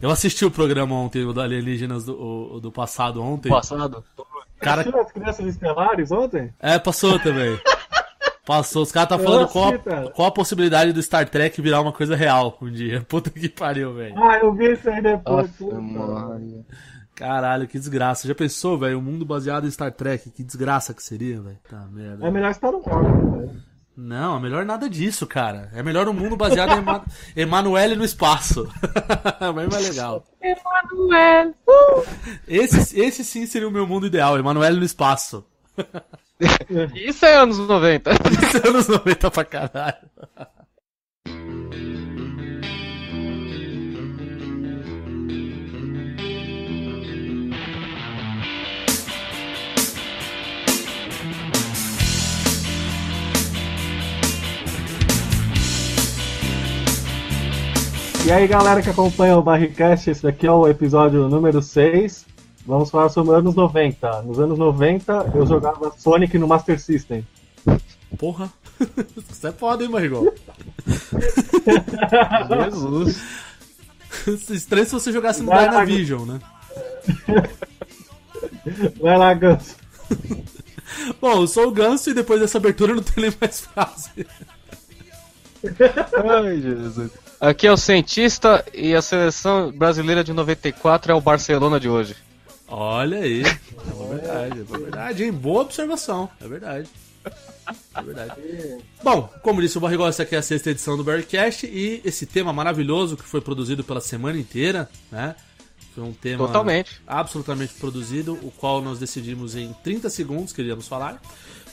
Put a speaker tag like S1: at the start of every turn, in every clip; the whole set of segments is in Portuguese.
S1: Eu assisti o programa ontem, o do Alienígenas do, o- do passado ontem.
S2: Passado.
S1: Cara-
S3: Assistiu as crianças estelares ontem?
S1: É, passou também. passou. Os caras tá falando
S3: assisti,
S1: qual,
S3: cara.
S1: qual a possibilidade do Star Trek virar uma coisa real um dia. Puta que pariu, velho.
S3: Ah, eu vi isso aí depois.
S2: Nossa,
S3: Puta.
S2: mano.
S1: Caralho, que desgraça. Já pensou, velho? Um mundo baseado em Star Trek. Que desgraça que seria, velho. Tá merda.
S3: É melhor estar no né? carro, velho.
S1: Não, é melhor nada disso, cara. É melhor um mundo baseado em Ema... Emanuele no espaço. Mas mais legal.
S4: Emanuel.
S1: Esse, esse sim seria o meu mundo ideal, Emanuele no espaço.
S2: Isso é anos 90.
S1: Isso é anos 90 pra caralho.
S3: E aí, galera que acompanha o Barricast, esse daqui é o episódio número 6. Vamos falar sobre anos 90. Nos anos 90, eu jogava Sonic no Master System.
S1: Porra. Isso é foda, hein, Marigol?
S2: Jesus.
S1: é Estranho se você jogasse no
S3: Vai,
S1: Dynavision, né?
S3: Vai lá, Ganso.
S1: Bom, eu sou o Ganso e depois dessa abertura eu não tenho nem mais frase.
S2: Ai, Jesus. Aqui é o cientista e a seleção brasileira de 94 é o Barcelona de hoje.
S1: Olha aí. É verdade, é verdade, hein? Boa observação. É verdade. É verdade. Bom, como disse o Barrigol, essa aqui é a sexta edição do Bearcast e esse tema maravilhoso que foi produzido pela semana inteira, né? Foi um tema
S2: Totalmente.
S1: absolutamente produzido, o qual nós decidimos em 30 segundos que iríamos falar,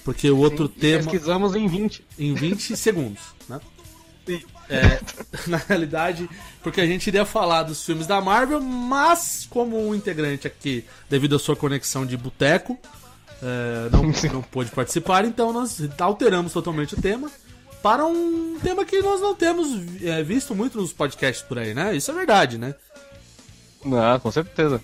S1: porque o outro tema
S2: Pesquisamos em 20.
S1: em 20 segundos, né? É, na realidade, porque a gente iria falar dos filmes da Marvel, mas como um integrante aqui, devido à sua conexão de boteco, é, não, não pôde participar, então nós alteramos totalmente o tema para um tema que nós não temos é, visto muito nos podcasts por aí, né? Isso é verdade, né?
S2: Ah, com certeza.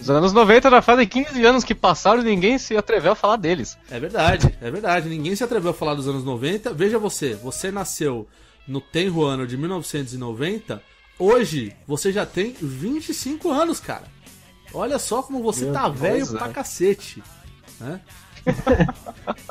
S2: Os anos 90 já fazem 15 anos que passaram e ninguém se atreveu a falar deles.
S1: É verdade, é verdade. Ninguém se atreveu a falar dos anos 90. Veja você, você nasceu no tenro ano de 1990. Hoje você já tem 25 anos, cara. Olha só como você
S3: Meu
S1: tá
S3: Deus,
S1: velho
S2: é.
S1: pra cacete. né?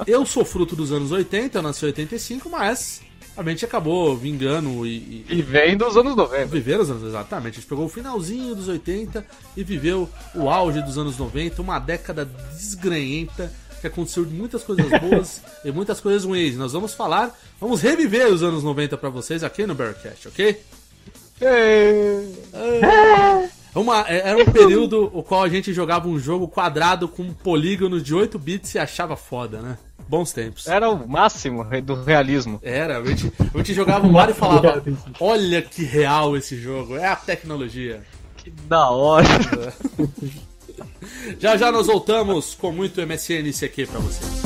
S1: eu sou fruto dos anos 80, eu nasci em 85, mas a gente acabou vingando e- e
S2: E vem dos anos 90.
S1: Viveram os anos, exatamente. A gente pegou o finalzinho dos 80 e viveu o auge dos anos 90, uma década desgrenhenta, que aconteceu muitas coisas boas e muitas coisas ruins. Nós vamos falar, vamos reviver os anos 90 pra vocês aqui no Bearcast, ok? É Uma, é- era um período o qual a gente jogava um jogo quadrado com polígonos de 8 bits e achava foda, né? Bons tempos.
S2: Era o máximo re- do realismo.
S1: Era, a gente, a gente jogava o Mario e falava: Olha que real esse jogo, é a tecnologia.
S2: Que da hora.
S1: Já já nós voltamos com muito MSN CQ pra vocês.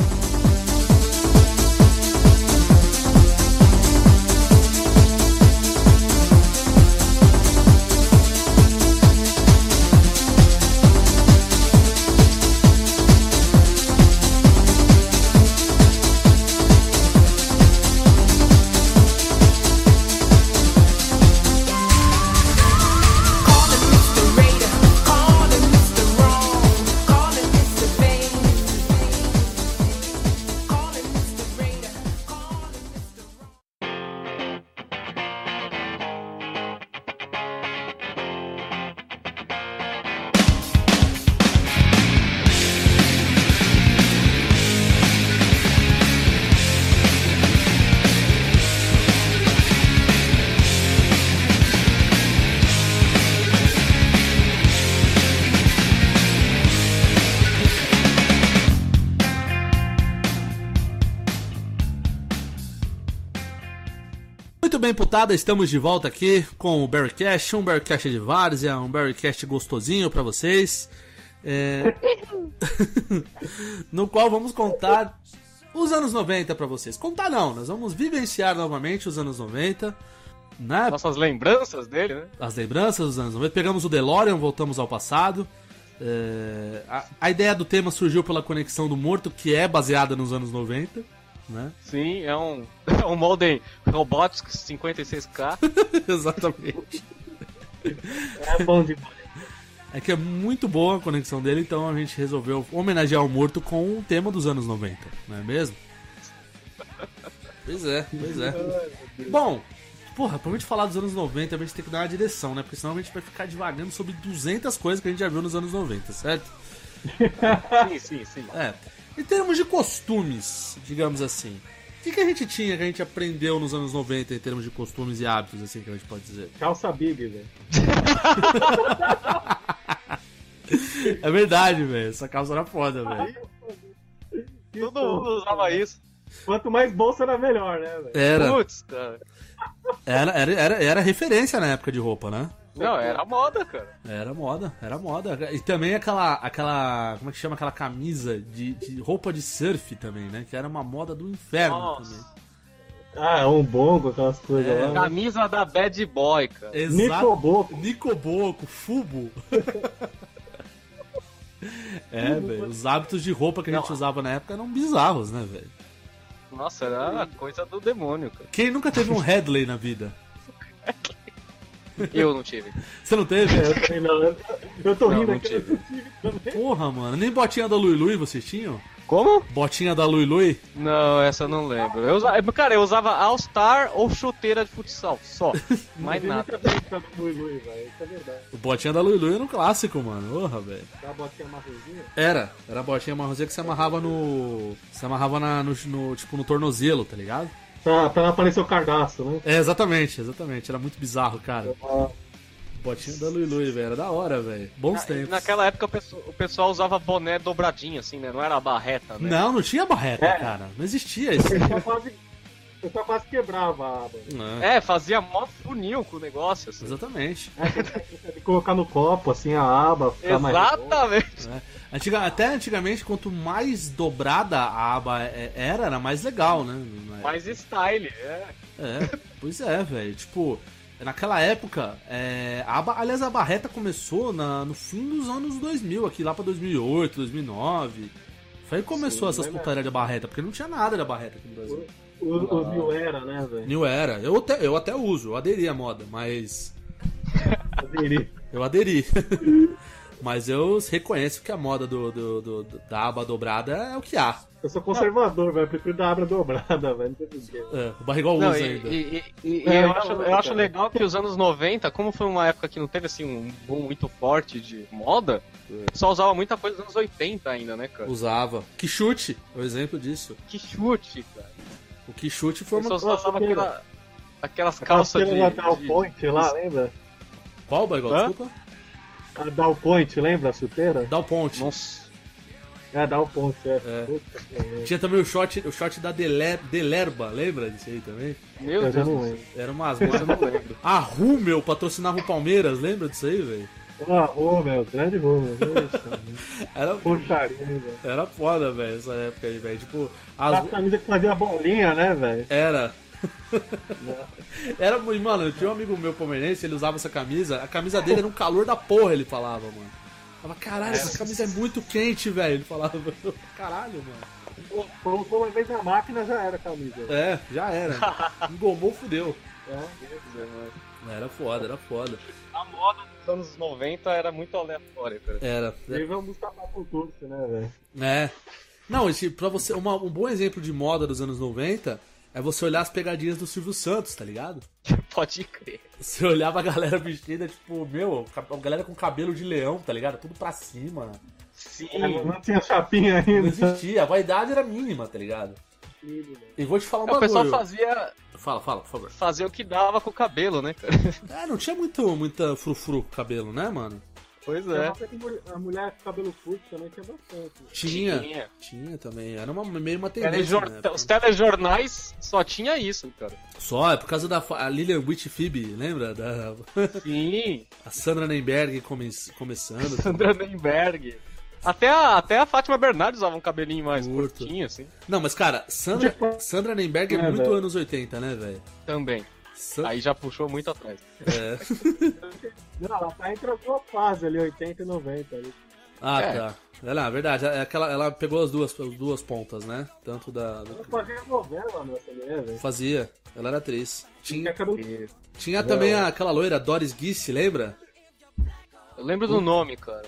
S1: Muito bem, putada, estamos de volta aqui com o Barrycast, um Barrycast de várzea, um Barrycast gostosinho pra vocês. é, no qual vamos contar os anos 90 pra vocês. Contar não, nós vamos vivenciar novamente os anos 90, né?
S2: Nossas lembranças dele, né?
S1: as lembranças dos anos 90. Pegamos o DeLorean, voltamos ao passado. É, a, a ideia do tema surgiu pela conexão do morto, que é baseada nos anos 90. Né?
S2: Sim, é um, é um modem Robotics 56K.
S1: Exatamente.
S3: É bom demais.
S1: É que é muito boa a conexão dele, então a gente resolveu homenagear o morto com o tema dos anos 90, não é mesmo? Pois é, pois é. Bom, porra, pra gente falar dos anos 90, a gente tem que dar uma direção, né? Porque senão a gente vai ficar divagando sobre 200 coisas que a gente já viu nos anos 90, certo?
S2: Sim, sim, sim.
S1: É. Em termos de costumes, digamos assim, o que, que a gente tinha que a gente aprendeu nos anos 90 em termos de costumes e hábitos, assim, que a gente pode dizer?
S3: Calça big, velho.
S1: É verdade, velho. Essa calça era foda, velho.
S2: Todo mundo usava isso.
S3: Quanto mais bolsa era melhor, né, velho?
S1: Era,
S2: Putz, cara.
S1: era, era, era, era referência na época de roupa, né?
S2: Não, era moda, cara.
S1: Era moda, era moda. E também aquela, aquela como é que chama aquela camisa de, de roupa de surf também, né? Que era uma moda do inferno
S2: Nossa.
S1: também.
S3: Ah, um bongo, aquelas coisas
S1: É,
S3: lá. né?
S2: Camisa da Bad Boy, cara.
S1: Exato.
S3: Nicoboco.
S1: Nicoboco, fubo. é, velho, os hábitos de roupa que a gente
S2: Não.
S1: usava na época eram bizarros, né, velho?
S2: Nossa, era coisa do demônio, cara.
S1: Quem nunca teve um Headley na vida?
S2: Eu não tive.
S1: Você não teve?
S3: É, eu sei não, eu- Eu tô
S2: Não,
S3: rindo
S2: não
S3: aqui.
S2: tive.
S1: Porra, mano, nem botinha da Lui Lui vocês tinham?
S2: Como?
S1: Botinha da Lui Lui?
S2: Não, essa eu não lembro. Eu usava, cara, eu usava All Star ou chuteira de futsal, só. Mais nada.
S3: Lui, Lui, velho. Isso é verdade.
S1: Botinha da Lui Lui era um clássico, mano. Porra, velho.
S3: Dá a botinha marronzinha.
S1: Era, era a botinha marronzinha que você amarrava no. Você amarrava na, no, no- tipo, no tornozelo, tá ligado?
S3: Pra, pra não aparecer o cardaço, né?
S1: É, exatamente, exatamente. Era muito bizarro, cara.
S3: Ah,
S1: Botinha da Lui Lui, velho. Era da hora, velho. Bons
S2: Na-
S1: tempos.
S2: Naquela época o pesso- o pessoal, usava boné dobradinho, assim, né? Não era barreta, né?
S1: Não, não tinha barreta, cara. Não existia isso.
S3: Eu só quase, eu só quase quebrava a aba.
S1: Não.
S2: É, fazia mó funil com o negócio, assim.
S1: Exatamente.
S3: De colocar no copo, assim, a aba. ficar mais-
S2: Exatamente.
S1: Antiga- até antigamente, quanto mais dobrada a aba é- era, era mais legal, né? Não é-
S2: Mas style, é.
S1: É, pois é, velho. Tipo, naquela época, é, a, ba- aliás, a barreta começou na, no fim dos anos 2000, aqui lá pra 2008, 2009. Foi aí que começou
S3: Sim,
S1: essas
S3: verdade.
S1: putarias de barreta, porque não tinha nada da barreta aqui no Brasil.
S3: Os, os New Era, né, velho?
S1: New era. Eu até, eu até uso, eu aderi à moda, mas.
S3: Aderi.
S1: Eu aderi. mas eu reconheço que a moda do, do- do- do- da aba dobrada é o que há.
S3: Eu sou conservador, velho. eu Prefiro da aba dobrada, velho. Não tem ninguém.
S1: É, o barrigol
S2: Não,
S1: usa
S2: e,
S1: ainda.
S2: e- e- e
S3: É,
S2: eu,
S3: então,
S2: acho, eu
S3: cara.
S2: acho legal que os anos 90, como foi uma época que não teve assim um boom muito forte de moda, só usava muita coisa dos anos 80 ainda, né, cara?
S1: Usava. Que chute, é o exemplo disso.
S2: Que chute, cara.
S1: O que chute foi
S2: Eu
S1: uma.
S2: só usava
S3: chuteira.
S2: aquela- aquelas calças
S3: Calça
S2: de,
S3: da Dow
S2: de-
S3: Point lá, lembra?
S1: Qual, Barrigol?
S2: Hã?
S1: Desculpa.
S3: A Dow Point, lembra a chuteira?
S1: Dá o ponte.
S2: Nossa.
S3: É, a Dow Point, é.
S1: É.
S3: Puta, que-
S1: Tinha também o shot, o shot da Dele- Delerba, lembra disso aí também?
S2: Meu
S3: Eu já
S2: Deus
S3: não
S2: do céu.
S3: lembro.
S1: Era umas
S2: Eu não lembro.
S1: A Rummel patrocinava o Palmeiras, lembra disso aí, velho?
S3: Ah, ô, meu, grande gol, meu. Puxa,
S1: Era,
S3: Puxaria, velho.
S1: era foda, velho, essa época aí, velho. Tipo,
S3: A
S1: as,
S3: camisa que fazia bolinha, né, velho?
S1: era. era, muito- mano, eu tinha um amigo meu palmeirense, ele usava essa camisa, a camisa dele era um calor da porra, ele falava, mano. Tava, caralho, essa camisa é muito quente, velho. Ele falava, caralho, mano.
S3: Colocou uma vez na máquina, já era a camisa.
S1: É, já era. Engomou, fudeu.
S3: É.
S1: Era foda, era foda.
S2: A moda dos anos 90 era muito aleatória, cara.
S1: Era.
S3: Teve um Mustafa Culturce, né, velho?
S1: É. Não, esse, pra você, uma- um bom exemplo de moda dos anos 90 é você olhar as pegadinhas do Silvio Santos, tá ligado?
S2: Pode crer.
S1: Você olhava a galera vestida, tipo, meu, a galera com cabelo de leão, tá ligado? Tudo pra cima.
S2: Sim.
S3: É, Não tinha chapinha
S1: Não
S3: ainda.
S1: existia, a vaidade era mínima, tá ligado? E vou te falar uma
S2: É, O pessoal
S1: coisa.
S2: fazia,
S1: Fala, fala, por favor.
S2: fazia o que dava com o cabelo, né, cara?
S1: É, não tinha muito, muita frufru com cabelo, né, mano?
S2: Pois
S3: Eu
S2: é.
S3: acho que mul- A mulher com cabelo curto também tinha bastante.
S1: Tinha. Tinha,
S2: Tinha.
S1: também. Era uma, meio uma tendência. né?
S2: Telejor-
S1: na época.
S2: Os telejornais só tinha isso, cara.
S1: Só, é por causa da fa- a Lilian Witch Phoebe, lembra? Da,
S2: Sim,
S1: a Sandra Nemberg come- começando.
S2: Sandra Nenberg. Até a, até a Fátima Bernardes usava um cabelinho mais
S1: Curto.
S2: curtinho, assim.
S1: Não, mas cara, Sandra,
S3: Tipo-
S1: Sandra Nemberg é,
S3: É,
S1: muito
S3: velho.
S1: anos 80, né, velho?
S2: Também.
S1: San-
S2: Aí já puxou muito atrás.
S1: é.
S3: Não, ela tá entre as duas fases ali, 80 e 90. Ali.
S1: Ah,
S2: É.
S1: tá. É, não, é verdade. É aquela, ela pegou as duas, as duas pontas, né? Tanto da.
S3: Ela
S1: do-
S3: fazia novela, nossa mulher, né, velho.
S1: Fazia. Ela era atriz. Tinha,
S3: Tinha cabelo
S2: E-
S1: Tinha também aquela loira, Doris Guice, lembra?
S2: Eu lembro do nome, cara.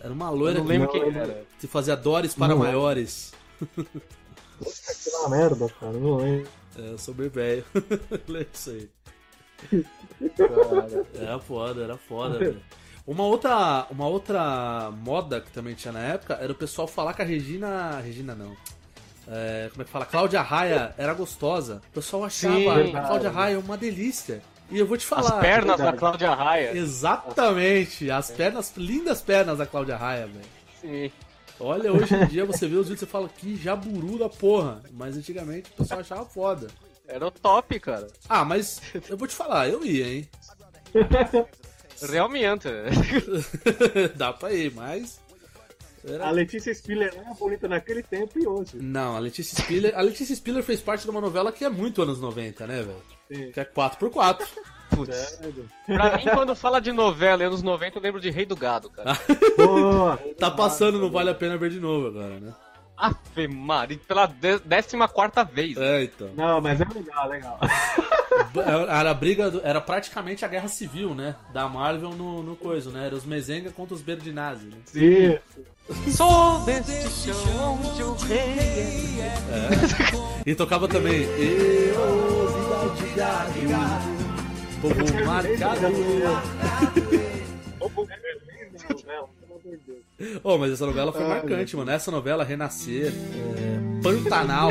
S1: Era uma
S2: Eu
S1: loira
S2: não lembro
S3: Não,
S2: quem
S3: ele-
S2: era.
S1: que fazia Doris para
S3: Não.
S1: maiores.
S3: Aquela merda, cara, não lembro.
S1: É, eu sou bem velho. Lembro isso aí.
S2: cara.
S1: Era foda, era foda, velho. Uma outra, uma outra moda que também tinha na época era o pessoal falar que a Regina. Regina não. É, como é que fala? Cláudia Raia era gostosa. O pessoal achava
S2: Sim,
S1: a
S3: verdade.
S1: Cláudia Raia uma delícia. E eu vou te falar.
S2: As pernas da
S3: verdade.
S2: Cláudia Raia.
S1: Exatamente. As pernas, lindas pernas da Cláudia Raia, velho.
S2: Sim.
S1: Olha, hoje em dia você vê os vídeos e você fala que jaburu da porra. Mas antigamente o pessoal achava foda.
S2: Era o top, cara.
S1: Ah, mas eu vou te falar, eu ia, hein?
S2: Realmente.
S1: Dá pra ir, mas. Era
S3: A Letícia Spiller não era bonita naquele tempo e hoje.
S1: Não, a Letícia Spiller. A Letícia Spiller fez parte de uma novela que é muito anos 90, né, velho?
S3: Sim.
S1: Que é 4x4.
S2: Putz. Pra mim, quando fala de novela e anos 90, eu lembro de Rei do Gado, cara.
S3: Boa!
S1: Tá passando, não vale a pena ver de novo agora, né?
S2: Ave Maria, pela dé- décima quarta vez.
S1: É, então.
S3: Não, mas é legal, legal.
S1: Era a briga. do- era praticamente a guerra civil, né? Da Marvel no, no coisa, né? Era os Mezenga contra os Berdinazzi, né?
S3: Sim.
S2: Sou desse chão onde o rei
S1: E tocava também. Eu, vida de garoto, povo marcador.
S3: é né?
S1: Oh, mas essa novela foi marcante, mano. Essa novela, Renascer, é, Pantanal.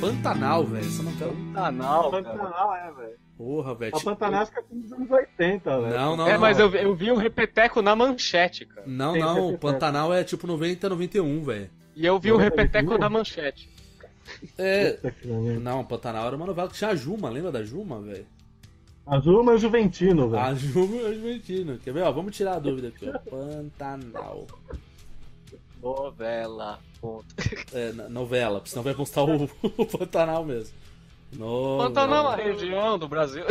S1: Pantanal, velho. Essa novela.
S2: é Pantanal, cara.
S3: Pantanal, é, velho.
S1: Porra, velho. tipo-
S3: A Pantanal fica com os anos 80, velho.
S1: Não, não,
S2: É,
S1: não.
S2: mas eu, eu vi um repeteco na manchete, cara.
S1: Não, não, o Pantanal é tipo 90, 91, velho.
S2: E eu vi um repeteco na manchete.
S1: É.
S3: Puta que pariu.
S1: Não, o Pantanal era uma novela que tinha a Juma, lembra da Juma, velho?
S3: Azul, mas Juventino, velho.
S1: A Juma é argentina. Quer ver? Ó, vamos tirar a dúvida aqui, ó. Pantanal.
S2: Novela. ponto.
S1: É, na- novela, porque senão vai postar o, o Pantanal mesmo. Novela.
S2: Pantanal, é- a região do Brasil.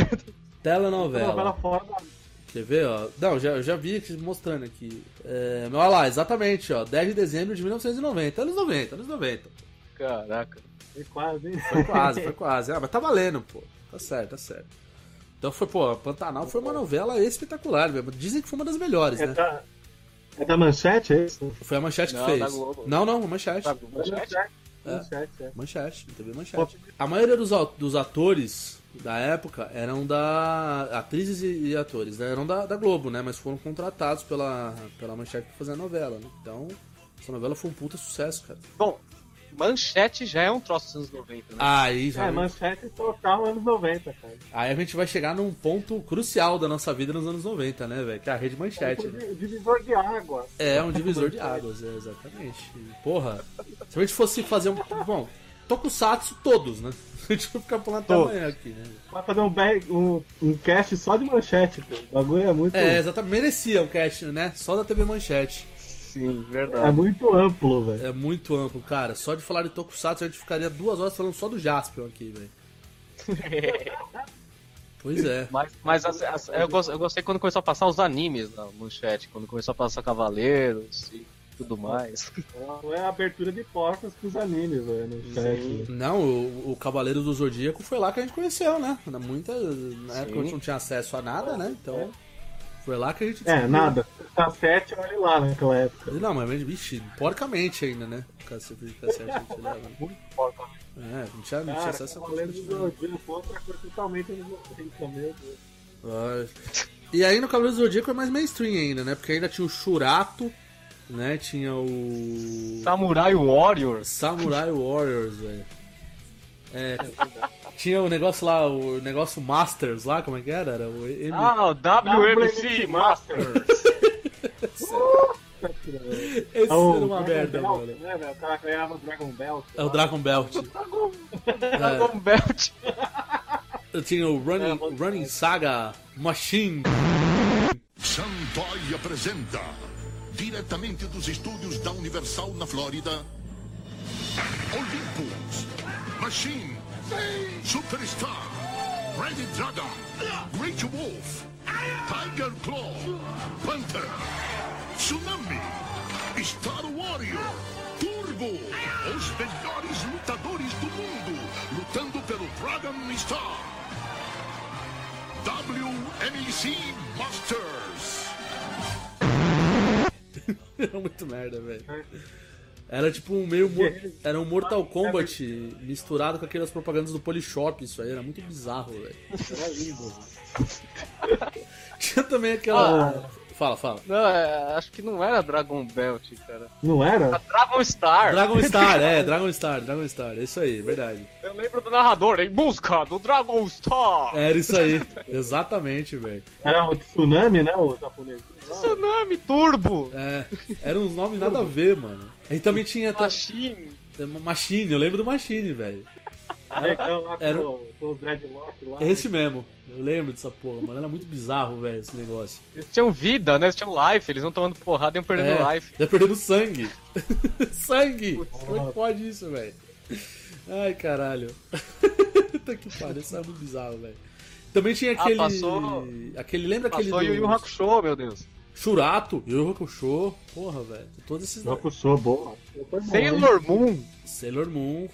S1: Telenovela.
S3: Novela fora da
S1: Quer ver, ó? Não, já, já vi aqui mostrando aqui. É, olha lá, exatamente, ó. 10 de dezembro de 1990. Anos 90, anos 90.
S2: Caraca.
S3: É quase.
S1: Foi quase, foi quase. Ah, mas tá valendo, pô. Tá certo, tá certo. Então foi, pô, Pantanal foi uma novela espetacular mesmo. Dizem que foi uma das melhores,
S3: É
S1: né?
S3: da, é da manchete, é isso?
S1: Foi a Manchete que
S2: Não,
S1: fez.
S2: da Globo.
S1: Não, não, a Manchete.
S2: Sabe, manchete?
S1: É.
S3: Manchete, é.
S1: Manchete, TV Manchete. A maioria dos, au- dos atores da época eram da. Atrizes e, e atores, né? Eram da, da Globo, né? Mas foram contratados pela, pela Manchete pra fazer a novela, né? Então, essa novela foi um puta sucesso, cara.
S2: Bom, manchete já é um troço dos anos 90, né?
S1: Aí, já.
S3: É, manchete total anos 90, cara.
S1: Aí a gente vai chegar num ponto crucial da nossa vida nos anos 90, né, velho? Que é a rede manchete, né?
S3: Foi divisor de água.
S1: É um divisor de águas, é, exatamente. E, Porra, se a gente fosse fazer um. Bom, Tokusatsu todos, né? A gente vai ficar pulando até
S3: Todos.
S1: amanhã aqui, né?
S3: Vai fazer um, bag, um, um cast só de manchete, pô. O bagulho é muito,
S1: É,
S3: é,
S1: exatamente. Merecia um cast, né? Só da TV Manchete.
S2: Sim, verdade.
S3: é muito amplo, velho.
S1: É muito amplo, cara. Só de falar de Tokusatsu, a gente ficaria duas horas falando só do Jaspion aqui, velho. Pois é.
S2: Mas, mas as- as- eu, gos- eu gostei quando começou a passar os animes na manchete, quando começou a passar Cavaleiros e tudo mais.
S3: Não é a abertura de portas pros animes, velho. Manchete.
S1: Não, o, o Cavaleiro do Zodíaco foi lá que a gente conheceu, né? Na, muita, na época a gente não tinha acesso a nada, né? Então, foi lá que a gente
S3: É, nada. Cassete, olha lá naquela época.
S1: Não, mas vixe, porcamente ainda, né? Cacete de cassete, a gente leva, né?
S2: Muito porca.
S1: É, não tinha, não tinha
S3: Cara,
S1: acesso a né?
S3: Cavaleiros do Zodíaco, outra coisa totalmente anos 90, meu Deus.
S1: Ah, E aí no Cavaleiro do Zodíaco é mais mainstream ainda, né? Porque ainda tinha o Shurato, né? Tinha o.
S2: Samurai Warriors.
S1: Samurai Warriors, velho. É, tinha o negócio lá, o negócio Masters lá, como é que era? Era o M...
S2: Ah, o WMC
S3: WMC
S2: Master.
S1: Esse
S3: É o
S1: era uma
S3: Dragon
S1: merda,
S3: Ball,
S1: mano.
S3: né, velho? O cara ganhava o Dragon Bell. sei
S1: É o
S3: lá.
S1: Dragon Belt.
S2: Dragon Belt.
S1: Eu tinha o
S3: É,
S1: Running,
S3: bom demais.
S1: Running Saga Machine.
S4: Sandói apresenta, diretamente dos estúdios da Universal na Flórida, Olympus, Machine, Superstar, Red Dragon, Great Wolf, Tiger Claw, Panther, Tsunami, Star Warrior, Turbo, os melhores lutadores do mundo, lutando pelo Dragon Star. WMC Masters.
S1: Era muito merda, velho. Era tipo um meio. mor- Era um Mortal Kombat misturado com aquelas propagandas do Polishop, isso aí. Era muito bizarro, velho.
S3: Era lindo.
S1: Tinha também aquela. Fala, fala.
S2: Não, é, acho que não era Dragon Belt, cara.
S3: Não era?
S2: Dragon Star.
S1: Dragon Star, é, Dragon Star, Dragon Star, é isso aí, verdade.
S2: Eu lembro do narrador, em busca do Dragon Star.
S1: Era isso aí, exatamente, velho.
S3: Era o tsunami, né? O japonês.
S2: Tsunami Turbo.
S1: É, eram uns nomes nada a ver, mano. E também tinha ta-
S2: Machine.
S1: Machine, eu lembro do Machine, velho.
S3: Negão Ah, lá
S1: Era-
S3: com, com os dreadlock lá.
S1: É esse mesmo, eu lembro dessa porra, mano. Era muito bizarro, velho, esse negócio.
S2: Eles tinham vida, né? Eles tinham life, eles iam tomando porrada e iam perdendo
S1: É,
S2: life.
S1: tá perdendo sangue. sangue! Como é que pode isso, velho? Ai, caralho. Puta que pariu, isso é muito bizarro, velho. Também tinha
S2: Ah,
S1: aquele.
S2: passou-
S1: aquele lembra aquele.
S2: Passou
S1: do-
S2: Yu Yu Hakusho, meu Deus.
S1: Churato, Yu Yu Hakusho, porra, velho. Todos esses.
S3: Jokusho, boa. Foi bom, hein?
S2: Sailor Moon.
S1: Sailor Moon.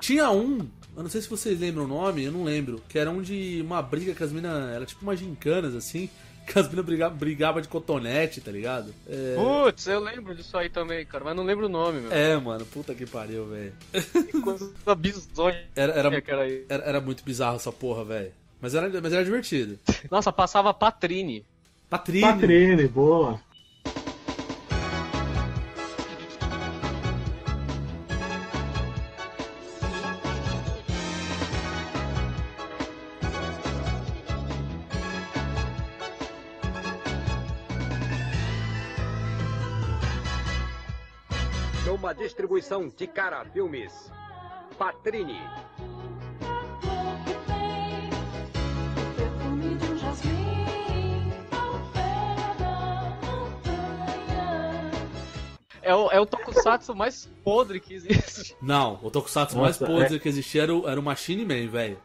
S1: Tinha um, eu não sei se vocês lembram o nome, eu não lembro, que era um de uma briga que as minas. Era tipo umas gincanas assim, que as minas brigavam brigava de cotonete, tá ligado? É,
S2: Putz, eu lembro disso aí também, cara, mas não lembro o nome, meu.
S1: é mano, puta que pariu, velho.
S2: Que coisa bizonha
S1: Era, era,
S2: É, que era aí.
S1: era, era muito bizarro essa porra, velho. Mas era, mas era divertido.
S2: Nossa, passava Patrine.
S1: Patrine.
S3: Patrine, boa.
S5: Uma distribuição de Cara Filmes. Patrine.
S6: Perfume de um jasmim, outono, outono.
S2: É o, é o tokusatsu mais podre que existe.
S1: Não, o Tokusatsu mais
S3: Nossa,
S1: podre que existia era o, era o Machine Man, velho.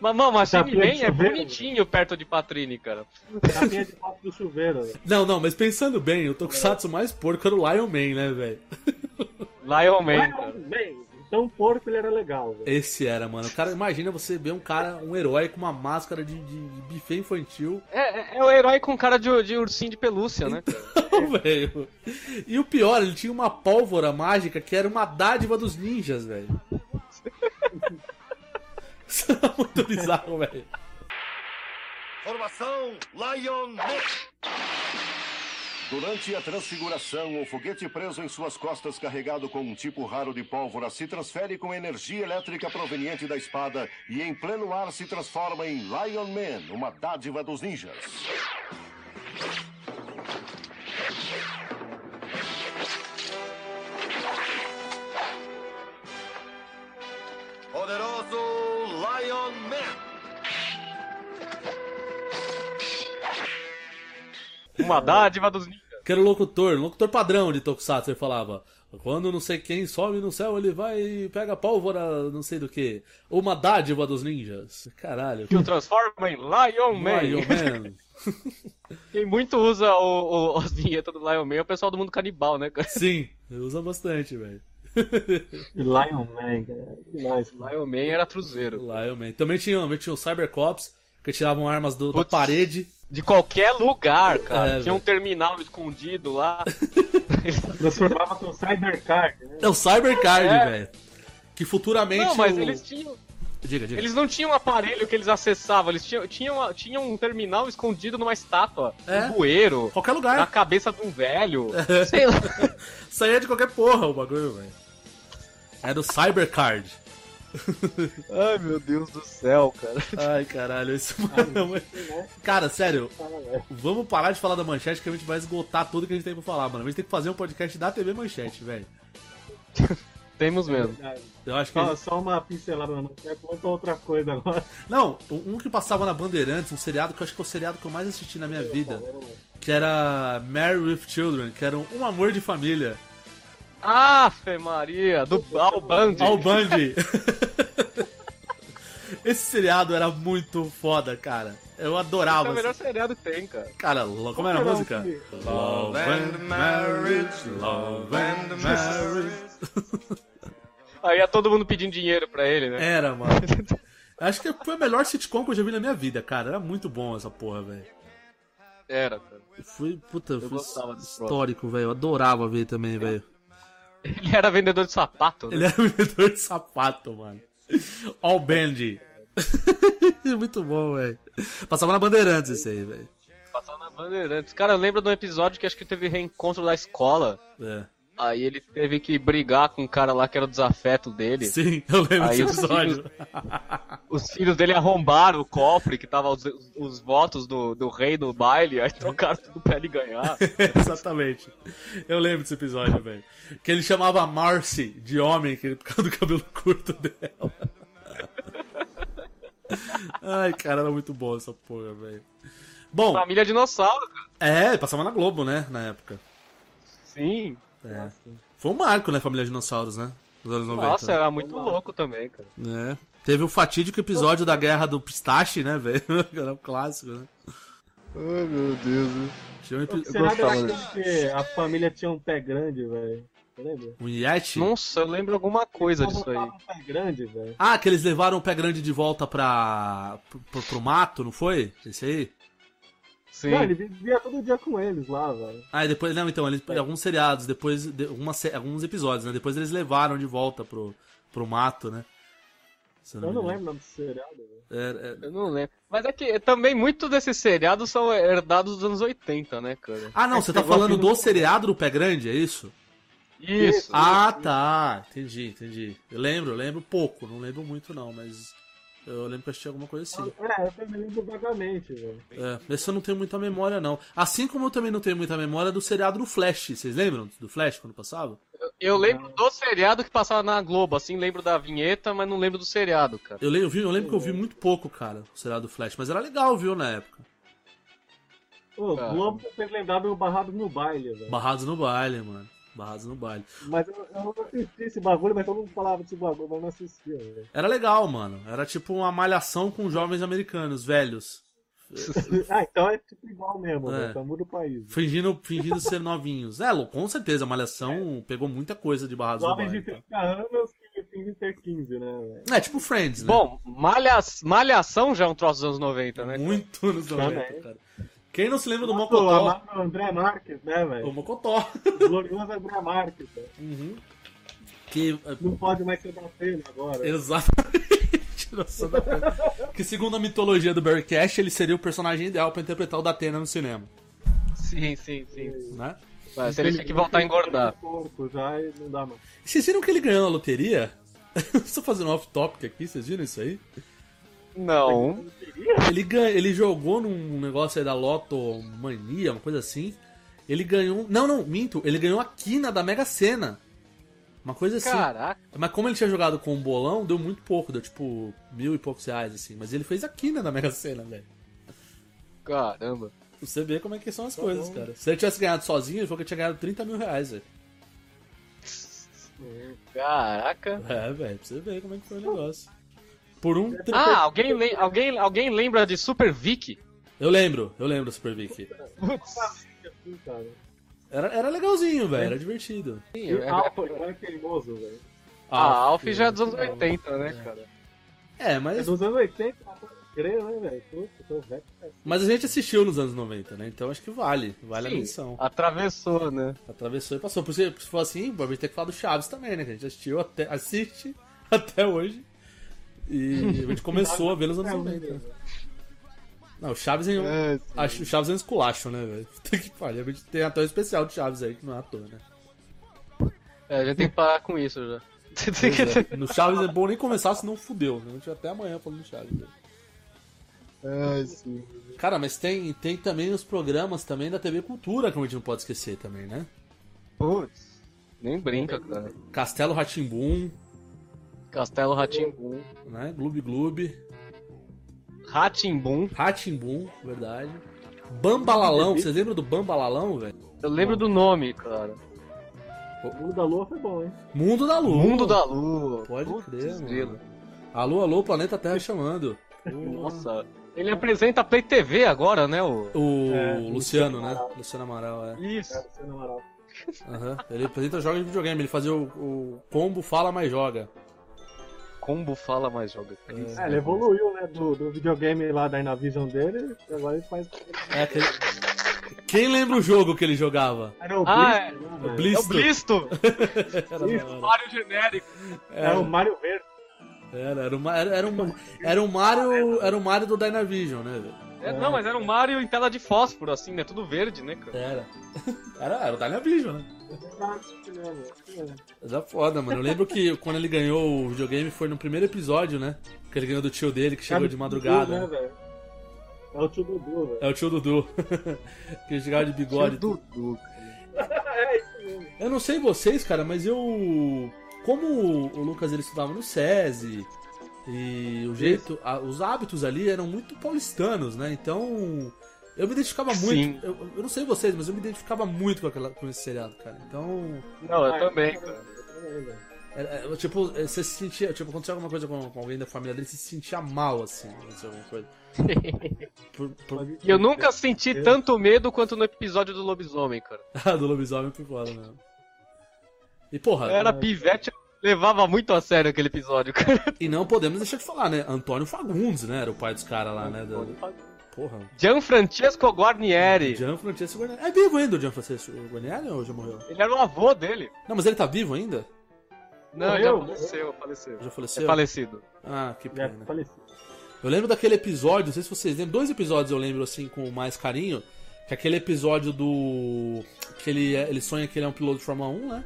S2: mas, mano, Machine
S3: Chapinha de
S2: Man é
S3: chuveiro.
S2: bonitinho perto de Patrine, cara.
S3: Capinha de papo do chuveiro. né?
S1: Não, não, mas pensando bem, o Tokusatsu mais porco era o Lion Man, né, velho?
S2: Lion Man, cara.
S3: Mas, Bem, então o porco ele era legal, velho.
S1: Esse era, mano. Cara, imagina você ver um cara, um herói com uma máscara de, de, de buffet infantil.
S2: É, é- é o herói com cara de, de ursinho de pelúcia, né, cara?
S1: velho. E o pior, ele tinha uma pólvora mágica que era uma dádiva dos ninjas, velho. Isso era muito bizarro, velho.
S4: Formação Lion Man. Durante a transfiguração, o foguete preso em suas costas, carregado com um tipo raro de pólvora, se transfere com energia elétrica proveniente da espada e, em pleno ar, se transforma em Lion Man, uma dádiva dos ninjas. Poderoso Lion Man.
S2: Uma dádiva dos ninjas.
S1: Que era o locutor, o locutor padrão de Tokusatsu, ele falava. Quando não sei quem sobe no céu, ele vai e pega pólvora, não sei do que. Uma dádiva dos ninjas. Caralho.
S2: Que o transforma em Lion Man.
S1: Lion Man.
S2: Quem muito usa o, o, as vinhetas do Lion Man é o pessoal do mundo canibal, né, cara?
S1: Sim, usa bastante, velho.
S3: E Lion Man, cara. Demais, mano.
S2: Lion Man era truzeiro.
S1: Lion Man. Também tinha, também tinha os Cybercops, que tiravam armas do, da
S2: Putz.
S1: parede.
S2: De qualquer lugar, cara.
S1: É,
S2: Tinha um
S1: velho.
S2: terminal escondido lá.
S3: Transformava com Cybercard, né?
S1: É o Cybercard,
S2: É.
S1: velho. Que futuramente.
S2: Não, mas
S1: o-
S2: eles tinham.
S1: Diga, diga.
S2: Eles não tinham um aparelho que eles acessavam, eles tinham, tinham, tinham um terminal escondido numa estátua,
S1: É.
S2: um bueiro,
S1: Qualquer
S2: na
S1: lugar.
S2: cabeça de um velho. Sei lá. Ah.
S1: Saía de qualquer porra o bagulho, velho. Era o Cybercard.
S2: Ai meu Deus do céu, cara.
S1: Ai, caralho, isso, mano. é
S2: né?
S1: Cara, sério, vamos parar de falar da manchete que a gente vai esgotar tudo que a gente tem pra falar, mano. A gente tem que fazer um podcast da TV Manchete, velho.
S2: Temos mesmo.
S3: né?
S1: Eu acho que.
S3: Só, só uma pincelada na manchete, conta outra coisa agora.
S1: Não, um que passava na Bandeirantes, um seriado que eu acho que é o seriado que eu mais assisti na minha vida. Que era Married with Children, que era um amor de família.
S2: Afe Maria, do Al Bundy.
S1: Ao Bundy. Esse seriado era muito foda, cara. Eu
S2: Esse é
S1: adorava.
S2: o melhor
S1: Assim.
S2: seriado que tem, cara.
S1: Cara, lo- como era a música? Love and marriage, love and marriage.
S2: Aí é todo mundo pedindo dinheiro pra ele, né?
S1: Era, mano. Acho que foi a melhor sitcom que eu já vi na minha vida, cara. Era muito bom essa porra, velho.
S2: Era, cara.
S1: Fui, puta, fui
S2: gostava desse
S1: histórico, velho. Eu adorava ver também, velho.
S2: Ele era vendedor de sapato, né?
S1: Ele era um vendedor de sapato, mano. All Band. Muito bom, velho. Passava na Bandeirantes esse aí, velho.
S2: Passava na Bandeirantes. Cara, eu lembro de um episódio que acho que teve reencontro da escola.
S1: É.
S2: Aí ele teve que brigar com um cara lá que era o desafeto dele.
S1: Sim, eu lembro
S2: Aí
S1: desse
S2: os
S1: episódio.
S2: Os filhos dele arrombaram o cofre que tava os, os votos do, do rei do baile, aí trocaram tudo pra ele ganhar.
S1: Exatamente. Eu lembro desse episódio, velho. Que ele chamava a Marcy de homem que ele, por causa do cabelo curto dela. Ai, cara, era muito bom essa porra, velho. Bom,
S2: Família dinossauro, cara.
S1: é, passava na Globo, né, na época.
S2: Sim.
S1: É. Foi um marco, né, Família Dinossauros, né? Nos anos 90.
S2: Nossa, era muito louco também, cara.
S1: É. Teve o fatídico episódio da guerra do pistache, né, velho? Era um clássico, né?
S7: Ai, meu Deus. né?
S1: Tinha um, epi-
S3: Será que era
S7: gostava
S3: aquele que a família tinha um pé grande, velho? Você lembra?
S1: um Yeti.
S2: Nossa, eu lembro alguma coisa disso aí.
S3: Um pé grande, velho.
S1: Ah, que eles levaram o pé grande de volta pra. pro, pro- pro mato, não foi? Esse aí?
S2: Sim.
S3: Não, ele vivia todo dia com eles lá, velho.
S1: Ah, e depois. Não, então, eles, alguns seriados, depois. de- algumas se- alguns episódios, né? Depois eles levaram de volta pro, pro mato, né? Se
S3: Eu
S1: me
S3: não
S1: engano.
S3: lembro o nome do seriado, velho.
S1: É, é-
S2: Eu não lembro. Mas é que também muito desses seriados são herdados dos anos 80, né, cara?
S1: Ah, não, você tá falando do seriado do pé grande, é isso?
S2: Isso.
S1: Ah, tá. Entendi, entendi. Eu lembro, eu lembro pouco, não lembro muito, não, mas. Eu lembro que eu assisti alguma coisa assim.
S3: É, eu também lembro vagamente, velho.
S1: É, esse eu não tenho muita memória, não. Assim como eu também não tenho muita memória do seriado do Flash. Vocês lembram do Flash quando passava?
S2: Eu lembro do seriado que passava na Globo, assim, lembro da vinheta, mas não lembro do seriado, cara.
S1: Eu, le- eu vi, eu lembro que eu vi muito pouco, cara, o seriado do Flash. Mas era legal, viu, na época.
S3: Ô,
S2: Tá.
S3: Globo fez lembrar meu barrado no baile, velho.
S1: Barrados no baile, mano. Barrados no baile.
S3: Mas eu, eu não assisti esse bagulho, mas todo mundo falava desse bagulho, mas eu não assistia, velho.
S1: Era legal, mano. Era tipo uma malhação com jovens americanos, velhos.
S3: ah, então é tipo igual mesmo,
S1: É.
S3: velho. Só muda o país.
S1: Fingindo, fingindo ser novinhos. É, Lu, com certeza, a malhação pegou muita coisa de Barrados no
S3: Jovens de
S1: baile. então. cara.
S3: 30 anos que fingem ter 15, né, velho?
S1: É tipo Friends, né?
S2: Bom, malha... Malhação já é um troço dos anos 90, né? cara?
S1: muito nos 90,
S3: Também.
S1: cara. Quem não se lembra do
S3: Pô,
S1: Mocotó?
S3: amava o André Marques, né,
S1: O
S3: velho?
S1: Mocotó.
S3: O glorioso André Marques, velho.
S1: Uhum. Que é,
S3: Não pode mais ser da pena agora.
S1: Exatamente. Nossa, da Atena. que segundo a mitologia do Barry Cash, ele seria o personagem ideal pra interpretar o Datena no cinema,
S2: Sim, sim, sim.
S1: né?
S2: Mas ele tinha que voltar a engordar.
S3: Porco, Tá já e não dá mais.
S1: Vocês viram que ele ganhou na loteria? Estou fazendo um off-topic aqui, vocês viram isso aí?
S2: Não.
S1: Ele, ganha, ele jogou num negócio aí da Loto Mania, uma coisa assim. Ele ganhou. um, Não, não, minto. Ele ganhou a quina da Mega Sena. Uma coisa assim.
S2: Caraca.
S1: Mas como ele tinha jogado com o bolão, deu muito pouco, deu tipo mil e poucos reais, assim. Mas ele fez a quina da Mega Sena, velho.
S2: Caramba.
S1: Pra você ver como é que são as coisas, cara. Se ele tivesse ganhado sozinho, ele falou que tinha ganhado 30 mil reais, velho.
S2: Caraca.
S1: É, velho, pra você ver como é que foi o negócio. Por um. tri-
S2: Ah, alguém, lem- alguém, alguém lembra de Super Vic?
S1: Eu lembro, eu lembro do Super Vic.
S2: Putz.
S3: Assim, cara.
S1: Era, era legalzinho, velho, era divertido.
S2: Sim,
S3: E
S2: é-
S3: Alfa, ele é teimoso, velho.
S2: Ah, Alf já é dos anos 80, né, cara?
S1: É,
S3: É
S1: mas,
S3: dos anos 80, mas eu não creio, né, velho? Puta, eu tô velho. cara.
S1: mas a gente assistiu nos anos 90, né? Então acho que vale, vale a
S2: Sim,
S1: menção.
S2: Atravessou, né? Atravessou
S1: Passou, por se se for assim, a gente tem que falar do Chaves também, né? Que a gente assistiu até, assiste até hoje. E a gente começou a ver nos anos 90. né?
S3: É,
S1: Não, o Chaves é um,
S7: É,
S1: Acho, o Chaves é um esculacho, né, velho? Puta que pariu. A gente tem ator especial de Chaves aí, que não é ator, né?
S2: É, a gente tem que parar com isso já.
S1: No Chaves é bom nem começar, senão fudeu. Né? A gente vai até amanhã falando Chaves. né?
S7: ai, sim.
S1: Cara, mas tem, tem também os programas também da TV Cultura que a gente não pode esquecer também, né?
S7: Putz.
S2: Nem brinca, cara.
S1: Castelo Ratimbum,
S2: Castelo Ratimbum.
S1: né? Gloob Gloob,
S2: Ratimbum.
S1: Ratimbum, verdade. Bambalalão, vocês lembram do Bambalalão, velho?
S2: Eu lembro do nome, cara.
S3: O mundo da lua foi bom, hein?
S1: Mundo da Lua.
S2: Mundo da Lua.
S1: Pode
S2: Putz,
S1: crer, mano.
S2: grilo.
S1: Alô, alô, planeta Terra chamando.
S2: Nossa. Ele apresenta a Play TV agora, né? O...
S1: O
S3: É,
S1: Luciano,
S3: Luciano
S1: né? Luciano Amaral, é.
S2: Isso.
S3: Cara, você na moral.
S1: Aham. Ele apresenta jogos de videogame, ele fazia o, o combo Fala Mais Joga.
S2: Combo fala mais joga. Cris.
S3: É, ele evoluiu, né, do, do videogame lá da Inavision dele, e agora ele faz.
S1: É aquele... Quem lembra o jogo que ele jogava?
S3: Era o
S2: Ah,
S3: Blitz, né, velho?
S2: É o
S1: Blisto.
S2: Blisto!
S1: Era, da hora. É,
S2: Mario genérico. É
S3: Era É o
S1: era,
S3: Mario Verde.
S1: era, era, uma- era, era um, era um Mario, era um Mario do Dynavision, né? velho?
S2: É, não, mas era um Mario em tela de fósforo, assim, né? Tudo verde, né, cara?
S1: Era. Era, era o Dynavision, né?
S3: tá né,
S1: Mas é foda, mano. Eu lembro que quando ele ganhou o videogame foi no primeiro episódio, né? Que ele ganhou do tio dele que chegou de madrugada.
S3: Né, velho? É o tio Dudu, velho.
S1: É o tio Dudu. que chegava de bigode.
S7: Dudu.
S1: Eu não sei vocês, cara, mas eu. Como o Lucas ele estudava no SESI. E o jeito. a- os hábitos ali eram muito paulistanos, né? Então. Eu me identificava
S2: Sim.
S1: muito. Eu, eu não sei vocês, mas eu me identificava muito com, aquela, com esse seriado, cara. Então.
S2: Não, eu também, cara.
S3: cara.
S1: É, é, tipo, é, você se sentia. Tipo, acontecia alguma coisa com, com alguém da família dele, você se sentia mal, assim. Aconteceu alguma coisa. Por- por-
S2: E eu nunca senti
S3: Eu-
S2: tanto medo quanto no episódio do lobisomem, cara.
S1: Ah, do lobisomem foi foda mesmo. E porra,
S2: Eu era pivete, eu levava muito a sério aquele episódio, cara.
S1: e não podemos deixar de falar, né? Antônio Fagundes, né? Era o pai dos caras lá, né? Da... Porra.
S2: Gianfrancesco Guarnieri.
S1: Gianfrancesco Guarnieri. É vivo ainda o Gianfrancesco Guarnieri ou já morreu?
S2: Ele era o avô dele.
S1: Não, mas ele tá vivo ainda?
S2: Não,
S3: Morreu?
S2: já faleceu, faleceu.
S1: Já
S2: É
S1: faleceu?
S2: falecido.
S1: Ah, que
S2: É,
S3: Já
S1: pena.
S3: faleci.
S1: Eu lembro daquele episódio, não sei se vocês lembram, dois episódios eu lembro assim com mais carinho, que é aquele episódio do que ele, é- ele sonha que ele é um piloto de Fórmula 1, né?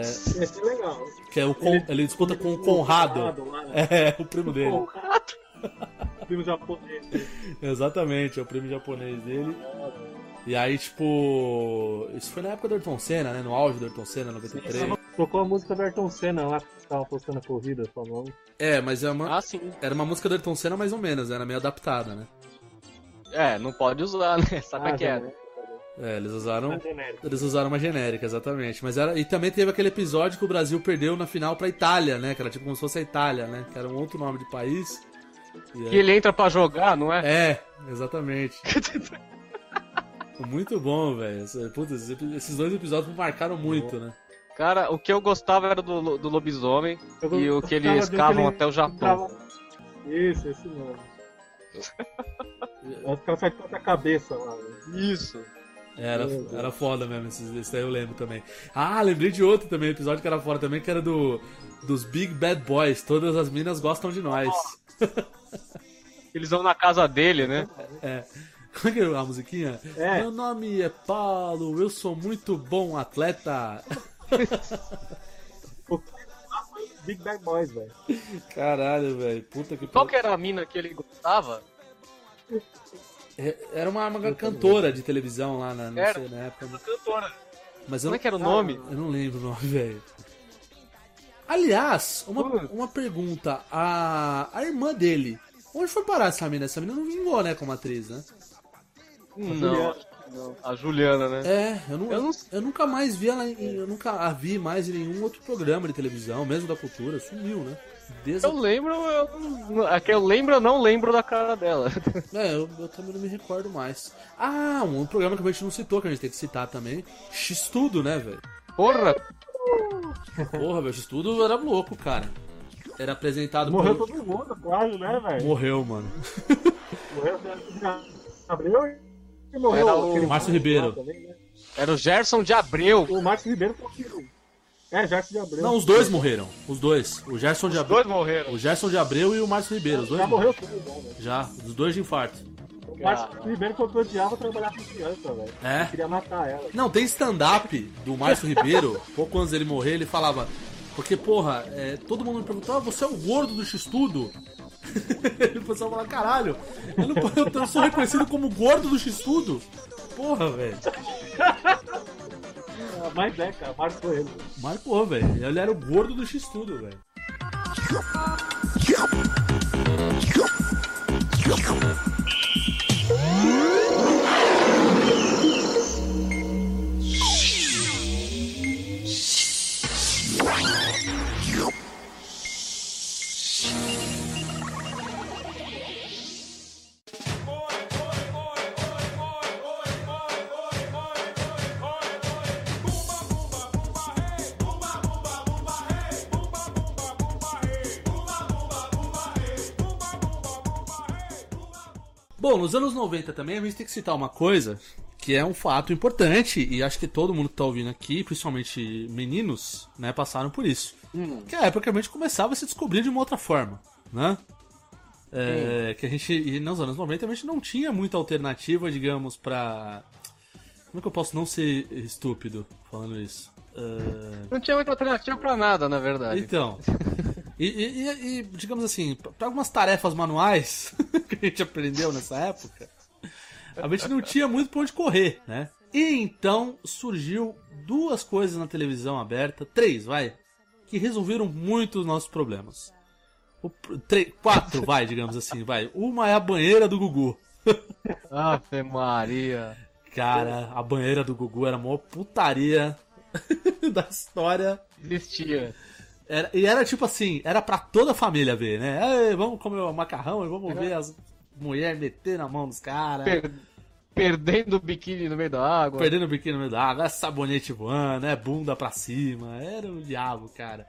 S3: Esse é legal.
S1: Que é o Con- ele, disputa com o Conrado.
S3: Lá, né?
S1: É, o primo dele.
S3: Conrado. Filme japonês.
S1: Exatamente, é o primo japonês dele. E aí, tipo, isso foi na época do Ayrton Senna, né? No auge do Ayrton Senna, 93.
S3: Tocou a música do Ayrton Senna lá, que tava postando a corrida, falando.
S1: É, mas é uma-
S2: Ah, sim.
S1: era uma música do Ayrton Senna mais ou menos, era meio adaptada, né?
S2: É, não pode usar, né? Sabe
S3: Ah,
S2: como é que é, né?
S1: É, eles usaram
S3: genérico.
S1: Eles usaram uma genérica, exatamente. Mas era. E também teve aquele episódio que o Brasil perdeu na final pra Itália, né? Que era tipo como se fosse a Itália, né? Que era um outro nome de país. E
S2: Que ele entra pra jogar, não é?
S1: é... é, exatamente. Muito bom, velho. Esse- putz, esses epi- esses dois episódios me marcaram muito, né?
S2: Cara, o que eu gostava era do, lo- do lobisomem e o que eles
S3: Tava
S2: escavam
S3: dizendo que
S2: até o
S3: ele
S2: Japão.
S3: entrava- Isso, esse mesmo. Os caras saem com a cabeça lá. né? velho.
S2: Isso.
S1: Era, era foda mesmo, esse, esse daí eu lembro também. Ah, lembrei de outro também, episódio que era fora também, que era do dos Big Bad Boys. Todas as minas gostam de nós.
S2: Eles vão na casa dele, né?
S1: Como é que era a musiquinha?
S3: É.
S1: Meu nome é Paulo, eu sou muito bom atleta.
S3: Big Bang Boys, velho.
S1: Caralho, velho. Puta que
S2: Qual
S1: pariu.
S2: que era a mina que ele gostava?
S1: É- Era uma, uma cantora de televisão lá na, não
S2: Era.
S1: sei, na época.
S2: Cantora.
S1: Mas eu
S2: Como
S1: não,
S2: é que era o nome?
S1: eu não lembro o nome, velho. Aliás, uma,
S2: Putz.
S1: uma pergunta. A, a irmã dele. Onde foi parar essa mina? Essa mina não vingou, né, como atriz, né?
S2: Ah, Não, a Juliana, né?
S1: É, eu, não, eu,
S2: Eu não-
S1: eu nunca mais vi ela. em- eu nunca a vi mais em nenhum outro programa de televisão, mesmo da cultura. Sumiu, né? Desde
S2: Eu lembro, eu não- a que eu lembro, eu não lembro da cara dela.
S1: É, eu, eu também não me recordo mais. Ah, um outro programa que a gente não citou, que a gente tem que citar também. X-Tudo, né, velho?
S2: Porra,
S1: Porra, velho, X-Tudo era louco, cara. Era apresentado
S3: é- Morreu
S1: por...
S3: todo mundo, quase, né, velho?
S1: Morreu, mano.
S3: Morreu Abreu e morreu
S2: Era o
S3: aquele
S1: Márcio
S3: lá
S1: Ribeiro.
S3: também, né?
S2: era o Gerson de Abreu.
S3: O Márcio Ribeiro foi o que- É, Jackson de Abreu.
S1: Não, os dois morreram. Os dois. O Gerson de Abreu.
S2: Dois morreram.
S1: O Gerson de Abreu e o Márcio Ribeiro. Os dois
S3: Já morreu tudo, já, velho.
S1: Já, os dois de infarto.
S3: O Márcio Ribeiro quando odiava trabalhar com criança, velho.
S1: É?
S3: Queria matar ela.
S1: Não, tem stand-up do Márcio Ribeiro, pouco antes dele morrer, ele falava. Porque, porra, é, todo mundo me perguntava, você é o gordo do X-Tudo? ele pessoal falava, caralho, eu, não, eu, eu sou reconhecido como gordo do X-Tudo? Porra, velho.
S3: Ah, Mas é, cara, Márcio foi ele.
S1: Marcou, velho. Ele era o gordo do X-Tudo, velho. Bom, nos anos 90 também a gente tem que citar uma coisa que é um fato importante e acho que todo mundo que tá ouvindo aqui, principalmente meninos, né, passaram por isso. Que é a época realmente começava a se descobrir de uma outra forma, né? É, que a gente, e nos anos 90 a gente não tinha muita alternativa, digamos, pra... Como é que eu posso não ser estúpido falando isso? Ah,
S2: Não tinha muita alternativa pra nada, na verdade.
S1: então. E, e- e- e, digamos assim, para algumas tarefas manuais que a gente aprendeu nessa época, a gente não tinha muito pra onde correr, né? E então surgiu duas coisas na televisão aberta, três, vai, que resolveram muito os nossos problemas. O pr- tre- quatro, vai, digamos assim, vai. Uma é a banheira do Gugu.
S2: Ave Maria.
S1: Cara, a banheira do Gugu era a maior putaria da história.
S2: Existia.
S1: Era- e era tipo assim, era pra toda a família ver, né? Ei, vamos comer o macarrão e
S2: Uhum.
S1: vamos ver as mulheres meter na mão dos caras.
S2: Per- Perdendo o biquíni no meio da água.
S1: Perdendo o biquíni no meio da água, é sabonete voando, é bunda pra cima, era o diabo, cara.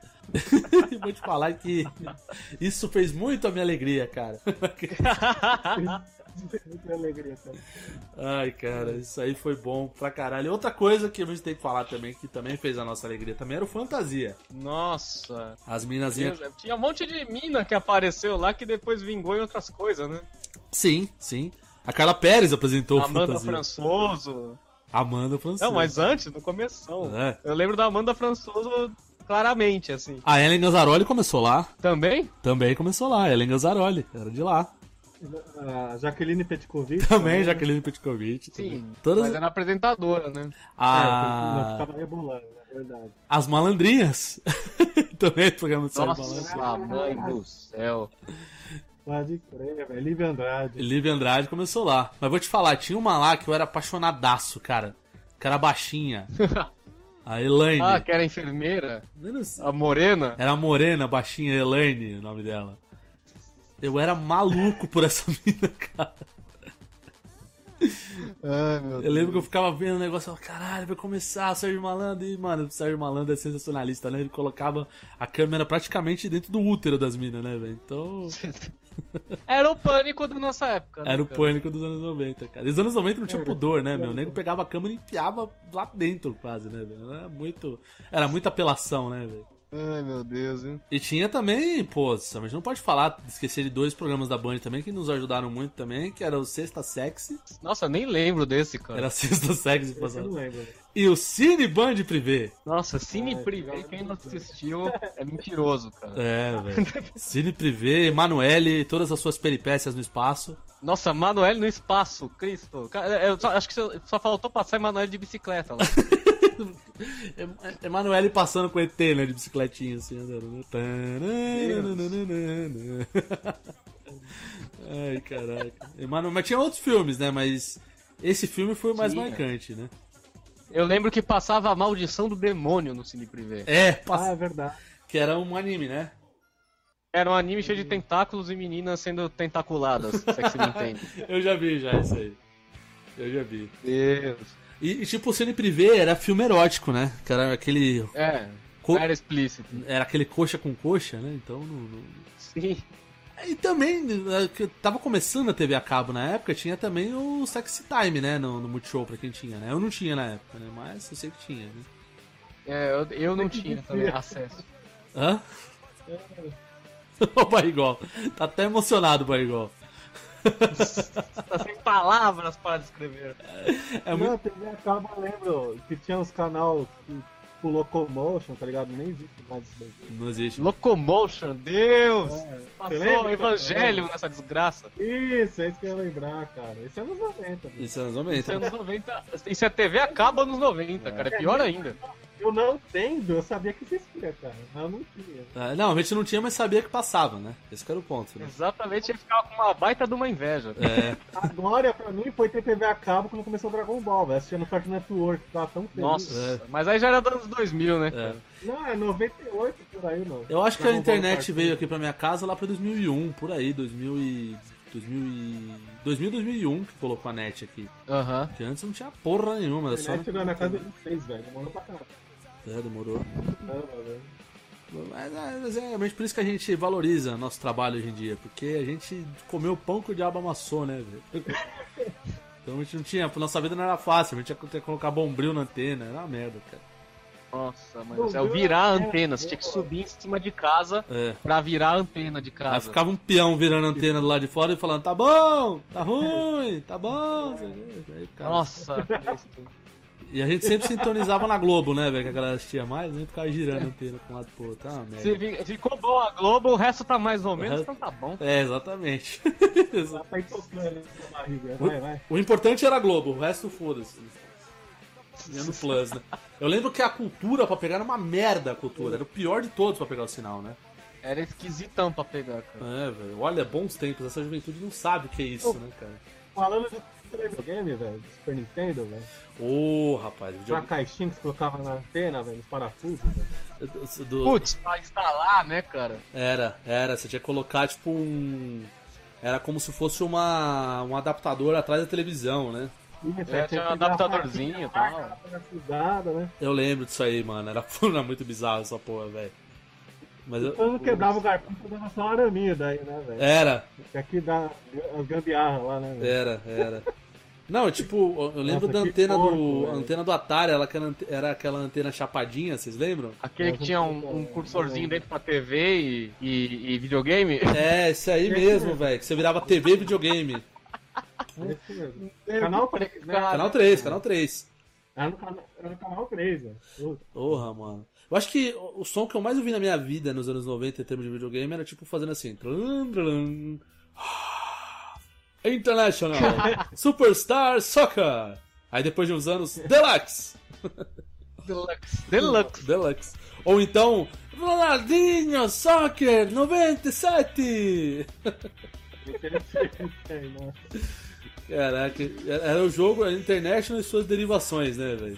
S1: Vou te falar que isso fez muito a minha alegria, cara.
S3: Muita alegria, cara.
S1: Ai, cara, isso aí foi bom pra caralho. Outra coisa que a gente tem que falar também, que também fez a nossa alegria também, era o Fantasia.
S2: Nossa.
S1: As minazinhas
S2: Deus, Tinha um monte de mina que apareceu lá que depois vingou em outras coisas, né?
S1: Sim, sim. A Carla Pérez apresentou o
S2: Amanda
S1: Fantasia.
S2: Françoso.
S1: Amanda Françoso.
S2: Não, mas antes, no começo.
S1: É.
S2: Eu lembro da Amanda Françoso claramente, assim.
S1: A Ellen Gazzaroli começou lá.
S2: Também?
S1: Também começou lá, Ellen Gazzaroli. Era de lá.
S3: A Ah, Jaqueline Petkovic. né?
S1: Também Jaqueline Petkovic.
S2: Sim.
S1: Todas
S2: Mas era apresentadora, né?
S3: Ah.
S1: a...
S3: Ficava rebolando, na verdade.
S1: as malandrinhas. também é programa de série malandra.
S2: Nossa, mãe do céu.
S3: Pode crer, velho. Lívia Andrade.
S1: Lívia Andrade começou lá. Mas vou te falar, tinha uma lá que eu era apaixonadaço, cara. Que era baixinha. A Elaine.
S2: Ah, que era enfermeira?
S1: Eu não sei.
S2: A morena?
S1: Era a morena, baixinha, Elaine, o nome dela. Eu era maluco por essa mina, cara.
S7: Ai, meu
S1: Eu
S7: Deus.
S1: lembro que eu ficava vendo o negócio, eu falava, caralho, vai começar, Sérgio Malandro. E, mano, o Sérgio Malandro é sensacionalista, né? Ele colocava a câmera praticamente dentro do útero das minas, né, velho? Então,
S2: Era o pânico da nossa época. né,
S1: era o
S2: cara?
S1: pânico dos anos 90, cara. E os anos 90 não
S3: É.
S1: tinha pudor, né, meu? O nego pegava a câmera e enfiava lá dentro, quase, né, velho? Era muito. Era muita apelação, né, velho?
S7: Ai, meu Deus, hein?
S1: E tinha também, pô, a gente não pode falar, esquecer de dois programas da Band também que nos ajudaram muito também, que era o Sexta Sexy.
S2: Nossa, eu nem lembro desse, cara.
S1: Era a Sexta Sexy
S3: Esse Eu não
S1: passando.
S3: lembro.
S1: E o Cine Band Privé.
S2: Nossa, Cine Privé, quem não assistiu é mentiroso, cara.
S1: É, velho. Cine Privé, Emanuele, todas as suas peripécias no espaço.
S2: Nossa, Manoel no espaço, Cristo. Cara, eu só- acho que só, só faltou passar Manoel de bicicleta lá.
S1: E- Emanuele passando com ET, né, de bicicletinha, assim, andando. né? Tananana. Ai, caraca. Emanu... Mas tinha outros filmes, né, mas esse filme foi o mais
S2: Tinha.
S1: marcante, né?
S2: Eu lembro que passava a maldição do demônio no Cine Privé.
S1: É,
S3: Ah,
S1: passa-
S3: é verdade.
S1: que era um anime, né?
S2: Era um anime cheio de
S7: Hum.
S2: tentáculos e meninas sendo tentaculadas, se é que você me entende.
S1: Eu já vi já isso aí. Eu já vi.
S2: Deus.
S1: E, e, tipo, o Cine Privé era filme erótico, né? Que era aquele,
S2: É,
S1: Co-
S2: era explícito.
S1: era aquele coxa com coxa, né? Então não- não,
S2: Sim.
S1: E também, eh, que tava começando a TV a cabo na época, tinha também o Sexy Time, né? No, no Multishow, pra quem tinha, né? Eu não tinha na época, né? Mas eu sei que tinha, né?
S2: É, eu, eu não tinha também acesso.
S1: Hã? Ô, Barrigol. Tá até emocionado, Barrigol.
S2: Tá sem palavras para descrever.
S1: É muito...
S3: Não, TV acaba, eu lembro que tinha uns canal que, tipo Locomotion, tá ligado? Nem existe mais isso daí.
S1: Não existe.
S2: Locomotion, Deus!
S3: Você
S2: Passou
S3: lembra?
S2: o evangelho nessa desgraça.
S3: Isso, é isso que eu ia lembrar, cara. Isso é anos 90. velho.
S1: Isso é anos
S2: Isso
S1: 90.
S2: é anos 90. Isso é TV acaba nos 90, cara. É pior ainda.
S3: Eu não tendo, eu sabia que existia, cara. Mas eu não tinha.
S1: Ah, Não, a gente não tinha, mas sabia que passava, né? Esse que era o ponto, né?
S2: Exatamente, ele ficava com uma baita de uma inveja.
S1: É,
S3: A glória pra mim foi ter TV a cabo quando começou o Dragon Ball, velho. Assistia no Cartoon Network, tava tão feliz.
S2: Nossa, mas aí já era dos anos 2000, né?
S1: é.
S3: Não, é 98 por aí, não.
S1: Eu acho que a
S3: Dragon Ball
S1: internet
S3: Cartoon.
S1: veio aqui pra minha casa lá pra 2001, por aí, 2000 e... 2000 e... 2000, 2001 que colocou a net aqui.
S2: Aham.
S1: Porque antes não tinha porra nenhuma, era
S3: A
S1: só... né?
S3: internet chegou na casa de vocês, velho. Demorou pra caralho.
S1: É, demorou.
S3: Não, velho.
S1: Mas, é- mas é realmente por isso que a gente valoriza nosso trabalho hoje em dia, porque a gente comeu o pão que o diabo amassou, né, velho? Então a gente não tinha, nossa vida não era fácil, a gente tinha que colocar bombril na antena, era uma merda, cara.
S2: Nossa, mano. É o virar a antena. Você tinha que subir em cima de casa
S1: É.
S2: pra virar a antena de
S1: Aí
S2: casa.
S1: ficava um peão virando a antena do lado de fora e falando, tá bom, tá ruim, tá bom. Aí ficava-
S2: Nossa.
S1: E a gente sempre sintonizava na Globo, né, velho? Que a galera assistia mais, né? Ficava girando a antena pra um lado pro outro. Ah, uma merda.
S2: Se vi- ficou bom a Globo, o resto tá mais ou menos, então tá bom.
S1: É, exatamente.
S3: Tá tá intocando na barriga. Vai, vai.
S1: O importante era a Globo, o resto foda-se. Ia no Plus, né? Eu lembro que a cultura pra pegar era uma merda a cultura. Era o pior de todos pra pegar o sinal, né?
S2: Era esquisitão pra pegar, cara.
S1: É, velho. Olha, bons tempos. Essa juventude não sabe o que é isso, né, cara?
S3: Falando de videogame, velho, do Super Nintendo, velho.
S1: Ô, rapaz.
S3: Tinha uma
S1: Video...
S3: caixinha que você colocava na antena, velho, nos parafusos, velho.
S1: Do...
S2: Putz, pra instalar, né, cara?
S1: Era, era. Você tinha que colocar, tipo, um... Era como se fosse uma... um adaptador atrás da televisão, né?
S3: Isso,
S2: É, tinha um
S3: aí que pegar a
S2: adaptadorzinho e
S3: placa,
S2: tal.
S3: a parafusada, né?
S1: Eu lembro disso aí, mano. Era, era muito bizarro essa porra, velho. Mas eu...
S3: Quando quebrava o garfo, dava só uma araminha daí, né, velho?
S1: Era,
S3: Que aqui dá as gambiarras lá, né? velho?
S1: Era, era. Não, tipo, eu- eu lembro
S3: Nossa,
S1: da
S3: que
S1: antena do.
S3: porco,
S1: a
S3: velho.
S1: antena do Atari, ela que era ante- era aquela antena chapadinha, vocês lembram?
S2: Aquele que tinha um, um cursorzinho dentro pra TV e, e- e videogame.
S1: É, isso aí mesmo, velho. Que você virava TV e videogame.
S3: É isso mesmo. Canal 3, né?
S2: Cara,
S1: Canal 3, canal 3.
S3: Era no, cana- era no canal 3, velho. Puta,
S1: Porra, mano. Eu acho que o o som que eu mais ouvi na minha vida nos anos 90 em termos de videogame era tipo fazendo assim. trum, trum. International. Superstar Soccer. Aí depois de uns anos, Deluxe.
S2: Deluxe. Deluxe.
S1: Deluxe. Ou então, Ronaldinho Soccer 97!
S3: interessante aí, né?
S1: Caraca, era o jogo era International e suas derivações, né, velho?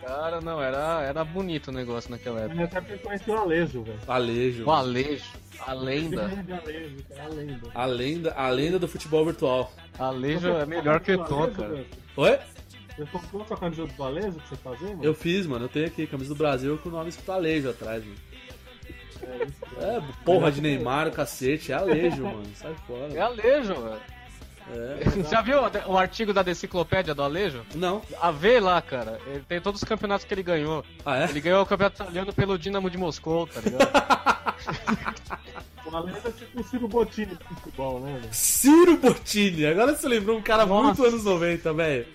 S2: Cara, não, era, era bonito o negócio naquela época.
S3: Mas Até porque conheci o Alejo, velho.
S1: Alejo.
S2: O Alejo, a lenda.
S3: Grande Alejo, cara, a lenda.
S1: A lenda, a lenda do futebol virtual.
S2: Alejo é melhor que
S3: o
S2: Tom,
S3: Alejo,
S2: cara.
S3: velho?
S1: Oi?
S3: Você comprou com a camiseta do Alejo que você tá fazia, mano?
S1: Eu fiz, mano. Eu tenho aqui, camisa do Brasil com o nome escrito Alejo atrás, mano.
S3: É isso, velho.
S1: É, porra de Neymar, o cacete, é Alejo, mano. Sai
S2: É
S1: fora.
S2: Alejo, velho.
S1: É.
S2: Já viu o artigo da deciclopédia do Alejo?
S1: Não.
S2: A vê lá, cara. Ele tem todos os campeonatos que ele ganhou.
S1: Ah, é?
S2: Ele ganhou o campeonato italiano pelo Dinamo de Moscou, tá ligado?
S3: O Alejo é tipo o Ciro Bottini do futebol, né, velho?
S1: Ciro Bottini. Agora você lembrou um cara
S2: Nossa.
S1: muito anos 90, velho.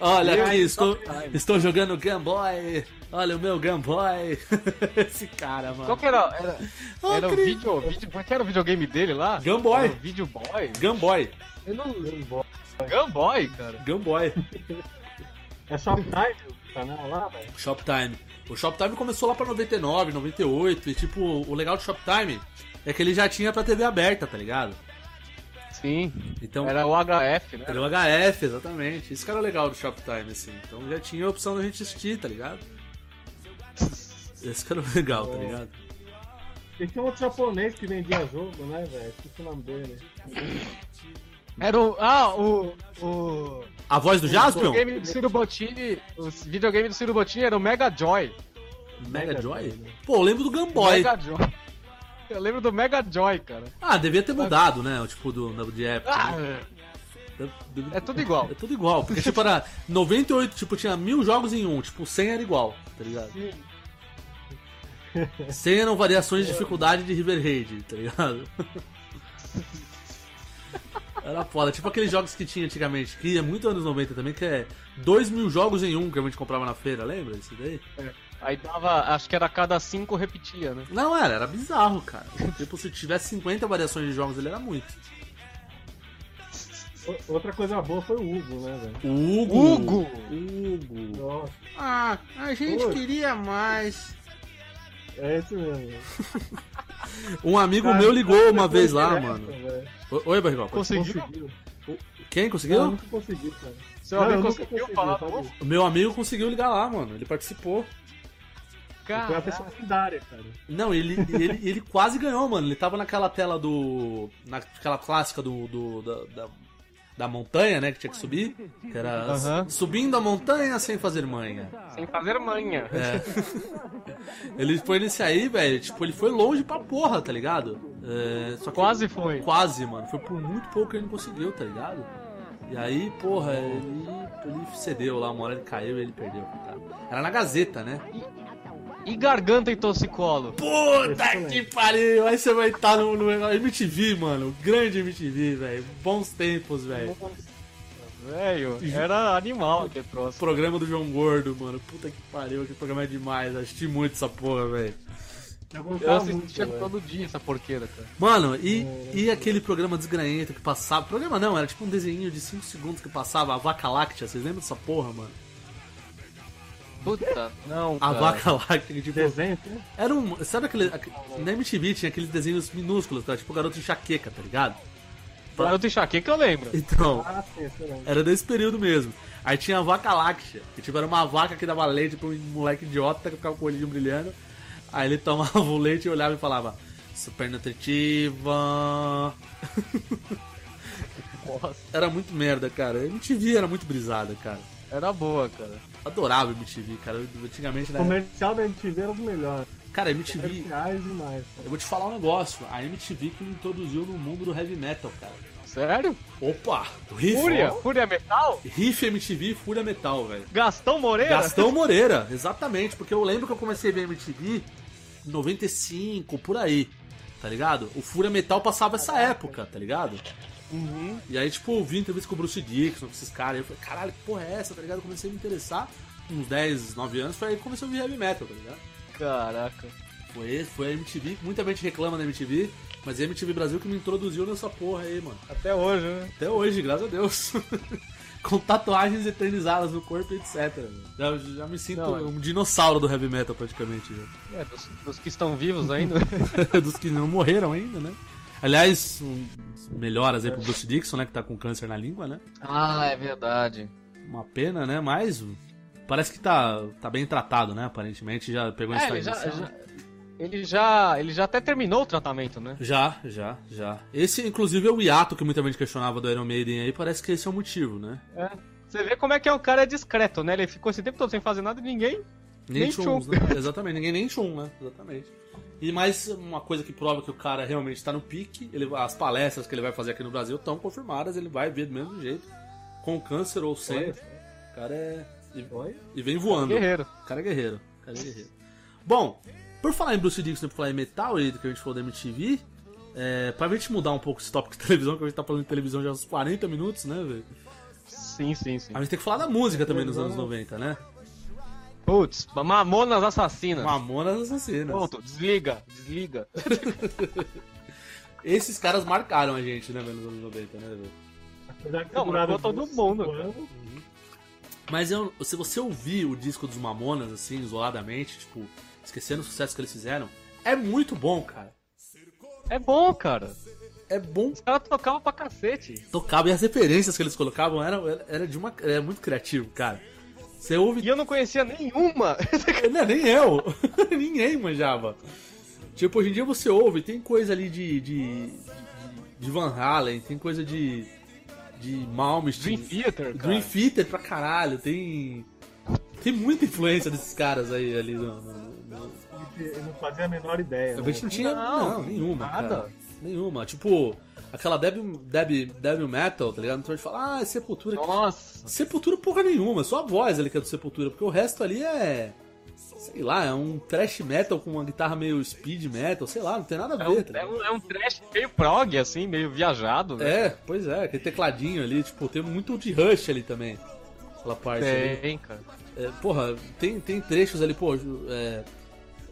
S1: Olha aqui, estou, estou jogando Game Boy. Olha o meu Game Boy. Esse cara, mano.
S2: Qual que era? Era, era um o
S1: Acredito.
S2: vídeo, vídeo. Qual é que era o videogame dele lá?
S1: Game Boy.
S2: Era um o Video Boy?
S1: Game Boy.
S2: Eu não lembro. Game Boy, cara.
S1: Game Boy.
S3: É Shoptime o canal lá, velho?
S1: Shoptime. O Shoptime começou lá pra 99, 98. E, tipo, o legal do Shoptime é que ele já tinha pra TV aberta, tá ligado?
S2: Sim.
S1: Então,
S2: Era o HF, né?
S1: era o HF, exatamente. Isso que era o legal do Shoptime, assim. Então já tinha a opção da gente assistir, tá ligado? Esse que era o legal, tá ligado?
S3: E tinha outro japonês que vendia jogo, né, velho? Esqueci o nome dele.
S2: Era o. Ah, o. O,
S1: A voz do
S2: o
S1: Jaspion?
S2: game do Ciro Bottini. O videogame do Ciro Bottini era o Mega Joy.
S1: Mega
S3: Mega
S1: Joy?
S3: Joy.
S1: Pô, eu lembro do Gamboy.
S2: Mega Joy. Eu lembro do Mega Joy, cara.
S1: Ah, devia ter mudado, né? O tipo do, da- de época.
S2: Ah,
S1: né?
S2: é tudo igual.
S1: É tudo igual. Porque, tipo, era 98, tipo, tinha mil jogos em um. Tipo, 100 era igual, tá ligado? 100 eram variações de dificuldade de River Raid, tá ligado? Era foda. Tipo aqueles jogos que tinha antigamente, que é muito anos 90 também, que é 2 mil jogos em um que a gente comprava na feira, lembra isso daí?
S2: Aí dava. Acho que era cada cinco repetia, né?
S1: Não, era, era bizarro, cara. Tipo, se tivesse 50 variações de jogos, ele era muito.
S3: O- Outra coisa boa foi o Hugo, né, velho?
S1: O Hugo.
S2: Hugo!
S1: Hugo.
S3: Nossa,
S1: Ah, a gente
S3: Putz.
S1: queria mais.
S3: é esse mesmo. velho.
S1: Um amigo
S3: Cara,
S1: meu ligou uma
S3: depois
S1: vez lá,
S3: dessa,
S1: mano.
S3: velho,
S1: O- Oi, Barrigol.
S2: Conseguiu?
S3: Conseguiu?
S1: Quem
S3: Não,
S1: conseguiu?
S3: nunca consegui, cara.
S2: Seu amigo
S3: eu nunca
S2: conseguiu
S3: consegui,
S2: falar
S3: sabe?
S2: do Hugo?
S1: O meu amigo conseguiu ligar lá, mano. Ele participou.
S3: Foi uma
S2: Cara,
S3: pessoa lendária, cara.
S1: Não, ele, ele, ele quase ganhou, mano. Ele tava naquela tela do. Naquela clássica do. do da, da, da montanha, né? Que tinha que subir. Que era s-
S7: Aham.
S1: subindo a montanha sem fazer manha.
S2: Sem fazer manha.
S1: Ele foi nesse aí, velho. Tipo, ele foi longe pra porra, tá ligado? É, só que-
S2: Quase foi.
S1: Quase, mano. Foi por muito pouco que ele não conseguiu, tá ligado? E aí, porra, ele, ele cedeu lá, uma hora ele caiu e ele perdeu. cara. Era na Gazeta, né?
S2: E garganta e torcicolo?
S1: Puta que pariu! Aí você vai estar no, no MTV, mano. Grande MTV, velho. Bons tempos, velho.
S2: Velho, era animal que
S1: O
S2: trouxe.
S1: programa do João Gordo, mano. Puta que pariu, que programa é demais. Assisti muito essa porra, velho.
S3: Eu
S2: Eu
S3: gostava Tá muito,
S2: assistia
S3: velho.
S2: todo dia essa porqueira, cara.
S1: Mano, e, e aquele programa desgranhento que passava. Programa não, era tipo um desenho de 5 segundos que passava, a vaca láctea. Vocês lembram dessa porra, mano?
S2: Puta, não.
S1: A
S2: cara.
S1: vaca láctea que tipo.
S3: Desenho, né?
S1: Era um. Sabe aquele. aque- Na MTV tinha aqueles desenhos minúsculos, tá? tipo o garoto enxaqueca, tá ligado? tá-
S2: Garoto enxaqueca eu lembro.
S1: Então,
S3: Ah, sim, sei lá.
S1: era desse período mesmo. Aí tinha a vaca láctea, que tipo, era uma vaca que dava leite pra um moleque idiota que ficava com o olhinho brilhando. Aí ele tomava o leite e olhava e falava: Super nutritiva. era muito merda, cara. MTV era muito brisada, cara.
S2: Era boa, cara.
S1: Adorava MTV, cara. Eu- Antigamente,
S2: É.
S3: O
S1: né?
S3: comercial da MTV era o melhor.
S1: Cara, MTV.
S3: Reais demais.
S1: Eu vou te falar um negócio. A MTV que me introduziu no mundo do heavy metal, cara.
S2: Sério?
S1: Opa! O Riff,
S2: Fúria? Fúria Metal?
S1: ó. Riff MTV Fúria Metal, velho.
S2: Gastão Moreira?
S1: Gastão Moreira, exatamente, porque eu lembro que eu comecei a ver MTV em 95, por aí, tá ligado? O Fúria Metal passava essa época, tá ligado? E aí, tipo, eu vi entrevista com o Bruce Dixon, com esses caras, e eu falei, caralho, que porra é essa, tá ligado? Eu comecei a me interessar, com uns 10, 9 anos, foi aí que comecei a ouvir heavy metal, tá ligado?
S2: Caraca.
S1: Foi, foi a MTV, muita gente reclama da MTV, mas é a MTV Brasil que me introduziu nessa porra aí, mano.
S2: Até hoje, né?
S1: Até hoje, graças a Deus. Com tatuagens eternizadas no corpo, etc. Já, já me sinto
S2: Não, é-
S1: um dinossauro do heavy metal, praticamente. já.
S2: É, dos, dos que estão vivos ainda.
S1: Dos que não morreram ainda, né? Aliás, um, melhoras aí pro Bruce Dixon, né? Que tá com câncer na língua, né?
S2: ah, é verdade.
S1: Uma pena, né? Mas parece que tá, tá bem tratado, né? Aparentemente já pegou
S2: É, ele já,
S1: inicial.
S2: já- ele já. Ele já até terminou o tratamento, né?
S1: Já, já, já. Esse, inclusive, é o hiato que muita gente questionava do Iron Maiden aí. Parece que esse é o motivo, né?
S2: Você vê como é que é o cara discreto, né? Ele ficou esse tempo todo sem fazer nada e ninguém.
S1: Nem,
S2: Nem
S1: Chum, né? Exatamente, ninguém nem Chum, né? Exatamente. E mais uma coisa que prova que o cara realmente tá no pique, ele, as palestras que ele vai fazer aqui no Brasil estão confirmadas, ele vai ver do mesmo jeito, com câncer ou sem.
S3: Olha
S1: O cara é. E,
S3: Olha.
S1: e vem voando.
S2: Guerreiro.
S1: O cara é guerreiro. O cara é guerreiro. Bom, por falar em Bruce Dixon, por falar em metal, e do que a gente falou da MTV, é, pra gente mudar um pouco esse tópico de televisão, que a gente tá falando de televisão já há uns 40 minutos, né, velho?
S2: Sim, sim, sim.
S1: A gente tem que falar da música também nos anos 90, né?
S2: Putz, mamonas assassinas.
S1: Mamonas Assassinas.
S2: Pronto, desliga, desliga.
S1: Esses caras marcaram a gente, né, velho, nos anos 90, né, velho?
S3: Apesar que
S2: Não,
S3: duraram
S2: marcou todo
S3: dois
S2: mundo,
S3: anos,
S1: Mas eu- se você ouvir o disco dos Mamonas, assim, isoladamente, tipo, esquecendo o sucesso que eles fizeram, é muito bom, cara.
S2: É bom, cara.
S1: É bom.
S2: Os caras tocavam pra cacete.
S1: Tocava e as referências que eles colocavam eram era de uma. Era muito criativo, cara. Você ouve.
S2: E eu não conhecia nenhuma.
S1: Não, nem eu. Ninguém manjava. Tipo, hoje em dia você ouve, tem coisa ali de. de, de, de Van Halen, tem coisa de. de Malmsteen.
S2: Dream Theater, cara.
S1: Dream Theater pra caralho, tem. Tem muita influência desses caras aí ali no. no- no-
S3: Eu não fazia a menor ideia.
S1: A
S3: né?
S1: gente não tinha.
S2: Não,
S1: Não, nenhuma.
S2: nada.
S1: cara. Nenhuma. Tipo, aquela Devil, Devil, Devil Metal, tá ligado? Então a gente fala, ah, é Sepultura.
S2: Nossa.
S1: Sepultura porra nenhuma, só a voz ali que é do Sepultura, porque o resto ali é. Sei lá, é um thrash metal com uma guitarra meio speed metal, sei lá, não tem nada a
S2: É
S1: ver, tá
S2: um, é,
S1: ligado?
S2: um, é um trash meio prog, assim, meio viajado, né?
S1: É, pois é, aquele tecladinho ali, tipo, tem muito de rush ali também. Aquela parte ali.
S2: Tem, cara.
S1: É, porra, tem, tem trechos ali, pô, ju- é,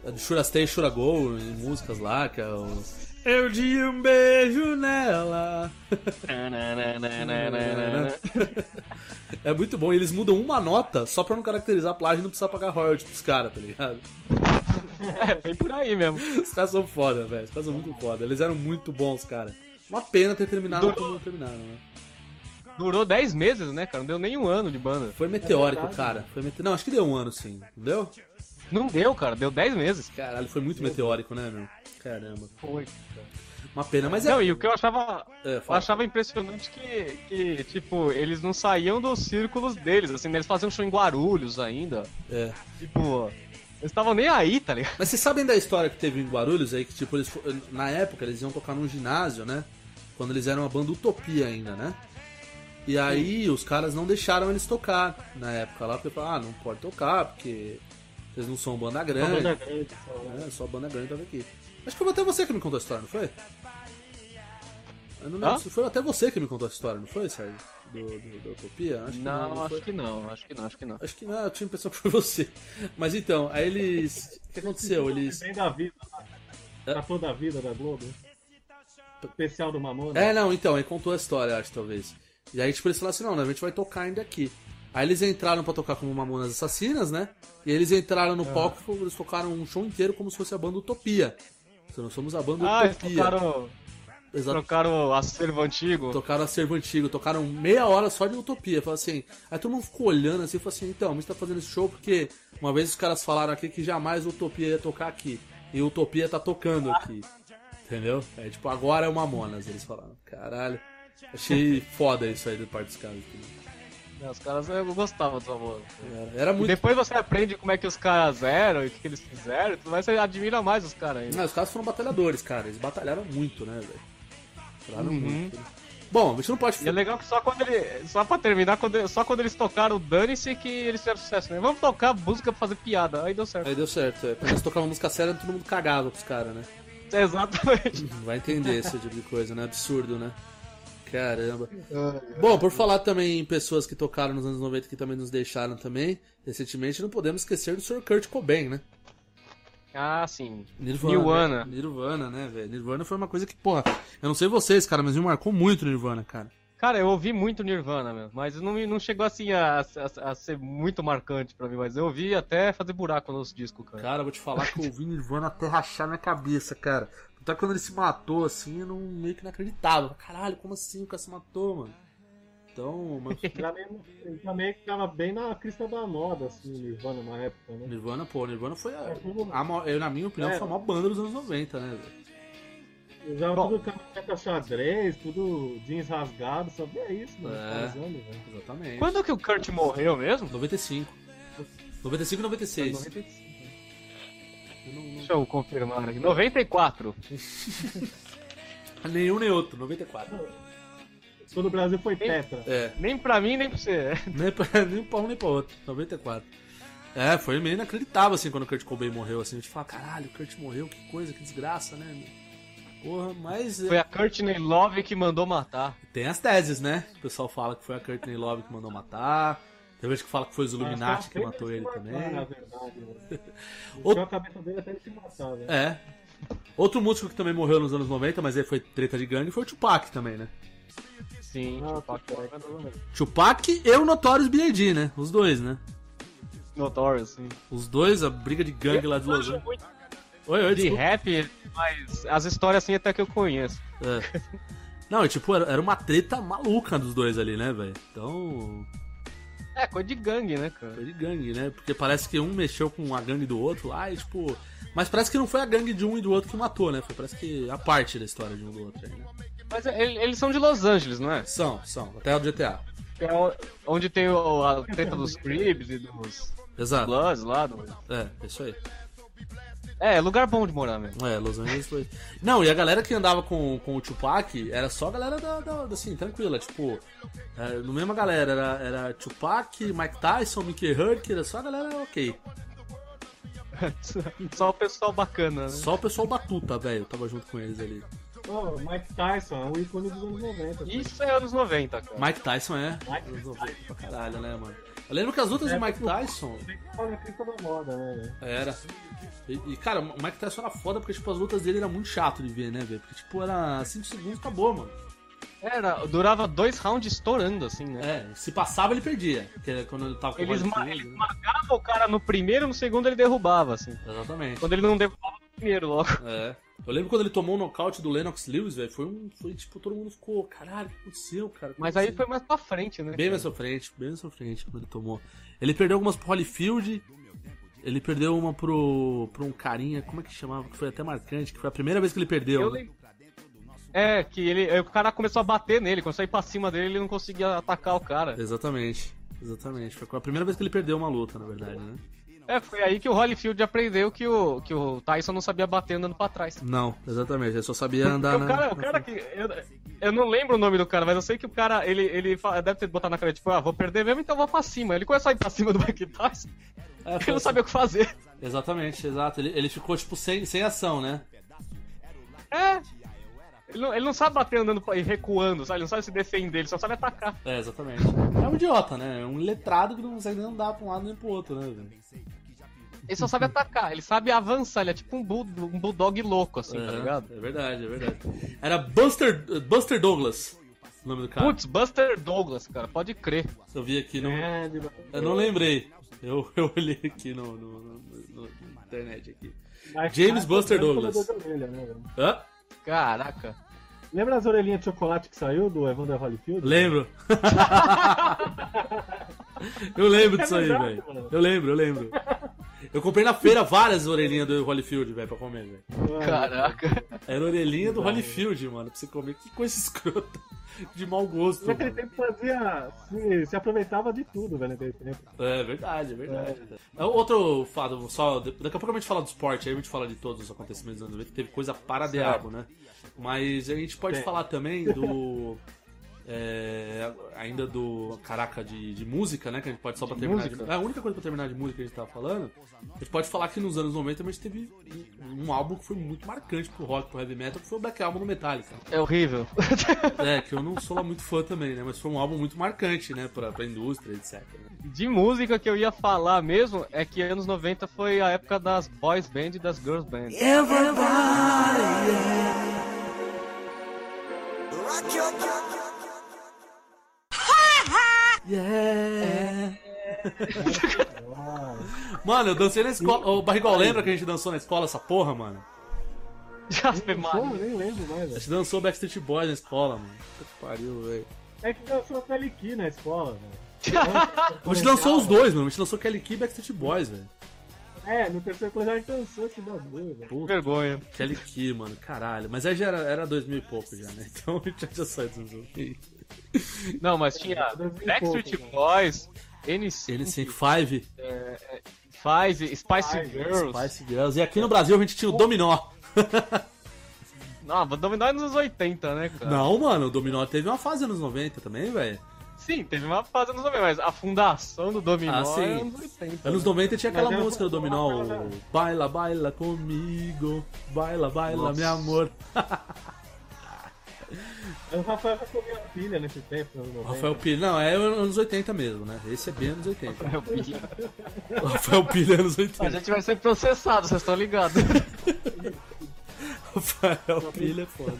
S1: é do Shura Stay, Shura Go, em músicas lá, que é o... Eu dei um beijo nela.
S2: Né,
S1: é muito bom, e eles mudam uma nota só pra não caracterizar a plágio e não precisar pagar royalty pros caras, tá ligado?
S2: É, vem por aí mesmo.
S1: Os caras são foda, velho, os caras são muito foda, eles eram muito bons, cara. Uma pena ter terminado
S2: Durou.
S1: como terminaram, né?
S2: Durou 10 meses, né, cara? Não deu nem um ano de banda.
S1: Foi meteórico, cara. Foi mete... Não, acho que deu um ano, sim. Não deu?
S2: Não deu, cara, deu 10 meses.
S1: Caralho, foi muito meteórico, né, meu? Caramba.
S2: Foi.
S1: Uma pena, mas é.
S2: Não, e o que eu achava,
S1: é,
S2: eu
S1: fala.
S2: achava impressionante que, que, tipo, eles não saíam dos círculos deles, assim, né? eles faziam show em Guarulhos ainda.
S1: É.
S2: Tipo, eles estavam nem aí, tá ligado?
S1: Mas vocês sabem da história que teve em Guarulhos aí, que tipo, eles fo- na época eles iam tocar num ginásio, né? Quando eles eram a banda Utopia ainda, né? E aí os caras não deixaram eles tocar na época lá, porque falaram, ah, não pode tocar, porque vocês não são banda grande.
S3: Banda Tá grande, só- né?
S1: É, só a banda grande tava aqui. Acho que foi até você que me contou a história, não foi? Eu não lembro
S2: Hã?
S1: se foi até você que me contou a história, não foi, Sérgio? Do, do- da Utopia? Acho que não,
S2: Não,
S1: não foi.
S2: acho que não, acho que não, acho que não.
S1: Acho que não, eu tinha a impressão que foi você. Mas então, aí eles. O que aconteceu? Eles.
S3: Bem da vida, tá?
S1: É?
S3: Tá toda a vida da Globo. Especial do Mamona.
S1: É, não, então, aí contou a história, acho, talvez. E aí, tipo, eles falaram assim, não, né, a gente vai tocar ainda aqui. Aí eles entraram pra tocar como Mamonas Assassinas, né? E aí eles entraram
S2: É.
S1: no palco, eles tocaram um show inteiro como se fosse a banda Utopia. Então, nós somos a banda
S2: Ah, eles
S1: Utopia.
S2: trocaram,
S1: Exato.
S2: trocaram o acervo antigo.
S1: Tocaram acervo antigo, tocaram meia hora só de utopia. Falou assim, aí todo mundo ficou olhando assim e falou assim, então, a gente tá fazendo esse show porque uma vez os caras falaram aqui que jamais utopia ia tocar aqui. E utopia tá tocando aqui. Entendeu? É tipo, agora é o Mamonas, eles falaram. Caralho. Achei foda isso aí do parte dos caras.
S2: Né, Os caras eu gostava do amor.
S1: Era- Era
S2: E
S1: muito.
S2: depois você aprende como é que os caras eram e o que, que eles fizeram, e tudo mais, você admira mais os caras ainda.
S1: Ah, os caras foram batalhadores, cara. Eles batalharam muito, né, velho? Batalharam muito. né? Bom, a gente não pode
S2: Uhum. E é legal que só quando ele. Só pra terminar, quando, só quando eles tocaram o Dane-se que eles fizeram sucesso, né? Vamos tocar música pra fazer piada. Aí deu certo.
S1: Aí deu certo, é. Quando eles tocavam música séria, todo mundo cagava pros caras, né?
S2: É. Exatamente.
S1: Vai entender esse tipo de coisa, né? Absurdo, né? Caramba.
S7: Ai,
S1: Bom, por falar também em pessoas que tocaram nos anos 90 que também nos deixaram também, recentemente não podemos esquecer do Sr. Kurt Cobain, né?
S2: Ah, sim.
S1: Nirvana. né?
S2: Nirvana.
S1: Nirvana, né, velho? Nirvana foi uma coisa que, porra, eu não sei vocês, cara, mas me marcou muito Nirvana, cara.
S2: Cara, eu ouvi muito Nirvana, meu, mas não, me- não chegou assim a, a- a ser muito marcante pra mim, mas eu ouvi até fazer buraco nos discos, cara.
S1: Cara, eu vou te falar que eu ouvi Nirvana até rachar minha cabeça, cara. Até quando ele se matou, assim, eu não, meio que não acreditava. Caralho, como assim o cara se matou, mano? Então, mas
S3: Já meio, já meio que tava bem na crista da moda, assim, Nirvana, na época, né?
S1: Nirvana, pô, Nirvana foi, a,
S3: É, tudo-
S1: a maior- eu, na minha opinião,
S3: É.
S1: foi a maior banda dos anos 90, né, velho?
S3: Usava tudo camiseta xadrez, tudo jeans rasgado, sabe? É isso, mano.
S1: É.
S3: Tá usando, velho.
S1: Exatamente.
S2: Quando que o Kurt morreu mesmo?
S1: 95. 95 e
S3: Ah,
S1: 96. Eu não- não-
S2: Deixa eu confirmar aqui. 94.
S1: Ah, Nenhum nem outro, 94.
S3: Quando o Brasil foi tetra.
S1: É,
S2: Nem pra mim, nem pra você.
S1: nem pra, nem pra um nem pra outro, 94. É, foi meio inacreditável assim quando o Kurt Cobain morreu, assim. A gente fala, caralho, o Kurt morreu, que coisa, que desgraça, né? meu? Porra, mas é,
S2: Foi a Courtney Love que mandou matar.
S1: tem as teses, né? O pessoal fala que foi a Courtney Love que mandou matar. Tem gente que fala que foi os Illuminati que matou ele também.
S3: Na verdade, né?
S1: Ou-
S3: Tirou a cabeça dele até ele se matar, né?
S1: É. Outro músico que também morreu nos anos 90, mas aí foi treta de gangue, foi o Tupac também, né?
S2: Sim,
S3: Ah,
S2: tipo,
S3: tá.
S2: Tupac Shakur.
S1: Tupac e o Notorious B.I.G., né? Os dois, né?
S2: Notorious, sim.
S1: Os dois, a briga de gangue lá de Los Angeles. Oi, oi,
S2: De
S1: desculpa.
S2: rap, mas as histórias assim até que eu conheço.
S1: É. Não, e tipo, era era uma treta maluca dos dois ali, né, velho? Então,
S2: É, coisa de gangue, né, cara?
S1: foi de gangue, né? Porque parece que um mexeu com a gangue do outro lá e, tipo... Mas parece que não foi a gangue de um e do outro que matou, né? Foi parece que a parte da história de um do outro aí, né?
S2: Mas é, ele- eles são de Los Angeles, não é?
S1: São, são. Até o GTA.
S2: Que é o- onde tem o- a treta dos Cribs e dos
S1: Exato.
S2: Bloods lá. do-
S1: É, é isso aí.
S2: É, lugar bom de morar mesmo.
S1: É, Los Angeles foi. Não, e a galera que andava com, com o Tupac era só a galera da, da- da- assim, tranquila, tipo. É, no mesma galera, era, era Tupac, Mike Tyson, Mickey Herc, era só a galera ok.
S2: Só o pessoal bacana, né?
S1: Só o pessoal batuta, velho, tava junto com eles ali.
S3: Pô, Mike Tyson, é um ícone dos anos 90. cara.
S2: Isso é anos 90, cara.
S1: Mike Tyson é.
S3: Mike
S1: resolveu pra caralho, né, mano? Eu lembro que as lutas de Mike Tyson
S3: Tava tá na crista da moda, né, velho?
S1: era. E, e, cara, o Mike Tyson era foda porque, tipo, as lutas dele era muito chato de ver, né, velho? Porque, tipo, era 5 segundos, acabou, mano.
S2: Era, durava dois rounds estourando, assim, né?
S1: É, se passava, ele perdia. Que era quando ele tava com o
S2: Eles,
S1: Vale
S2: ma
S1: Tudo,
S2: eles
S1: né?
S2: marcavam o cara no primeiro, no segundo ele derrubava, assim.
S1: Exatamente.
S2: Quando ele não derrubava no primeiro logo.
S1: É. Eu lembro quando ele tomou o nocaute do Lennox Lewis, velho, foi um. Foi tipo, todo mundo ficou, caralho, o que aconteceu, cara?
S2: Mas aí
S1: Assim,
S2: foi mais pra frente, né?
S1: Bem
S2: cara?
S1: mais pra frente, bem mais pra frente quando ele tomou. Ele perdeu algumas pro Holyfield. Ele perdeu uma pro, pro um carinha, como é que chamava? Que foi até marcante, que foi a primeira vez que ele perdeu.
S2: Eu
S1: né?
S2: lembro. É, que ele, aí o cara começou a bater nele, começou a ir pra cima dele ele não conseguia atacar o cara.
S1: Exatamente, exatamente. Foi a primeira vez que ele perdeu uma luta, na verdade, né?
S2: É, foi aí que o Holyfield aprendeu que o, que o Tyson não sabia bater andando pra trás.
S1: Não, exatamente, ele só sabia andar
S2: Porque
S1: na...
S2: o cara, o cara que. Eu, eu não lembro o nome do cara, mas eu sei que o cara, ele, ele fa- deve ter botado na cara, tipo, ah, vou perder mesmo, então vou pra cima. Ele começou a ir pra cima do Mike Tyson,
S1: É,
S2: porque
S1: foi-
S2: ele não sabia o que fazer.
S1: Exatamente, exato. Ele, ele ficou, tipo, sem, sem ação, né?
S2: É. Ele não, ele não sabe bater andando pra- e recuando, sabe? Ele não sabe se defender, ele só sabe atacar.
S1: É, exatamente. É um idiota, né? É um letrado que não consegue nem andar pra um lado nem pro outro, né? velho?
S2: Ele só sabe atacar, ele sabe avançar, ele é tipo um, bull, um bulldog louco, assim, tá
S1: Aham,
S2: ligado?
S1: É verdade, é verdade. Era Buster, Buster Douglas, o nome do cara.
S2: Putz, Buster Douglas, cara, pode crer.
S1: Eu vi aqui, não,
S3: É, de-
S1: eu não lembrei. Eu, eu olhei aqui no, no- no- no- na internet aqui.
S3: Mas-
S1: James
S3: Ah,
S1: Buster
S3: eu lembro
S1: Douglas.
S3: das orelhas, né, velho?
S1: Hã?
S2: Caraca.
S3: Lembra as orelhinhas de chocolate que saiu do Evander Holyfield?
S1: Lembro. eu lembro disso
S3: É
S1: aí,
S3: verdade,
S1: velho.
S3: mano.
S1: Eu lembro, eu lembro. Eu comprei na feira várias orelhinhas do Holyfield, velho, pra comer, velho.
S2: É,
S3: Ah,
S2: Caraca.
S1: Era a orelhinha do Holyfield, mano, pra você comer. Que coisa escrota. De mau gosto.
S3: Naquele
S1: Mano.
S3: tempo fazia. Se, se aproveitava de tudo, velho, naquele tempo.
S1: É verdade, é verdade. É, Outro fato, só. Daqui a pouco a gente fala do esporte, aí a gente fala de todos os acontecimentos dos anos 90, que teve coisa para diabo, né? Mas a gente pode
S3: Sim.
S1: falar também do. é, ainda do. Caraca, de, de música, né? Que a gente pode só pra terminar de.
S2: música?
S1: É a única coisa pra terminar de música que a gente tava falando. A gente pode falar que nos anos 90 a gente teve um, um álbum que foi muito marcante pro rock, pro heavy metal, que foi o Black Album do Metallica.
S2: É horrível.
S1: É, que eu não sou lá muito fã também, né? Mas foi um álbum muito marcante, né? Pra, pra indústria, etc. né?
S2: De música que eu ia falar mesmo é que anos 90 foi a época das boys band e das girls band.
S3: Ah,
S1: Mano, eu dancei na escola. Ô, Barrigol, lembra que a gente dançou na escola essa porra, mano?
S2: Jasper
S3: Pô,
S2: Maria.
S3: nem lembro mais,
S1: A
S3: velho.
S1: gente dançou Backstreet Boys na escola, mano. Puta que pariu, velho.
S3: É que eu sou Feliqui na escola, velho.
S1: A gente lançou os dois, mano. A gente lançou Kelly Key e Backstreet Boys, velho.
S3: É, no terceiro colegial a gente dançou esse bagulho, velho.
S2: Que vergonha.
S1: Kelly Key, mano, caralho. Mas aí já era, era 2000 e pouco já, né? Então já, já saiu do jogo.
S2: Não, mas tinha
S1: um
S2: Backstreet
S1: né?
S2: Boys, NC,
S1: NC5,
S2: Five, Spice
S3: Spice,
S2: Girls.
S1: Spice Girls. E aqui no Brasil a gente tinha o Dominó.
S2: Não, mas Dominó é nos anos 80, né, cara?
S1: Não, mano, o Dominó teve uma fase nos 90 também, velho.
S2: Sim, teve uma fase nos 90, mas a fundação do Dominó
S1: Ah, sim.
S2: é anos 80.
S1: Anos 90 tinha aquela
S3: Mas eu-
S1: música do Dominó, o Baila, baila comigo, baila, baila,
S2: Nossa.
S1: meu amor.
S3: O Rafael já comia pilha nesse tempo, no
S1: O
S3: momento.
S1: Rafael Pilha, não, é anos 80 mesmo, né? Esse é bem anos 80.
S2: Meu filho.
S1: O Rafael Pilha é anos
S2: A
S1: 80.
S2: gente vai ser processado, vocês estão ligados.
S1: O Rafael Pilha é foda.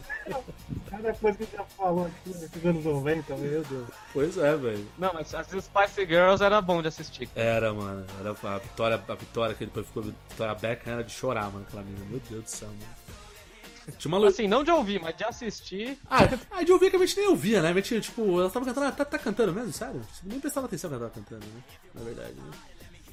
S3: Cada coisa que a gente já falou aqui nesses anos 90, meu Deus.
S1: Pois é, velho.
S2: Não, mas as Spice Girls era bom de assistir.
S1: Era, mano. Era a vitória, a vitória que depois ficou Vitória Beckham era de chorar, mano, aquela menina. Meu Deus do céu, mano. Tinha uma luz.
S2: Assim, não de ouvir, mas de assistir.
S1: Ah, ah, de ouvir que a gente nem ouvia, né? A gente, tipo, ela tava cantando, ela tá, tá cantando mesmo, sério? Nem prestava atenção que ela tava cantando, né? Na verdade, né?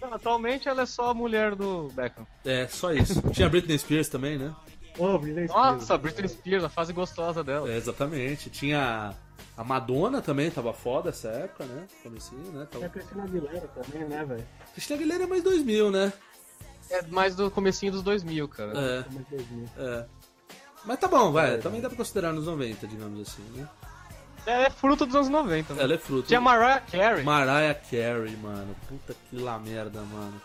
S2: Não, Atualmente ela é só a mulher do Beckham.
S1: É, só isso. Tinha a Britney Spears também, né?
S3: Ô, Britney Spears.
S2: Nossa, Britney Spears, a fase gostosa dela.
S1: É, exatamente. Tinha a Madonna também, tava foda essa época, né? Comecinho, né?
S3: Tinha
S1: Tava...
S3: a Cristina Aguilera também, né, velho?
S1: Cristina Aguilera é mais 2000, né?
S2: É mais do comecinho dos 2000, cara.
S1: É,
S3: Como é que eu vi?
S1: é. Mas tá bom, vai. Também dá pra considerar nos 90, digamos assim, né?
S2: É, é fruto dos anos 90. Né?
S1: Ela é fruto.
S2: Tinha Mariah Carey.
S1: Mariah Carey, mano. Puta que lá merda, mano.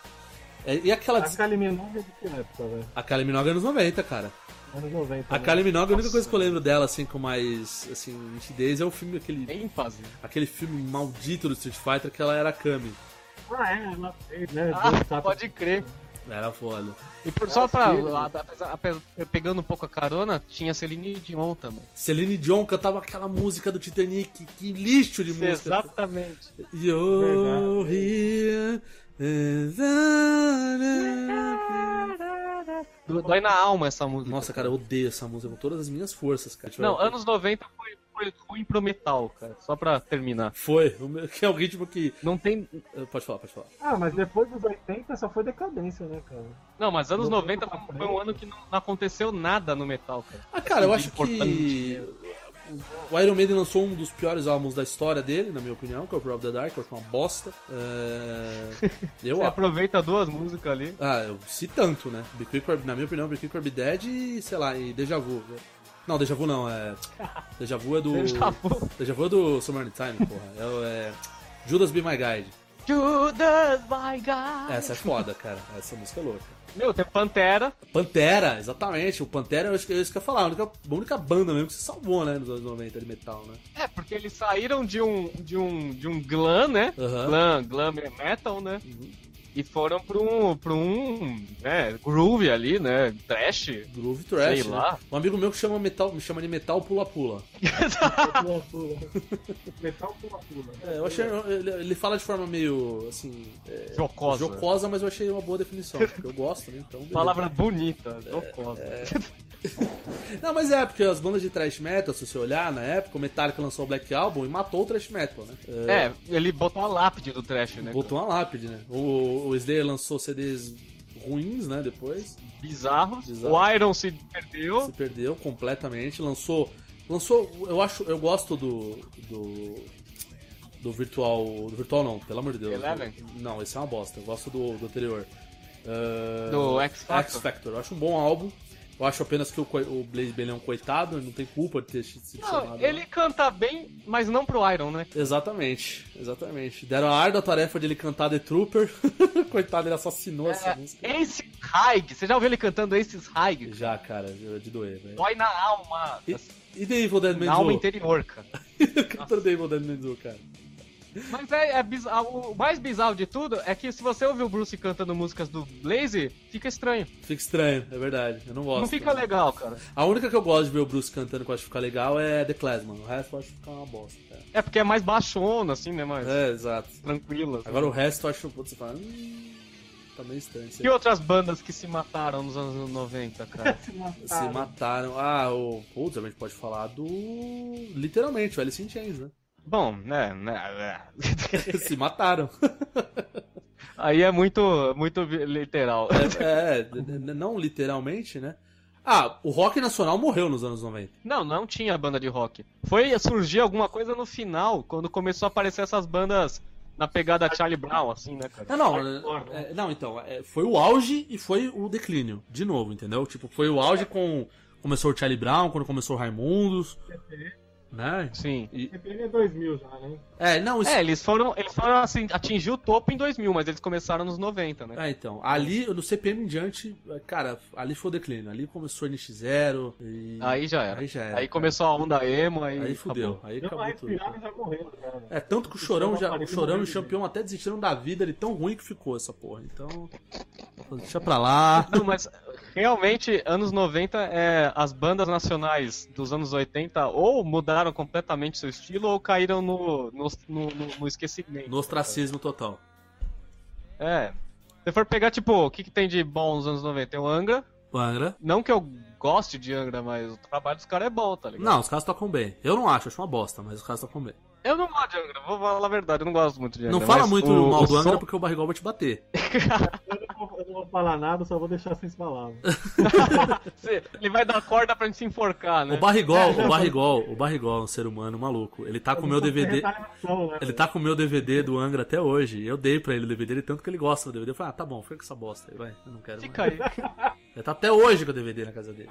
S1: É, e aquela...
S3: A Kylie Minogue é de que época, velho?
S1: A Kylie Minogue é nos 90, cara.
S3: Anos 90.
S1: A
S3: né?
S1: Kylie Minogue, a única coisa que eu lembro dela, assim, com mais, assim, nitidez é o filme, aquele,
S2: ênfase.
S1: aquele filme maldito do Street Fighter que ela era a Kami.
S3: Ah, é, ela fez, né? dois
S2: Ah,
S3: tapas.
S2: pode crer.
S1: Era foda.
S2: E por- só pra.
S3: filho.
S2: a- apesar- apesar- pegando um pouco a carona, tinha Celine Dion também.
S1: Celine Dion cantava aquela música do Titanic, que lixo de música.
S2: Exatamente.
S1: You're here. and I-
S2: Dói na alma essa música.
S1: Nossa, cara, eu odeio essa música com todas as minhas forças, cara. Tipo,
S2: Não, anos 90 foi, foi ruim pro metal, cara. Só pra terminar.
S1: Foi, o meu- que é o ritmo que. Eh,
S2: Não tem.
S1: Pode falar, pode falar.
S3: Ah, mas depois dos 80 só foi decadência, né, cara?
S2: Não, mas anos
S3: Não
S2: 90
S3: tem
S2: foi um ano que não, não aconteceu nada no metal, cara.
S1: Ah, cara, eu acho que.
S2: Importante.
S1: O Iron Maiden lançou um dos piores álbuns da história dele, na minha opinião, que é o Prove the Dark, eu acho uma bosta. É... Eu
S2: Você
S1: acho.
S2: aproveita duas músicas ali.
S1: Ah, eu se tanto, né? Be Quick or- na minha opinião, Be Quick or Be Dead e, sei lá, e Deja Vu. Não, Deja Vu não, é. Deja Vu é do.
S2: Deja Vu.
S1: Deja Vu é do Summer in Time, porra. É, o- é... Judas Be My Guide.
S2: Judas, my God.
S1: Essa é foda, cara. Essa música é louca.
S2: Meu, tem Pantera.
S1: Pantera, exatamente. O Pantera, eu acho que é isso que eu ia falar. A única, a única banda mesmo que se salvou, né? Nos anos 90 de metal, né?
S2: É, porque eles saíram de um de um de um glam, né?
S1: Aham. Uhum.
S2: Glam, glam é metal, né? E foram pra um para um, né, groove ali, né, trash.
S1: Groove Trash.
S2: Sei lá.
S1: né? Um amigo meu que chama metal, me chama de metal pula-pula.
S3: Pula, pula. Metal pula, pula.
S1: É, eu achei. Ele, ele fala de forma meio assim. é,
S2: Jocosa.
S1: jocosa, mas eu achei uma boa definição. Porque eu gosto, né? Então. beleza.
S2: Palavra bonita, jocosa.
S1: É, Não, mas é, porque as bandas de thrash metal, se você olhar na época, o Metallica lançou o Black Album e matou o thrash metal, né?
S2: É, ele botou a lápide do trash, né?
S1: Botou uma lápide, né? O, o Slayer lançou CDs ruins, né? Depois.
S2: Bizarro.
S1: Bizarro.
S2: O Iron se perdeu.
S1: Se perdeu completamente, lançou. Lançou. Eu acho. Eu gosto do. do. do virtual. Do virtual não, pelo amor de Deus.
S2: Eleven?
S1: Não, esse é uma bosta. Eu gosto do, do anterior. Ah,
S2: Do X Factor?
S1: X Factor. Eu acho um bom álbum. Eu acho apenas que o, coi- o Blaze Bailey é um coitado, ele não tem culpa de ter sido
S2: Não,
S1: chamado.
S2: Ah, ele canta bem, mas não pro Iron, né?
S1: Exatamente, exatamente. Deram a árdua tarefa de ele cantar The Trooper. coitado, ele assassinou
S2: É.
S1: essa música.
S2: Ace Haig, você já ouviu ele cantando Ace Haig?
S1: Já, cara, é de doer, velho.
S2: Dói na alma, Assim.
S1: E, e The Evil Dead Man
S2: na
S1: Zoo?
S2: alma interior, cara.
S1: Cantando The Evil Dead Man Zoo, cara.
S2: Mas é, é bizarro. O mais bizarro de tudo é que se você ouvir o Bruce cantando músicas do Blaze, fica estranho.
S1: Fica estranho, é verdade. Eu não gosto.
S2: Não fica legal, cara.
S1: A única que eu gosto de ver o Bruce cantando que eu acho que fica legal é The Class, mano. O resto eu acho que fica uma bosta, cara.
S2: É porque é mais baixona, assim, né? Mais
S1: É, exato.
S2: tranquila. assim.
S1: Agora o resto eu acho que você fala. Hum, tá meio estranho. isso
S2: Que
S1: aí."
S2: outras bandas que se mataram nos anos 90, cara?
S1: Se mataram. Ah, o. Putz, a gente pode falar do. Literalmente, o Alice in Chains, né?
S2: Bom, né, né, né.
S1: Se mataram.
S2: Aí é muito, muito literal.
S1: É, é, n- n- não literalmente, né? Ah, o rock nacional morreu nos anos 90.
S2: Não, não tinha banda de rock. Foi surgir alguma coisa no final, quando começou a aparecer essas bandas na pegada Charlie Brown, assim, né, cara?
S1: Ah, Não, não,
S2: né?
S1: é, não então, é, foi o auge e foi o declínio, de novo, entendeu? Tipo, foi o auge com. Começou o Charlie Brown, quando começou o Raimundos. Né?
S2: Sim.
S3: CPM é 2000 já, né?
S1: É, não, isso.
S2: É, eles foram, eles foram assim, atingir o topo em 2000, mas eles começaram nos 90, né?
S1: Ah, então. Ali, no CPM em diante, cara, ali foi o declínio. Ali começou o NX0. E...
S2: Aí já era.
S1: Aí já era, cara.
S2: Aí começou a onda emo, aí,
S1: Aí
S2: acabou.
S1: fudeu. Aí
S3: Deu uma
S1: acabou tudo.
S2: né?
S3: respirada e já morreu, cara.
S1: É, tanto que o Chorão, já, o
S3: apareceu
S1: Chorão e o
S3: muito bem.
S1: Champion até desistiram da vida de tão ruim que ficou essa porra. Então, deixa pra lá.
S2: Não, mas realmente, anos 90, é, as bandas nacionais dos anos 80 ou mudaram completamente seu estilo ou caíram no, no, no, no- no esquecimento.
S1: No ostracismo total.
S2: É. Se for pegar, tipo, o que, que tem de bom nos anos 90? Tem o Angra.
S1: O Angra.
S2: Não que eu goste de Angra, mas o trabalho dos caras é bom, tá ligado?
S1: Não, os caras tocam bem. Eu não acho, acho uma bosta, mas os caras tocam bem.
S2: Eu não gosto de Angra, vou falar a verdade, eu não gosto muito de Angra.
S1: não fala
S2: É, mas
S1: muito
S2: o-
S1: mal
S2: o
S1: do Angra
S2: som-
S1: porque o Barrigol vai te bater.
S3: Eu não vou- eu não vou falar nada, só vou deixar vocês falarem.
S2: Cê- Ele vai dar corda pra gente se enforcar, né?
S1: O Barrigol, o Barrigol, o Barrigol é um ser humano maluco. Ele tá com o meu DVD.
S3: né,
S1: Ele tá com o meu DVD do Angra até hoje. Eu dei pra ele o DVD, ele tanto que ele gosta do DVD. Eu falei, ah, tá bom, fica com essa bosta aí, vai. Eu não quero
S2: Fica
S1: mais.
S2: aí.
S1: Ele tá até hoje com o DVD na casa dele.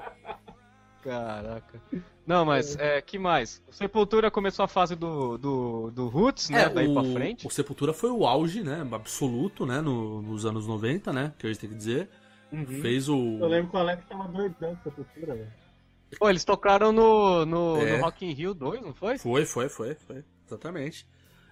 S2: Caraca. Não, mas é, que mais? O Sepultura começou a fase do, do, do Roots, né? Daí pra frente.
S1: É, o Sepultura foi o auge, né? Absoluto, né? no- nos anos 90, né? Que a gente tem que dizer. Fez o.
S3: Uhum. Eu lembro que o Alex tava doidão com essa cultura, velho.
S2: É, Pô, eles tocaram no, no,
S1: É.
S2: no Rock in Rio 2, não foi?
S1: Foi, foi, foi, foi. Exatamente.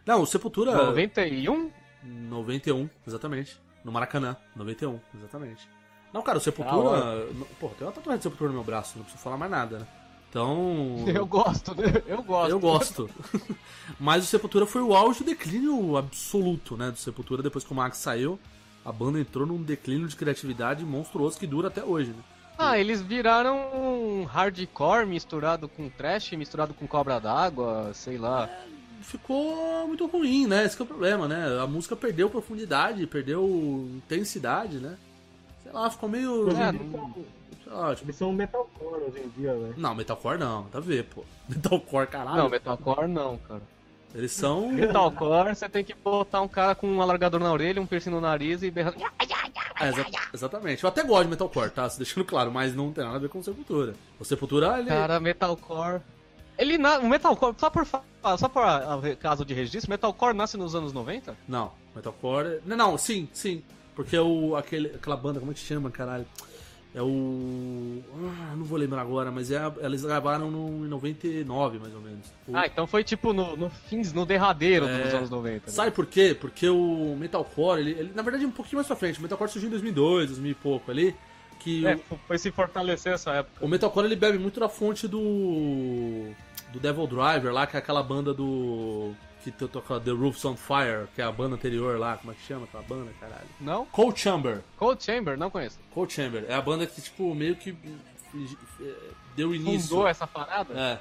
S1: Não, o Sepultura.
S2: 91?
S1: 91, exatamente. No Maracanã, 91, exatamente. Não,
S2: Tá
S1: cara, o
S2: Da
S1: Sepultura. no- Porra, tem uma tatuagem de Sepultura no meu braço, não preciso falar mais nada, né? Então.
S2: Eu gosto, né? Eu gosto.
S1: eu gosto. Mas o Sepultura foi o auge, o declínio absoluto, né? Do Sepultura depois que o Max saiu. a banda entrou num declínio de criatividade monstruoso que dura até hoje, né?
S2: Ah, eles viraram um hardcore misturado com trash, misturado com cobra d'água, sei lá.
S1: Ficou muito ruim, né? Esse que é o problema, né? A música perdeu profundidade, perdeu intensidade, né? Sei lá, ficou meio. né,
S2: É,
S1: sei lá, tipo,
S3: Eles são um metalcore hoje em dia, velho.
S1: Não, metalcore não, tá a ver, pô. Metalcore, caralho.
S2: Não, metalcore não, cara.
S1: Eles são.
S2: Metalcore, você tem que botar um cara com um alargador na orelha, um piercing no nariz e berrando.
S1: É, exa- exatamente. Eu até gosto de metalcore, tá? Se deixando claro, mas não tem nada a ver com Sepultura. O Sepultura, ele.
S2: Cara, metalcore. Ele na... O metalcore, só por, fa- só por a- a- caso de registro, metalcore nasce nos anos 90?
S1: Não, metalcore. Não, não, sim, sim. Porque é o, aquele, aquela banda, como é que chama, caralho? É o. Ah, não vou lembrar agora, mas é, a- eles gravaram no, em 99, mais ou menos. O-
S2: Ah, então foi tipo no, no fins, no derradeiro dos
S1: É.
S2: anos 90. né?
S1: Sabe por quê? Porque o metalcore, ele, ele- na verdade, um pouquinho mais pra frente. O metalcore surgiu em 2002, 2000 e pouco ali. Que
S2: É,
S1: o-
S2: foi se fortalecer essa época.
S1: O metalcore ele bebe muito da fonte do do Devil Driver lá, que é aquela banda do que to- toca The Roof's on Fire, que é a banda anterior lá, como é que chama aquela banda, caralho?
S2: Não?
S1: Cold Chamber.
S2: Cold Chamber, não conheço.
S1: Cold Chamber é a banda que tipo meio que eh, deu início.
S2: Fundou essa parada?
S1: É.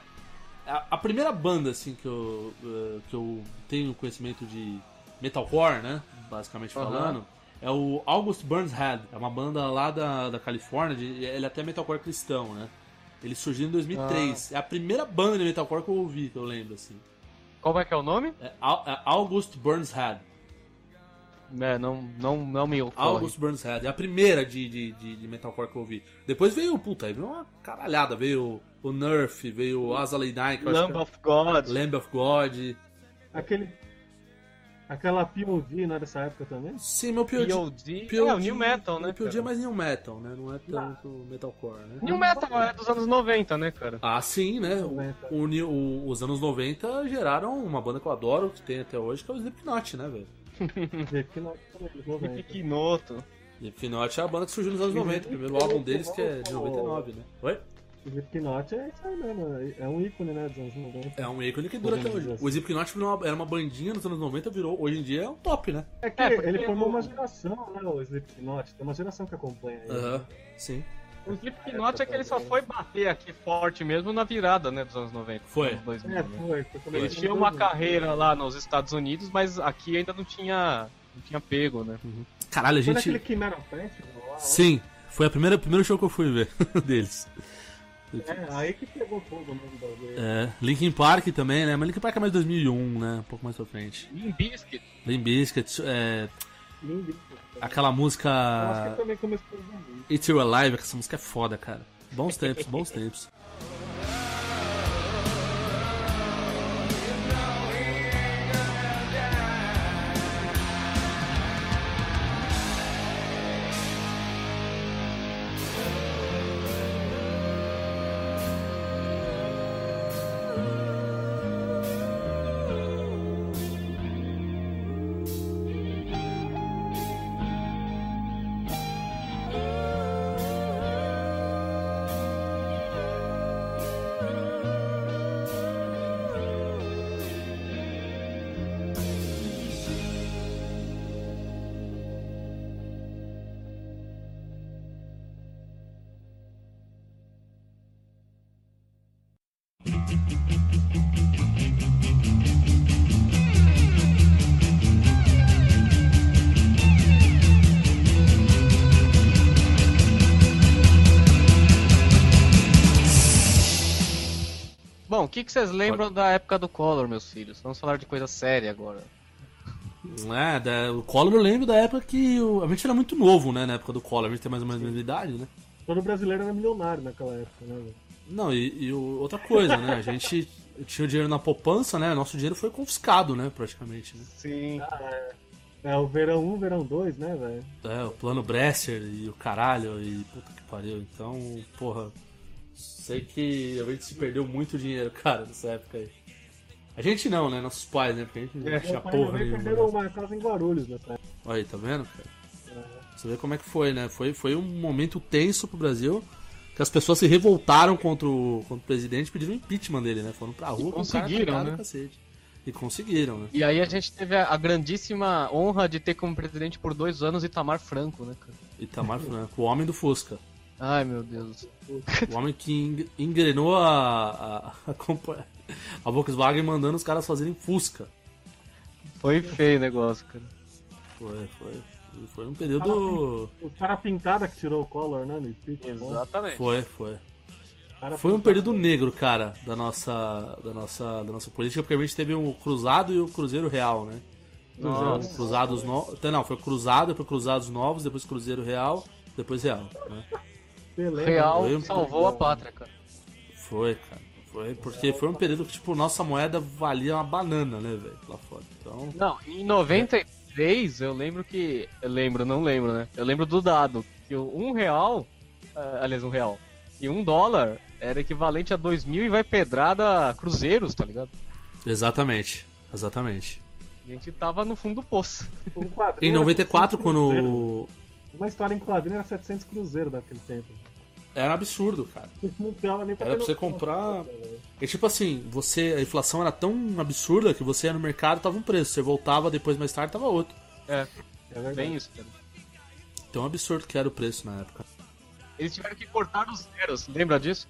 S1: A, a primeira banda, assim, que eu, eh, que eu tenho conhecimento de metalcore, né? Basicamente
S2: Aham.
S1: falando, é o August Burns Head. É uma banda lá da, da Califórnia, de, ele é até metalcore cristão, né? Ele surgiu em
S2: Ah.
S1: 2003. É a primeira banda de metalcore que eu ouvi, que eu lembro, assim.
S2: Como é que é o nome?
S1: É, Au- é August Burns Head.
S2: É, não, não, não me ocorre.
S1: August Burns Head. É a primeira de, de, de, de metalcore que eu ouvi. Depois veio, puta, aí veio uma caralhada. Veio o Nerf, veio o Azalea Nike.
S2: Lamb of God.
S1: é Lamb of God.
S3: Aquele. Aquela POV não é dessa época também?
S1: Sim, meu POD.
S2: POD.
S1: POD
S2: É, o New Metal, né?
S1: POD é
S2: cara?
S1: mais new metal, né? Não é tanto metalcore, né?
S2: New Metal é dos anos 90, né, cara?
S1: Ah, sim, né? O-
S3: 90.
S1: o new- o- os anos 90 geraram uma banda que eu adoro, que tem até hoje, que é o Slipknot, né, velho?
S2: Uhum.
S3: Que né, não, que não,
S2: E Piquinoto.
S1: Slipknot é a banda que surgiu nos anos 90, o primeiro álbum deles que é de 99, né? Oi?
S3: O Slipknot é isso aí mesmo, é- é um ícone, né, dos anos 90.
S1: É um ícone que dura até hoje. O Slipknot virou uma- era uma bandinha nos anos 90, virou, hoje em dia é um top, né?
S3: É que
S2: É, porque
S3: ele formou
S2: o-
S3: uma geração, né, o Slipknot, tem uma geração que acompanha ele.
S1: Aham, sim.
S2: O Slipknot é que ele só foi bater aqui forte mesmo na virada, né, dos anos 90.
S1: Foi.
S2: anos 2000,
S3: É,
S2: né?
S3: foi, foi como
S2: Ele tinha uma carreira lá nos Estados Unidos, mas aqui ainda não tinha, não tinha pego, né?
S1: Caralho, a
S3: Foi
S1: gente.
S3: naquele Chimera Festival lá,
S1: Sim, foi a primeira, o primeiro show que eu fui ver deles.
S3: é, aí que pegou fogo mesmo da bagulho.
S1: É, Linkin Park também, né? Mas Linkin Park é mais 2001, né? Um pouco mais pra frente.
S2: Limp Bizkit.
S1: Limp Bizkit, é,
S3: Lindo.
S1: aquela
S3: Eu Acho que
S1: música
S3: também começou a vender.
S1: It's You Alive, que essa música é foda, cara. Bons tempos, bons tempos.
S2: Bom, o que, que vocês lembram da época do Collor, meus filhos? Vamos falar de coisa séria agora.
S1: É, da, o Collor eu lembro da época que o- a gente era muito novo, né? Na época do Collor, a gente tem mais ou menos a mesma idade, né?
S3: Todo brasileiro era milionário naquela época, né, velho?
S1: Não, e, e o- outra coisa, né? A gente tinha o dinheiro na poupança, né? Nosso dinheiro foi confiscado, né? Praticamente, né?
S7: Sim.
S3: É, o verão 1, verão 2, né, velho?
S1: É, o plano Bresser e o caralho e puta que pariu. Então, porra, sei que a gente se perdeu muito dinheiro, cara, nessa época aí. A gente não, né? Nossos pais, né? Porque a gente não tinha
S3: É, Meu pai e minha
S1: porra
S3: mãe
S1: nenhuma.
S3: perderam
S1: né?
S3: uma casa em Guarulhos nessa época.
S1: Olha aí, tá vendo, cara? Você vê como é que foi, né? Foi, foi um momento tenso pro Brasil que as pessoas se revoltaram contra o, contra o presidente e pediram impeachment dele, né? Foram pra rua com o cara
S2: conseguiram,
S1: pegado
S2: né?
S1: cacete. E conseguiram, né?
S2: E aí a gente teve a, a grandíssima honra de ter como presidente por dois anos Itamar Franco, né, cara?
S1: Itamar Franco, né? o homem do Fusca.
S2: Ai, meu Deus.
S1: O homem que eng- engrenou a, a, a, compa- a Volkswagen mandando os caras fazerem Fusca.
S2: Foi feio o negócio, cara.
S1: Foi, foi. Foi um período.
S3: O cara pintada que tirou o Collor, né? No speech,
S2: Exatamente.
S1: Foi, foi.
S3: O cara
S1: Foi um
S3: pintada.
S1: período negro, cara, da nossa, da nossa, da nossa política, porque a gente teve o Cruzado e o Cruzeiro Real, né?
S2: Nossa.
S1: Cruzados novos. Não, foi Cruzado, depois Cruzados Novos, depois Cruzeiro Real, depois Real. Né?
S3: Beleza.
S2: Real
S1: Foi um
S2: salvou a pátria, cara.
S1: Foi, cara. Foi, porque foi um período que, tipo, nossa moeda valia uma banana, né, velho? Lá fora. Então.
S2: Não, em 93 eu lembro que. Eu lembro, não lembro, né? Eu lembro do dado. Que o um real. ah, Aliás, um real. E um dólar era equivalente a dois mil e vai pedrada cruzeiros, tá ligado?
S1: Exatamente. Exatamente.
S2: A gente tava no fundo do poço.
S3: Um quadrinho
S1: Em
S3: era
S1: 94,
S3: 700 cruzeiro.
S1: quando.
S3: Uma história em quadrinho era 700 cruzeiro daquele tempo.
S1: Era um absurdo, cara.
S3: Não dava nem
S1: Era pra você comprar.
S3: É
S1: E tipo assim, você. A inflação era tão absurda que você ia no mercado tava um preço. Você voltava depois mais tarde tava outro.
S3: É verdade.
S2: Bem isso, cara.
S1: Tão absurdo que era o preço na época.
S2: Eles tiveram que cortar os zeros, lembra disso?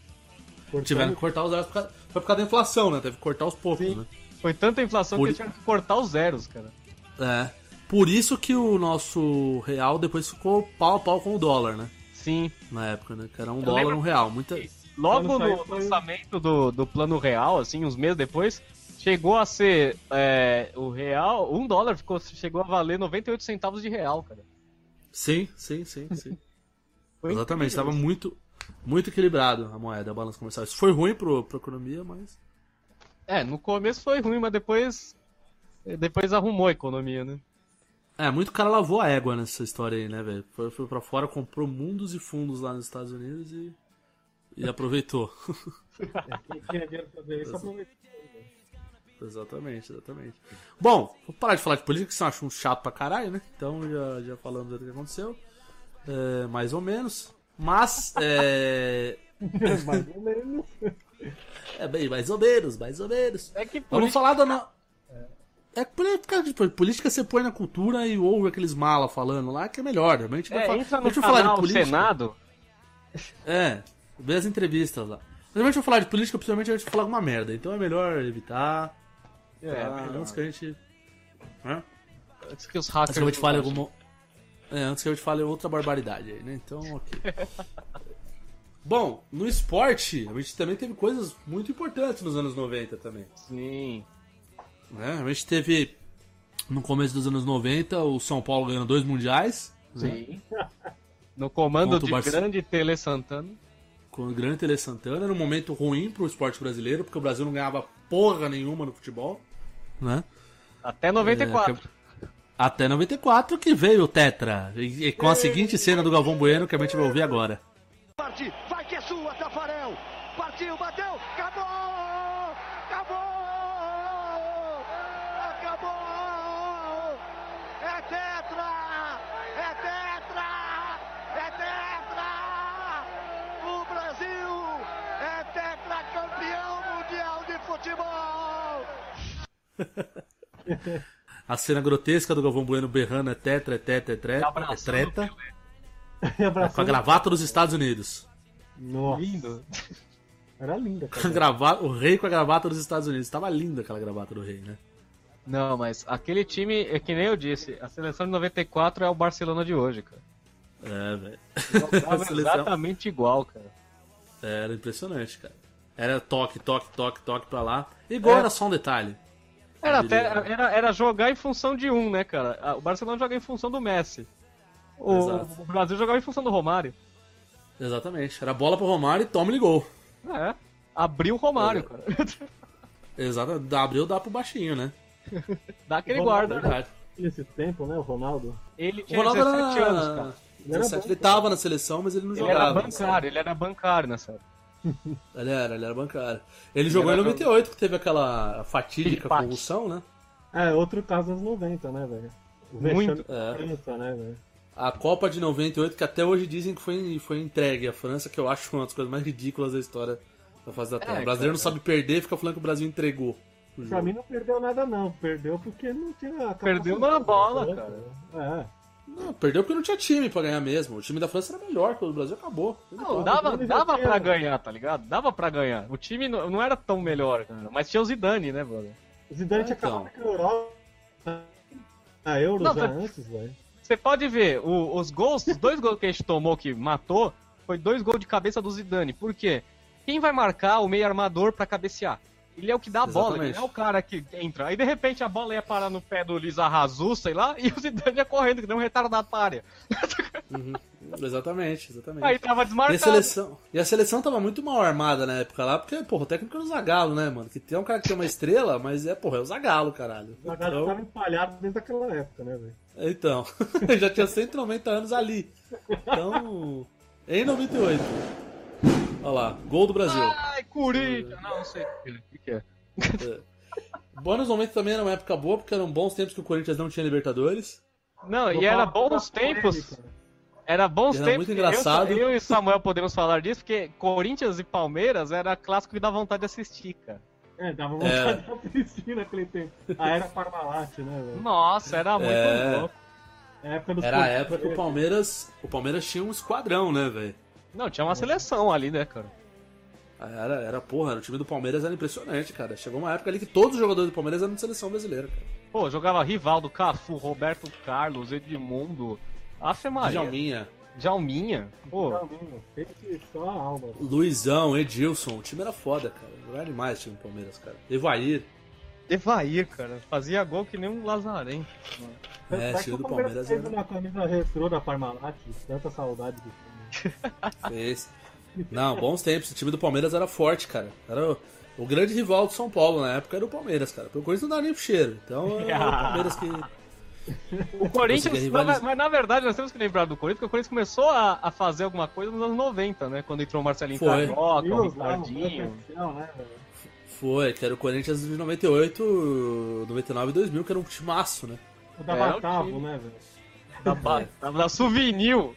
S3: Portanto,
S1: Tiveram que cortar os zeros por causa- foi por causa da inflação, né? Teve que cortar os poucos,
S2: Sim.
S1: né?
S2: Foi tanta inflação
S1: Por
S2: que eles
S1: isso-
S2: tiveram que cortar os zeros, cara.
S1: É. Por isso que o nosso real depois ficou pau a pau com o dólar, né?
S2: Sim.
S1: Na época, né? Que era um
S2: Eu
S1: dólar,
S2: lembro-
S1: um real. Muita...
S2: Logo
S3: Quando saiu,
S2: no
S3: foi-
S2: lançamento do, do plano real, assim, uns meses depois, chegou a ser é, o real, um dólar ficou, chegou a valer 98 centavos de real, cara.
S1: Sim, sim, sim, sim.
S2: Foi
S1: Exatamente.
S2: incrível
S1: Tava muito, muito equilibrado a moeda, a balança comercial. Isso foi ruim pro, pra economia, mas.
S2: isso. É, no começo foi ruim, mas depois depois arrumou a economia, né?
S1: É, muito cara lavou a égua nessa história aí, né, velho? Foi, foi pra fora, comprou mundos e fundos lá nos Estados Unidos e. E aproveitou.
S3: Quem tinha dinheiro pra fazer isso aproveitou.
S1: exatamente, exatamente. Bom, vou parar de falar de política, que você acha um chato pra caralho, né? Então já, já falamos do que aconteceu. É, mais ou menos. Mas. É,
S3: Mais ou menos.
S1: é bem, mais ou menos, mais ou menos.
S2: É que
S1: Vamos
S2: política,
S1: falar da. No... É política, tipo, política você põe na cultura e ouve aqueles mala falando lá que é melhor. Realmente
S2: é,
S1: falar...
S2: entra no
S1: Deixa eu falar de
S2: canal
S1: política.
S2: Senado,
S1: É, vê as entrevistas lá. Mas a gente vai falar de política, principalmente a gente vai falar alguma merda. Então é melhor evitar.
S2: é,
S1: tá?
S2: melhor.
S1: antes que a gente. né?
S2: antes que os
S1: Antes
S2: hackers...
S1: que eu te fale alguma. É, antes que eu te fale outra barbaridade aí, né? Então, ok. Bom, no esporte, a gente também teve coisas muito importantes nos anos 90 também.
S2: Sim,
S1: né? A gente teve no começo dos anos 90 o São Paulo ganhando dois mundiais
S2: sim. No comando
S1: Contra o
S2: de
S1: Barce-
S2: grande Tele Santana.
S1: com o grande Tele Santana. Era um momento ruim pro esporte brasileiro, porque o Brasil não ganhava porra nenhuma no futebol, né?
S2: Até 94.
S1: Até 94 que veio o Tetra. E, e com a seguinte cena do Galvão Bueno que a gente vai ouvir agora.
S8: Parte, vai que é sua, Tafarel. Partiu, bateu, acabou! Acabou! Acabou! É tetra! É tetra! É tetra! O Brasil é tetracampeão mundial de futebol!
S1: A cena grotesca do Galvão Bueno berrando é Tetra, é Tetra, é Tetra, é
S2: Tá Abraçando é
S1: treta,
S3: E
S1: com a
S3: abraçando.
S1: gravata dos Estados Unidos.
S3: Nossa,
S2: Lindo.
S3: era linda,
S1: Com a
S3: cara.
S1: grava- O rei com a gravata dos Estados Unidos. Tava linda aquela gravata do rei, né?
S2: Não, mas aquele time, é que nem eu disse, a seleção de 94 é o Barcelona de hoje, cara.
S1: É, velho.
S2: Jogava
S1: A seleção-
S2: exatamente igual, cara.
S1: Era impressionante, cara. Era toque, toque, toque, toque pra lá. Igual
S2: É.
S1: era só um detalhe.
S2: Era, até,
S1: Beleza.
S2: era, era jogar em função de um, né, cara? Ah, O Barcelona joga em função do Messi. O,
S1: Exato.
S2: o Brasil jogava em função do Romário.
S1: Exatamente. Era bola pro Romário e toma ele gol.
S2: É. Abriu o Romário,
S1: É.
S2: cara.
S1: Exato. Dá- Abriu, dá pro baixinho, né?
S2: Dá aquele
S3: O
S2: guarda.
S3: Romário-
S1: Verdade.
S3: Esse tempo, né? O Ronaldo.
S2: Ele
S1: O
S2: tinha
S1: Ronaldo
S2: 17 anos,
S1: era...
S2: cara.
S1: 17.
S3: bom,
S1: Ele tava na seleção, mas ele não
S2: Ele era
S1: jogava.
S2: bancário, ele era bancário nessa época.
S1: Ele era, ele era bancário. Ele, jogou
S2: era
S1: em 98, que teve aquela fatídica
S2: Empate.
S1: convulsão, né?
S3: É, outro caso dos 90, né, velho? O vexame
S2: Muito.
S3: da França, né, velho?
S1: É. A Copa de 98, que até hoje dizem que foi, foi entregue à França, que eu acho uma das coisas mais ridículas da história da fase da Terra. o brasileiro não sabe perder, fica falando que o Brasil entregou. o
S3: Pra
S1: jogo.
S3: mim não perdeu nada, não. Perdeu porque não tinha.
S2: Perdeu
S3: capacidade,
S2: na bola,
S3: né? É.
S1: Não, perdeu porque não tinha time pra ganhar mesmo. O time da França era melhor que o do Brasil, acabou.
S2: Não, dava,
S3: Brasil
S2: dava
S3: tinha-
S2: pra ganhar, tá ligado? Dava pra ganhar. O time não, não era tão melhor, cara. Mas tinha o Zidane, né, brother?
S3: O Zidane
S1: Ah,
S3: tinha
S1: então.
S3: acabado com a Europa. né? A Euro
S2: Não,
S3: já
S2: mas-
S3: antes, velho.
S2: Você pode ver, o- os gols, os dois gols que a gente tomou que matou, foi dois gols de cabeça do Zidane. Por quê? Quem vai marcar o meio armador pra cabecear? Ele é o que dá a bola,
S1: Exatamente.
S2: ele é o cara que entra. Aí de repente a bola ia parar no pé do Lizarrazu, sei lá, e o Zidane ia correndo, que deu um retardado pra área.
S1: Uhum. Exatamente, exatamente.
S2: Aí tava
S1: E a,
S2: desmarcado.
S1: seleção, e a seleção tava muito mal armada na época lá, porque, porra, o técnico era o Zagalo, né, mano? Que tem um cara que tem uma estrela, mas é, porra, é o Zagalo, caralho.
S3: O Zagalo tava empalhado desde aquela época, né, velho?
S1: Então, então já tinha 190 anos ali. Então, em 98. Olha lá, gol do Brasil.
S2: Ai, Corinthians! Não, não sei filho, o que, que é.
S1: Bônus momentos também era uma época boa, porque eram bons tempos que o Corinthians não tinha Libertadores.
S2: Não,
S3: Vou
S2: e era
S3: falar uma
S2: bons
S3: coisa
S2: tempos.
S3: polêmica.
S2: Era bons
S1: Era
S2: tempos.
S1: muito
S2: Eu-
S1: engraçado.
S2: Eu, e Samuel podemos falar disso, porque Corinthians e Palmeiras era clássico que dá vontade de assistir, cara.
S3: É, dava vontade de assistir naquele tempo. A era Parmalat, né, velho?
S2: Nossa, era muito
S1: É.
S2: louco.
S3: A época dos
S1: Hum. Era
S3: né?
S1: a
S3: portugueses.
S1: época que o Palmeiras, o Palmeiras tinha um esquadrão, né, velho?
S2: Não, tinha uma seleção ali, né, cara?
S1: Era, era, porra, era- o time do Palmeiras era impressionante, cara. Chegou uma época ali que todos os jogadores do Palmeiras eram de seleção brasileira, cara.
S2: Pô, jogava Rivaldo, Cafu, Roberto Carlos, Edmundo, Afe Maria, Djalminha.
S1: Djalminha,
S2: Pô,
S3: Não, tem que só a alma.
S1: Luizão, Edilson, o time era foda, cara. Era demais o time do Palmeiras, cara. Evair,
S2: Evair, cara, fazia gol que nem um Lazarém.
S1: é,
S3: Será
S1: esse
S3: que
S1: time
S3: o
S1: do Palmeiras
S3: fez
S1: era...
S3: uma camisa retrô da Parmalat? Tanta saudade do time.
S1: Fez. Não, bons tempos. O time do Palmeiras era forte, cara. Era o, o grande rival do São Paulo na época era o Palmeiras, cara. Porque o Corinthians não dava nem pro cheiro. Então era o Palmeiras que.
S2: O Corinthians,
S1: Conseguia
S2: mas-
S1: rivalizar.
S2: mas na verdade nós temos que lembrar do Corinthians, porque o Corinthians começou a, a fazer alguma coisa nos anos 90, né? Quando entrou o Marcelinho
S1: Foi.
S2: Carioca, o
S3: Milos lá,
S2: Ricardinho.
S3: potencial, né, velho?
S1: Foi, que era o Corinthians de 98, 99 e 2000, que era um timaço, né?
S3: O
S2: É,
S3: da
S2: o
S3: Batavo,
S2: time.
S3: né, velho?
S2: Da, ba- da, da Souvenir.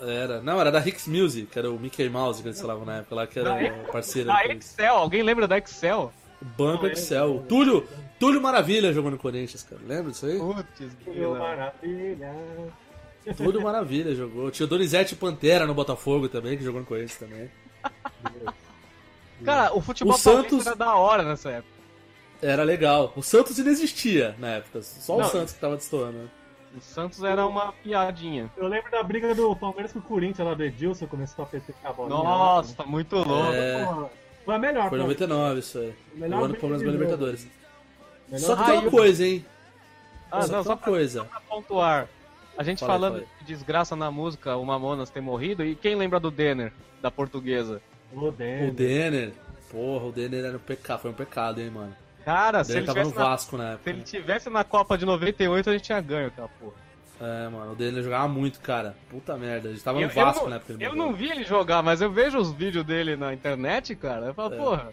S1: Era. Não, era da Hicks Music, que era o Mickey Mouse que eles falavam na época lá, que era parceiro.
S2: Da é. Excel. Alguém lembra da Excel?
S1: Banco Excel. Túlio, Túlio Maravilha jogando no Corinthians, cara. Lembra disso aí?
S7: Putz,
S3: Meu
S7: grila.
S3: maravilha.
S1: Túlio Maravilha jogou. Tinha o Donizete Pantera no Botafogo também, que jogou no Corinthians também.
S2: Cara, o futebol
S1: O Santos-
S2: paulista era da hora nessa época.
S1: Era legal. O Santos não existia na época. Só
S2: Não.
S1: o Santos que tava destoando. né?
S2: O Santos era uma piadinha.
S3: Eu lembro da briga do Palmeiras com o Corinthians lá do Edilson, começou a petecar a bolinha. né?
S2: Nossa, muito louco.
S1: É,
S3: Porra, Foi a melhor,
S1: foi
S3: pô.
S1: 99 isso aí. Foi
S3: Melhor
S1: o ano do
S3: bem
S1: Palmeiras
S3: de
S1: ganhou a
S3: jogo.
S1: Libertadores.
S3: Melhor
S1: Só que
S3: briga
S1: tem
S2: Ai, eu-
S1: uma coisa, hein?
S2: Ah,
S1: só
S2: não,
S1: tem
S2: só
S1: uma
S2: pra,
S1: coisa.
S2: pra pontuar. A gente
S1: Fala aí,
S2: falando
S1: fala
S2: de desgraça na música, o Mamonas ter morrido, e quem lembra do Denner, da portuguesa?
S3: do Denner.
S1: O Denner. Porra, o Denner era um pecado. Foi um pecado, hein, mano.
S2: Cara,
S1: O
S2: se ele,
S1: Denner tava no
S2: tivesse na,
S1: Vasco né? na
S2: se
S1: época.
S2: ele tivesse na Copa de 98, a gente tinha ganho aquela porra.
S1: É, mano. O Denner jogava muito, cara. Puta merda. Ele tava
S2: Eu,
S1: no
S2: eu
S1: Vasco
S2: não,
S1: na época. ele
S2: eu
S1: morreu.
S2: não vi ele jogar, mas eu vejo os vídeos dele na internet, cara. Eu falo,
S1: É.
S2: porra.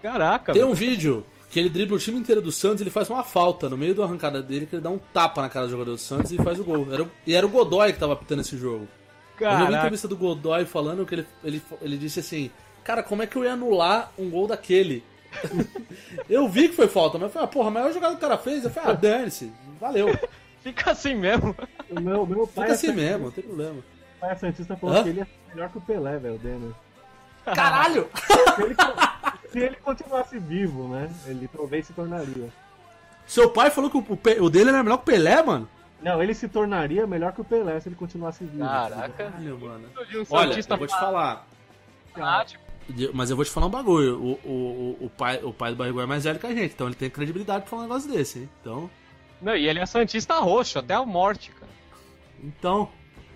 S2: Caraca,
S1: Tem
S2: mano.
S1: um vídeo que ele dribla o time inteiro do Santos, ele faz uma falta no meio da arrancada dele, que ele dá um tapa na cara do jogador do Santos e faz o gol. Era o- e era o Godoy que tava apitando esse jogo. Eu já vi
S2: Caraca.
S1: entrevista do Godoy falando que ele, ele, ele disse assim: Cara, como é que eu ia anular um gol daquele? eu vi que foi falta, mas eu falei: ah, Porra, a maior jogada que o cara fez. Eu falei: Ah, dane-se, valeu.
S2: Fica assim mesmo.
S3: O meu, meu pai,
S1: Fica assim
S3: é Santista,
S1: mesmo, não tem problema.
S3: meu pai é Santista falou
S1: Hã?
S3: que ele é melhor que o Pelé, velho, o Denner.
S1: Caralho!
S3: Se ele, con- se ele continuasse vivo, né? Ele talvez se tornaria.
S1: Seu pai falou que o, Pe- o dele era melhor que o Pelé, mano?
S3: Não, ele se tornaria melhor que o Pelé se ele continuasse vivo.
S2: Caraca.
S1: Caralho, mano.
S2: De um
S1: Olha,
S2: Santista
S1: eu vou te falar.
S2: fanático.
S1: De- Mas eu vou te falar um bagulho. O, o, o, o pai, o pai do Barrigol é mais velho que a gente, então ele tem credibilidade pra falar um negócio desse, hein? Então.
S2: Não, e ele é Santista roxo, até a morte, cara.
S1: Então.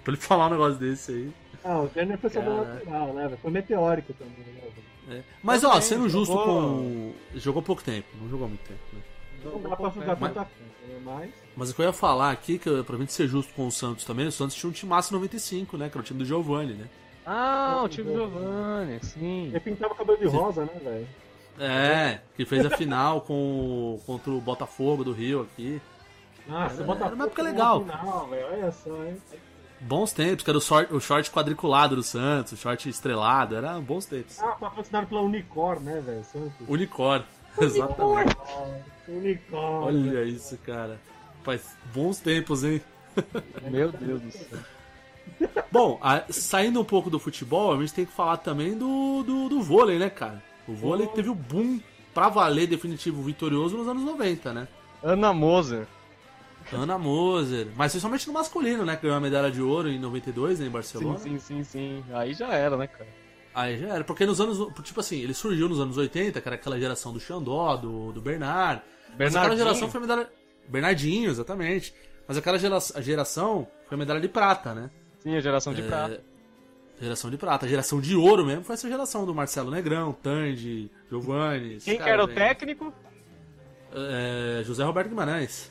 S1: Pra ele falar um negócio desse aí.
S3: Ah, o Denner foi sobrenatural, né, velho? Foi meteórico também, né, velho?
S1: É. Mas, ó, sendo justo
S2: jogou-
S1: com. Jogou pouco tempo, não jogou muito tempo, né?
S3: Não dá pra jogar
S1: Mas-
S3: tanta coisa, né? Mas.
S1: Mas o que eu ia falar aqui, que eu, pra mim ser justo com o Santos também, o Santos tinha um time massa 95, né? Que era o time do Giovanni, né?
S2: Ah, o time do Giovanni, sim.
S3: Ele pintava o cabelo de rosa, né, velho?
S1: É, que fez a final com, o- contra o Botafogo do Rio aqui.
S3: Nossa,
S1: Era-
S3: bota
S1: era uma época é legal.
S3: Final, velho. Olha só, hein?
S1: Bons tempos, que era o short, o short quadriculado do Santos, o short estrelado, era bons tempos.
S3: Ah, patrocinado pela Unicor, né, velho? Santos.
S1: Unicórnio. Exatamente.
S3: Unicórnio.
S1: Olha isso, cara. Faz bons tempos, hein?
S2: Meu Deus do céu.
S1: Bom, a- saindo um pouco do futebol, a gente tem que falar também do, do, do vôlei, né, cara? O vôlei que teve o boom pra valer definitivo vitorioso nos anos 90, né?
S2: Ana Moser.
S1: Ana Moser. Mas principalmente no masculino, né? Que ganhou a medalha de ouro em 92, né, em
S2: Sim,
S1: Barcelona.
S2: sim, sim, sim. Aí já era, né, cara?
S1: Aí já era. Porque nos anos. Tipo assim, ele surgiu nos anos 80, cara, aquela geração do Xandó, do, do Bernard. Mas aquela
S2: Bernardinho.
S1: geração foi medalha. Bernardinho, exatamente. Mas aquela gera- geração foi medalha de prata, né?
S2: Sim, a geração de prata.
S1: Geração de prata. A geração de ouro mesmo foi essa geração do Marcelo Negrão, Tandy, Giovanni. esses
S2: Quem que
S1: caras
S2: era o
S1: aí.
S2: técnico?
S1: É, José Roberto Guimarães.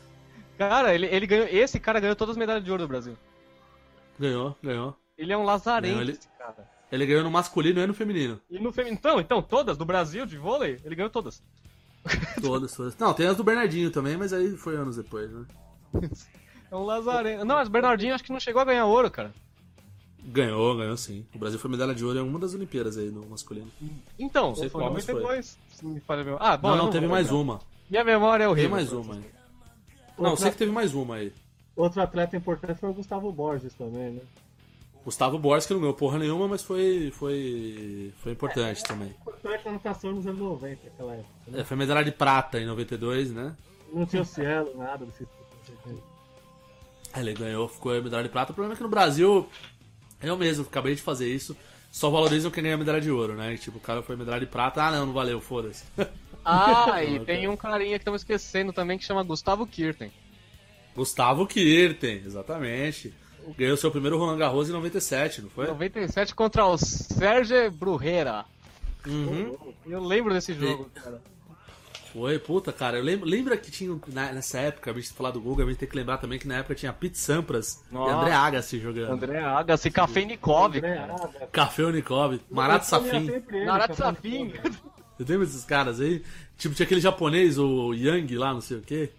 S2: Cara, ele, ele ganhou. Esse cara ganhou todas as medalhas de ouro do Brasil.
S1: Ganhou, ganhou.
S2: Ele é um lazarento,
S1: Não, ele-
S2: esse cara.
S1: Ele ganhou no masculino e no feminino.
S2: E no feminino. Então, então, todas, do Brasil, de vôlei, ele ganhou todas.
S1: Todas, todas. Não, tem as do Bernardinho também, mas aí foi anos depois, né?
S2: É um lazarento. Não, mas o Bernardinho acho que não chegou a ganhar ouro, cara.
S1: Ganhou, ganhou sim. O Brasil foi medalha de ouro em uma das Olimpíadas aí no masculino.
S2: Então,
S1: sei
S2: foi
S1: qual, mas
S2: muito
S1: foi.
S2: depois. se me falha a memória. Ah, bom,
S1: não,
S2: eu
S1: não, teve
S2: vou
S1: mais
S2: lembrar.
S1: uma.
S2: Minha memória é
S1: Tem
S2: horrível.
S1: mais uma. aí. Não, eu sei que teve mais uma aí.
S3: Outro atleta importante foi o Gustavo Borges também, né?
S1: Gustavo Borges, que não ganhou porra nenhuma, mas foi, foi, foi importante também.
S3: Importante na natação nos anos 90, aquela época.
S1: É, foi medalha de prata em 92, né?
S3: Não tinha o Cielo, nada desse tipo
S1: Aí Ele ganhou, ficou a medalha de prata. O problema é que no Brasil, eu mesmo acabei de fazer isso, só valorizam quem ganha medalha de ouro, né? E, tipo, o cara foi medalha de prata, ah não, não valeu, foda-se. um.
S2: Ah, e tem um carinha que estamos esquecendo também que chama Gustavo Kirten.
S1: Gustavo Kirten, exatamente. Ganhou seu primeiro Roland Garros em 97, não foi?
S2: 97 contra o Sérgio Brujeira.
S1: Uhum.
S2: Eu lembro desse jogo, cara.
S1: Foi, puta, cara. Eu lembro, lembra que tinha, na- nessa época, a gente falar do Google, a gente tem que lembrar também que na época tinha Pete Sampras
S2: Nossa.
S1: e André Agassi jogando.
S2: André Agassi, Kafenikov,
S3: Né?
S2: cara.
S3: Nada.
S1: Café Unicov, Marat Safin.
S2: Narat
S3: é
S2: Safin.
S3: né?
S1: Eu lembro desses caras aí? Tipo, tinha aquele japonês, o Yang lá, não sei o quê.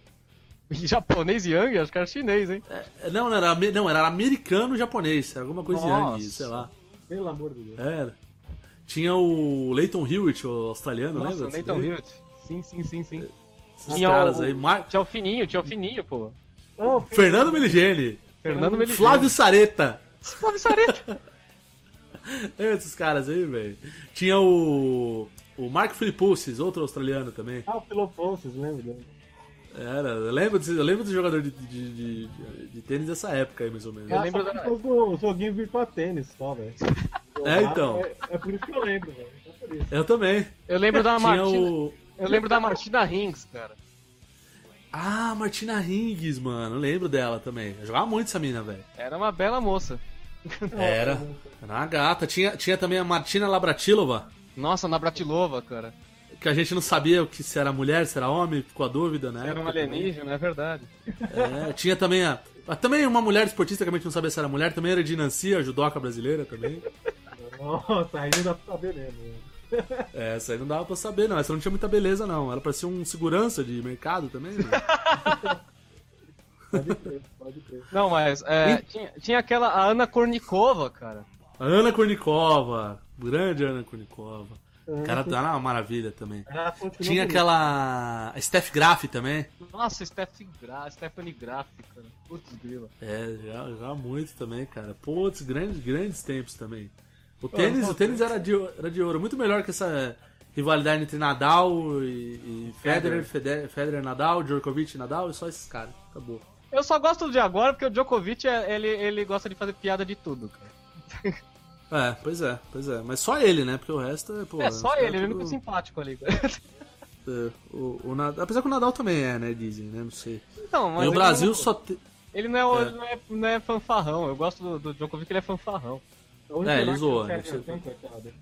S2: Japonês e Yang, acho que era chinês, hein?
S1: É, Não, não era, ame- não, era americano-japonês, alguma coisa
S2: Nossa.
S1: de Yang, sei lá.
S3: Pelo amor de Deus.
S1: Era. Tinha o Leighton Hewitt, o australiano,
S2: Nossa,
S1: lembra?
S2: o
S1: desse
S2: Nathan
S1: daí?
S2: Hilt. Sim, sim, sim, sim.
S1: Esses
S2: Tinha
S1: caras
S2: o-
S1: aí. Mar...
S2: Tinha o Fininho, tinha o Fininho, pô.
S3: Oh,
S1: Fernando Meligeni,
S2: Fernando Meligeni.
S1: Flávio Sareta.
S2: Flávio é Sareta.
S1: Esses caras aí, velho. Tinha o. O Mark Filipousis, outro australiano também.
S3: ah, o Filoponsis, lembra?
S1: Era, eu lembro, desse- eu lembro do jogador de, de, de- de- de tênis dessa época aí, mais ou menos.
S2: Eu lembro
S3: só
S2: da-
S3: por causa do joguinho Virtua Tênis só, velho.
S1: É, então.
S3: É, é por isso que eu lembro, velho. É por isso.
S1: Eu também.
S2: Eu lembro da
S1: Tinha
S2: Martina.
S1: o.
S2: Eu lembro da Martina Rings, cara.
S1: Ah, Martina Hingis, mano. Eu lembro dela também. Eu jogava muito essa mina, velho.
S2: Era uma bela moça.
S1: Era. Era uma gata. Tinha, tinha também a Martina Labratilova,
S2: Nossa, Navratilova, cara.
S1: que a gente não sabia o que se era mulher, se era homem, ficou a dúvida, né?
S2: Era um alienígena, é verdade.
S1: É, tinha também a. a- Também uma mulher esportista que a gente não sabia se era mulher, também era de Nancy, a judoca brasileira também.
S3: né? Nossa, aí não dá pra tá né? saber mesmo. velho.
S1: É, Essa aí não dava pra saber, não. Essa não tinha muita beleza, não. Ela parecia um segurança de mercado também. né?
S3: Pode crer, pode crer.
S2: Não, mas é, tinha, tinha aquela a Ana Kornikova, cara.
S1: A Ana Kornikova. Grande Ana Kornikova.
S2: Uhum.
S1: O cara tá uma maravilha também.
S2: É,
S3: Ela Ah, continua
S1: Tinha
S3: bonita.
S1: aquela. A Steph Graf também.
S2: Nossa, Steph Gra Stephanie Graf, cara. Putz, grila.
S1: É, já, já muito também, cara. Putz, grandes, grandes tempos também. O tênis, o tênis era de, ouro- era de ouro. Muito melhor que essa rivalidade entre Nadal e, e Federer, Federer, Federer, Nadal, Djokovic, Nadal e só esses caras. Acabou.
S2: Eu só gosto de agora porque o Djokovic, é- ele, ele gosta de fazer piada de tudo, cara.
S1: É, pois é, pois é. Mas só ele, né? Porque o resto é, pô.
S2: é só
S1: os caras
S2: ele, ele é o único
S1: tudo-
S2: simpático ali, cara.
S1: é, o, o Nadal- Apesar que o Nadal também é, né? Dizem, né? Não sei.
S2: Então, mas
S1: E o
S2: ele
S1: Brasil
S2: não-
S1: só tem.
S2: Ele não é, o-
S1: É.
S2: ele não é, não é fanfarrão. Eu gosto do, do Djokovic, ele é fanfarrão.
S3: A única
S1: É, ele
S3: lá que
S1: zoa,
S3: não
S1: né?
S3: serve ação, coitado.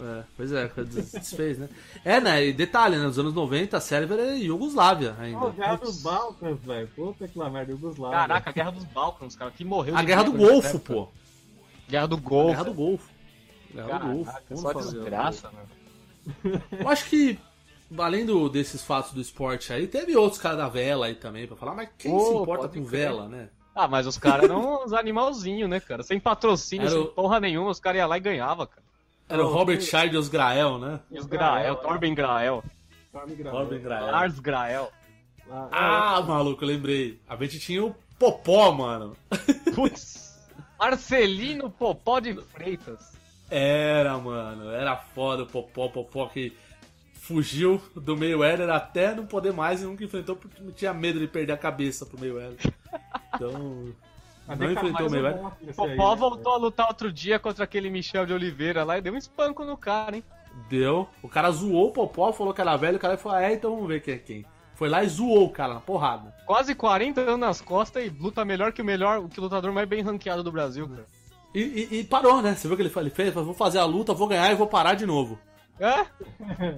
S1: É, pois é, des- desfez, né? É, né? E detalhe, né? Nos anos 90, a Sérvia era Iugoslávia ainda.
S3: Ó, Guerra
S1: Putz.
S3: dos Balcãs, velho. Puta que lá, merda, Yugoslávia.
S2: Caraca, a Guerra dos Balcãs, cara. Que morreu
S1: A
S2: de
S1: Guerra do
S2: medo nessa
S1: Golfo,
S2: época.
S1: pô.
S2: Guerra do
S1: A
S2: Golfo.
S1: Guerra do Golfo. Guerra do Golfo.
S2: Caraca,
S1: vamos
S2: só
S1: fazer.
S2: desgraça, né? mano.
S1: Eu acho que, além do- desses fatos do esporte aí, teve outros caras da vela aí também pra falar, mas quem
S2: Pô,
S1: se importa
S2: pode
S1: com
S2: crer.
S1: vela, né?
S2: Ah, mas os caras eram uns animalzinhos, né, cara? Sem patrocínio,
S1: Era
S2: sem
S1: o-
S2: porra nenhuma, os caras iam lá e ganhavam, cara.
S1: Era o Robert Scheider e os Grael, né?
S3: é,
S1: É.
S2: E os Grael, Torben Grael.
S3: Storm Graal.
S1: Corbin Grael.
S2: Lars Grael.
S3: Ah,
S1: Ah, maluco, eu lembrei. A gente tinha o Popó, mano.
S2: Putz. Marcelino Popó de Freitas.
S1: Era, mano. Era foda o Popó. Popó que fugiu do meio Heller até não poder mais e nunca enfrentou porque tinha medo de perder a cabeça pro meio Heller. Então.
S3: a
S1: não
S3: Deca
S1: enfrentou o
S3: Miles é
S1: meio Heller.
S3: bom atriz aí,
S2: Popó
S3: né?
S2: voltou a lutar outro dia contra aquele Michel de Oliveira lá e deu um espanco no cara, hein?
S1: Deu. O cara zoou o Popó, falou que era velho. O cara falou: É, então vamos ver quem é quem. Foi lá e zoou o cara na porrada.
S2: Quase 40 anos nas costas e luta melhor que o melhor, o que o lutador mais bem ranqueado do Brasil, cara.
S1: E, e- e parou, né? Você viu o que ele fa- ele fez? Ele falou, vou fazer a luta, vou ganhar e vou parar de novo.
S2: É?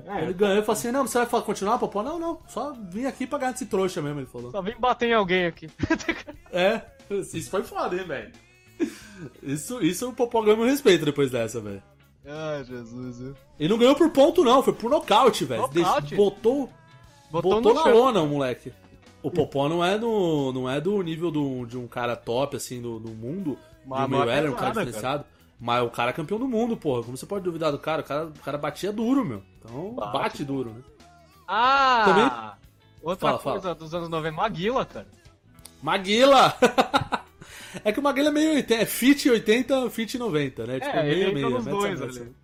S1: Aí Ele ganhou e falou assim: Não, você vai fa- continuar, Popó? Não, não, só vim aqui pra ganhar esse trouxa mesmo. Ele falou:
S2: Só vim bater em alguém aqui.
S1: É, isso foi foda, hein, velho. Isso, isso o Popó ganhou meu respeito depois dessa, velho.
S7: Ai, Ah, Jesus, viu?
S1: E não ganhou por ponto, não, foi por nocaute, velho.
S2: Nocaute?
S1: Deixou- Botou, botou,
S2: no
S1: na
S2: chão.
S1: lona o moleque. O Popó não é do, não é do nível do, de um cara top, assim, do, do mundo.
S2: Mas-
S1: do Mayweather,
S2: mas é
S1: um cara
S2: pesada,
S1: diferenciado. Mas o cara é campeão do mundo, porra. Como você pode duvidar do cara? O cara, o cara batia duro, meu. Então, bate, duro, né?
S2: Ah! Outra
S1: Fala,
S2: coisa dos anos 90, Maguila, cara.
S1: Maguila! é que o Maguila é meio 80, é fit 80, fit 90, né? Tipo,
S2: É, ele
S1: meio
S2: entra
S1: meio.
S2: nos
S1: né? Essa
S2: dois
S1: merda,
S2: ali.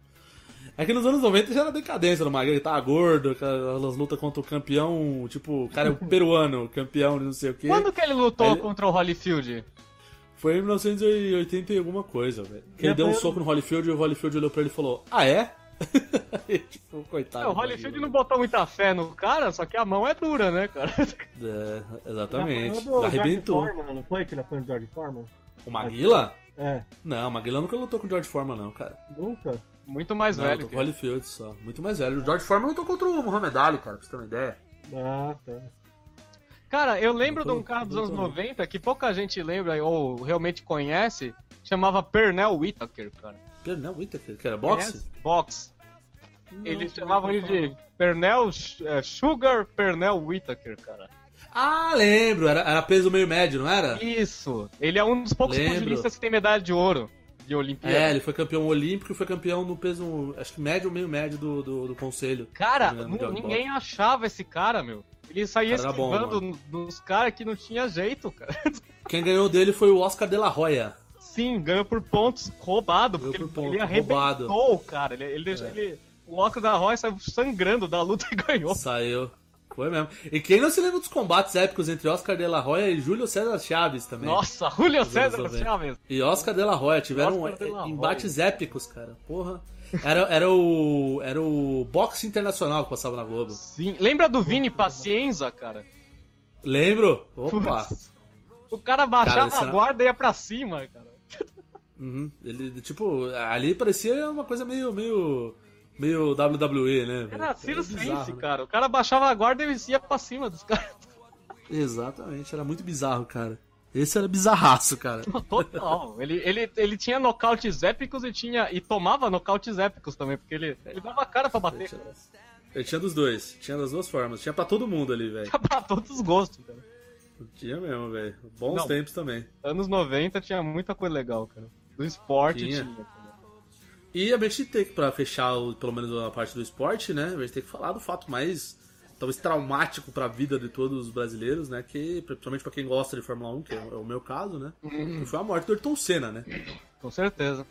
S1: É que nos anos 90 já era decadência do Maguila, ele tava gordo, aquelas lutas contra o campeão, tipo, o cara é o peruano, campeão de não sei o quê.
S2: Quando que ele lutou
S1: Ele-
S2: contra o Holyfield?
S1: Foi em 1980 e alguma coisa, velho. Que Ele
S3: Já
S1: deu um
S3: foi-
S1: soco no Holyfield e o Holyfield olhou pra ele e falou, ah é? E, tipo, coitado.
S2: É, o
S1: do
S2: Holyfield não
S1: Maguila.
S2: botou muita fé no cara, só que a mão é dura, né, cara?
S1: É,
S3: Ele
S1: exatamente.
S3: apanhou do
S1: Arrebentou.
S3: George Foreman, não foi que ele apanhou do George Foreman?
S1: O Maguila?
S3: É,
S1: Não, o Maguila nunca lutou com o George Foreman, não, cara.
S3: nunca.
S2: Muito mais
S1: Não,
S2: velho.
S1: tô com
S2: que
S1: o Holyfield só. Muito mais velho. O George Foreman lutou contra o Muhammad Ali, cara, pra você ter uma ideia.
S3: Ah, tá.
S2: Cara, eu lembro de um
S1: Muito-
S2: cara dos
S1: muito
S2: anos
S1: bom.
S2: 90 que pouca gente lembra ou realmente conhece, chamava Pernell Whitaker, cara.
S1: Pera, Não, Whittaker, que era boxe?
S2: Conhece? Boxe. Eles
S1: Nossa,
S2: chamavam
S1: não
S2: ele de Pernell eh, Sugar Pernell Whitaker, cara.
S1: Ah, lembro. Era, era peso meio médio, não era?
S2: Isso. Ele é um dos poucos
S1: Lembro.
S2: pugilistas que tem medalha de ouro de Olimpíada.
S1: É, ele foi campeão olímpico e foi campeão no peso, acho que médio ou meio médio do, do, do conselho.
S2: Cara,
S1: Não,
S2: nu-
S1: não,
S2: ninguém achava esse cara, meu. Ele saía
S1: O é cara era bom,
S2: esquivando dos caras que não tinha jeito, cara.
S1: Quem ganhou dele foi o Oscar de la Hoya.
S2: Sim, ganhou por pontos roubado,
S1: Ganhou
S2: porque
S1: por
S2: ele,
S1: ponto,
S2: ele arrebentou,
S1: roubado. É.
S2: cara. Ele, ele deixou ele. O óculos da Roy saiu sangrando da luta e ganhou.
S1: Saiu. Foi mesmo. E quem não se lembra dos combates épicos entre Oscar de la Hoya e Júlio César Chaves também?
S2: Nossa, Julio
S1: anos
S2: César
S1: 90.
S2: Chaves.
S1: E Oscar de la Hoya tiveram
S2: Oscar de la Hoya.
S1: embates épicos, cara. Porra. Era, era o era o boxe internacional que passava na Globo.
S2: Sim. Lembra do Vini Pacienza, cara?
S1: Lembro? Opa.
S2: Putz. O cara baixava
S1: Cara, esse
S2: a
S1: era-
S2: guarda e ia pra cima, cara.
S1: Uhum. Ele tipo, ali parecia uma coisa meio meio meio WWE, né? velho?
S2: Era Ciro Sense,
S1: bizarro, né?
S2: cara. O cara baixava a guarda e ia pra cima dos caras.
S1: Exatamente, era muito bizarro, cara. Esse era bizarraço, cara.
S2: Total. ele, ele, ele tinha nocautes épicos e tinha. E tomava nocautes épicos também, porque ele, ele dava a cara pra bater. cara.
S1: Eu tinha dos dois, tinha das duas formas, tinha pra todo mundo ali, velho.
S2: pra todos os gostos, cara.
S1: Tinha mesmo, velho. Bons
S2: Não.
S1: tempos também.
S2: Anos 90 tinha muita coisa legal, cara. Do esporte
S1: Tinha.
S2: tinha.
S1: E a gente tem que, pra fechar o- pelo menos a parte do esporte, né? A gente tem que falar do fato mais, talvez, traumático pra vida de todos os brasileiros, né? Que, principalmente pra quem gosta de Fórmula 1, que é o é o meu caso, né? Que foi a morte do Ayrton Senna, né?
S2: Com certeza.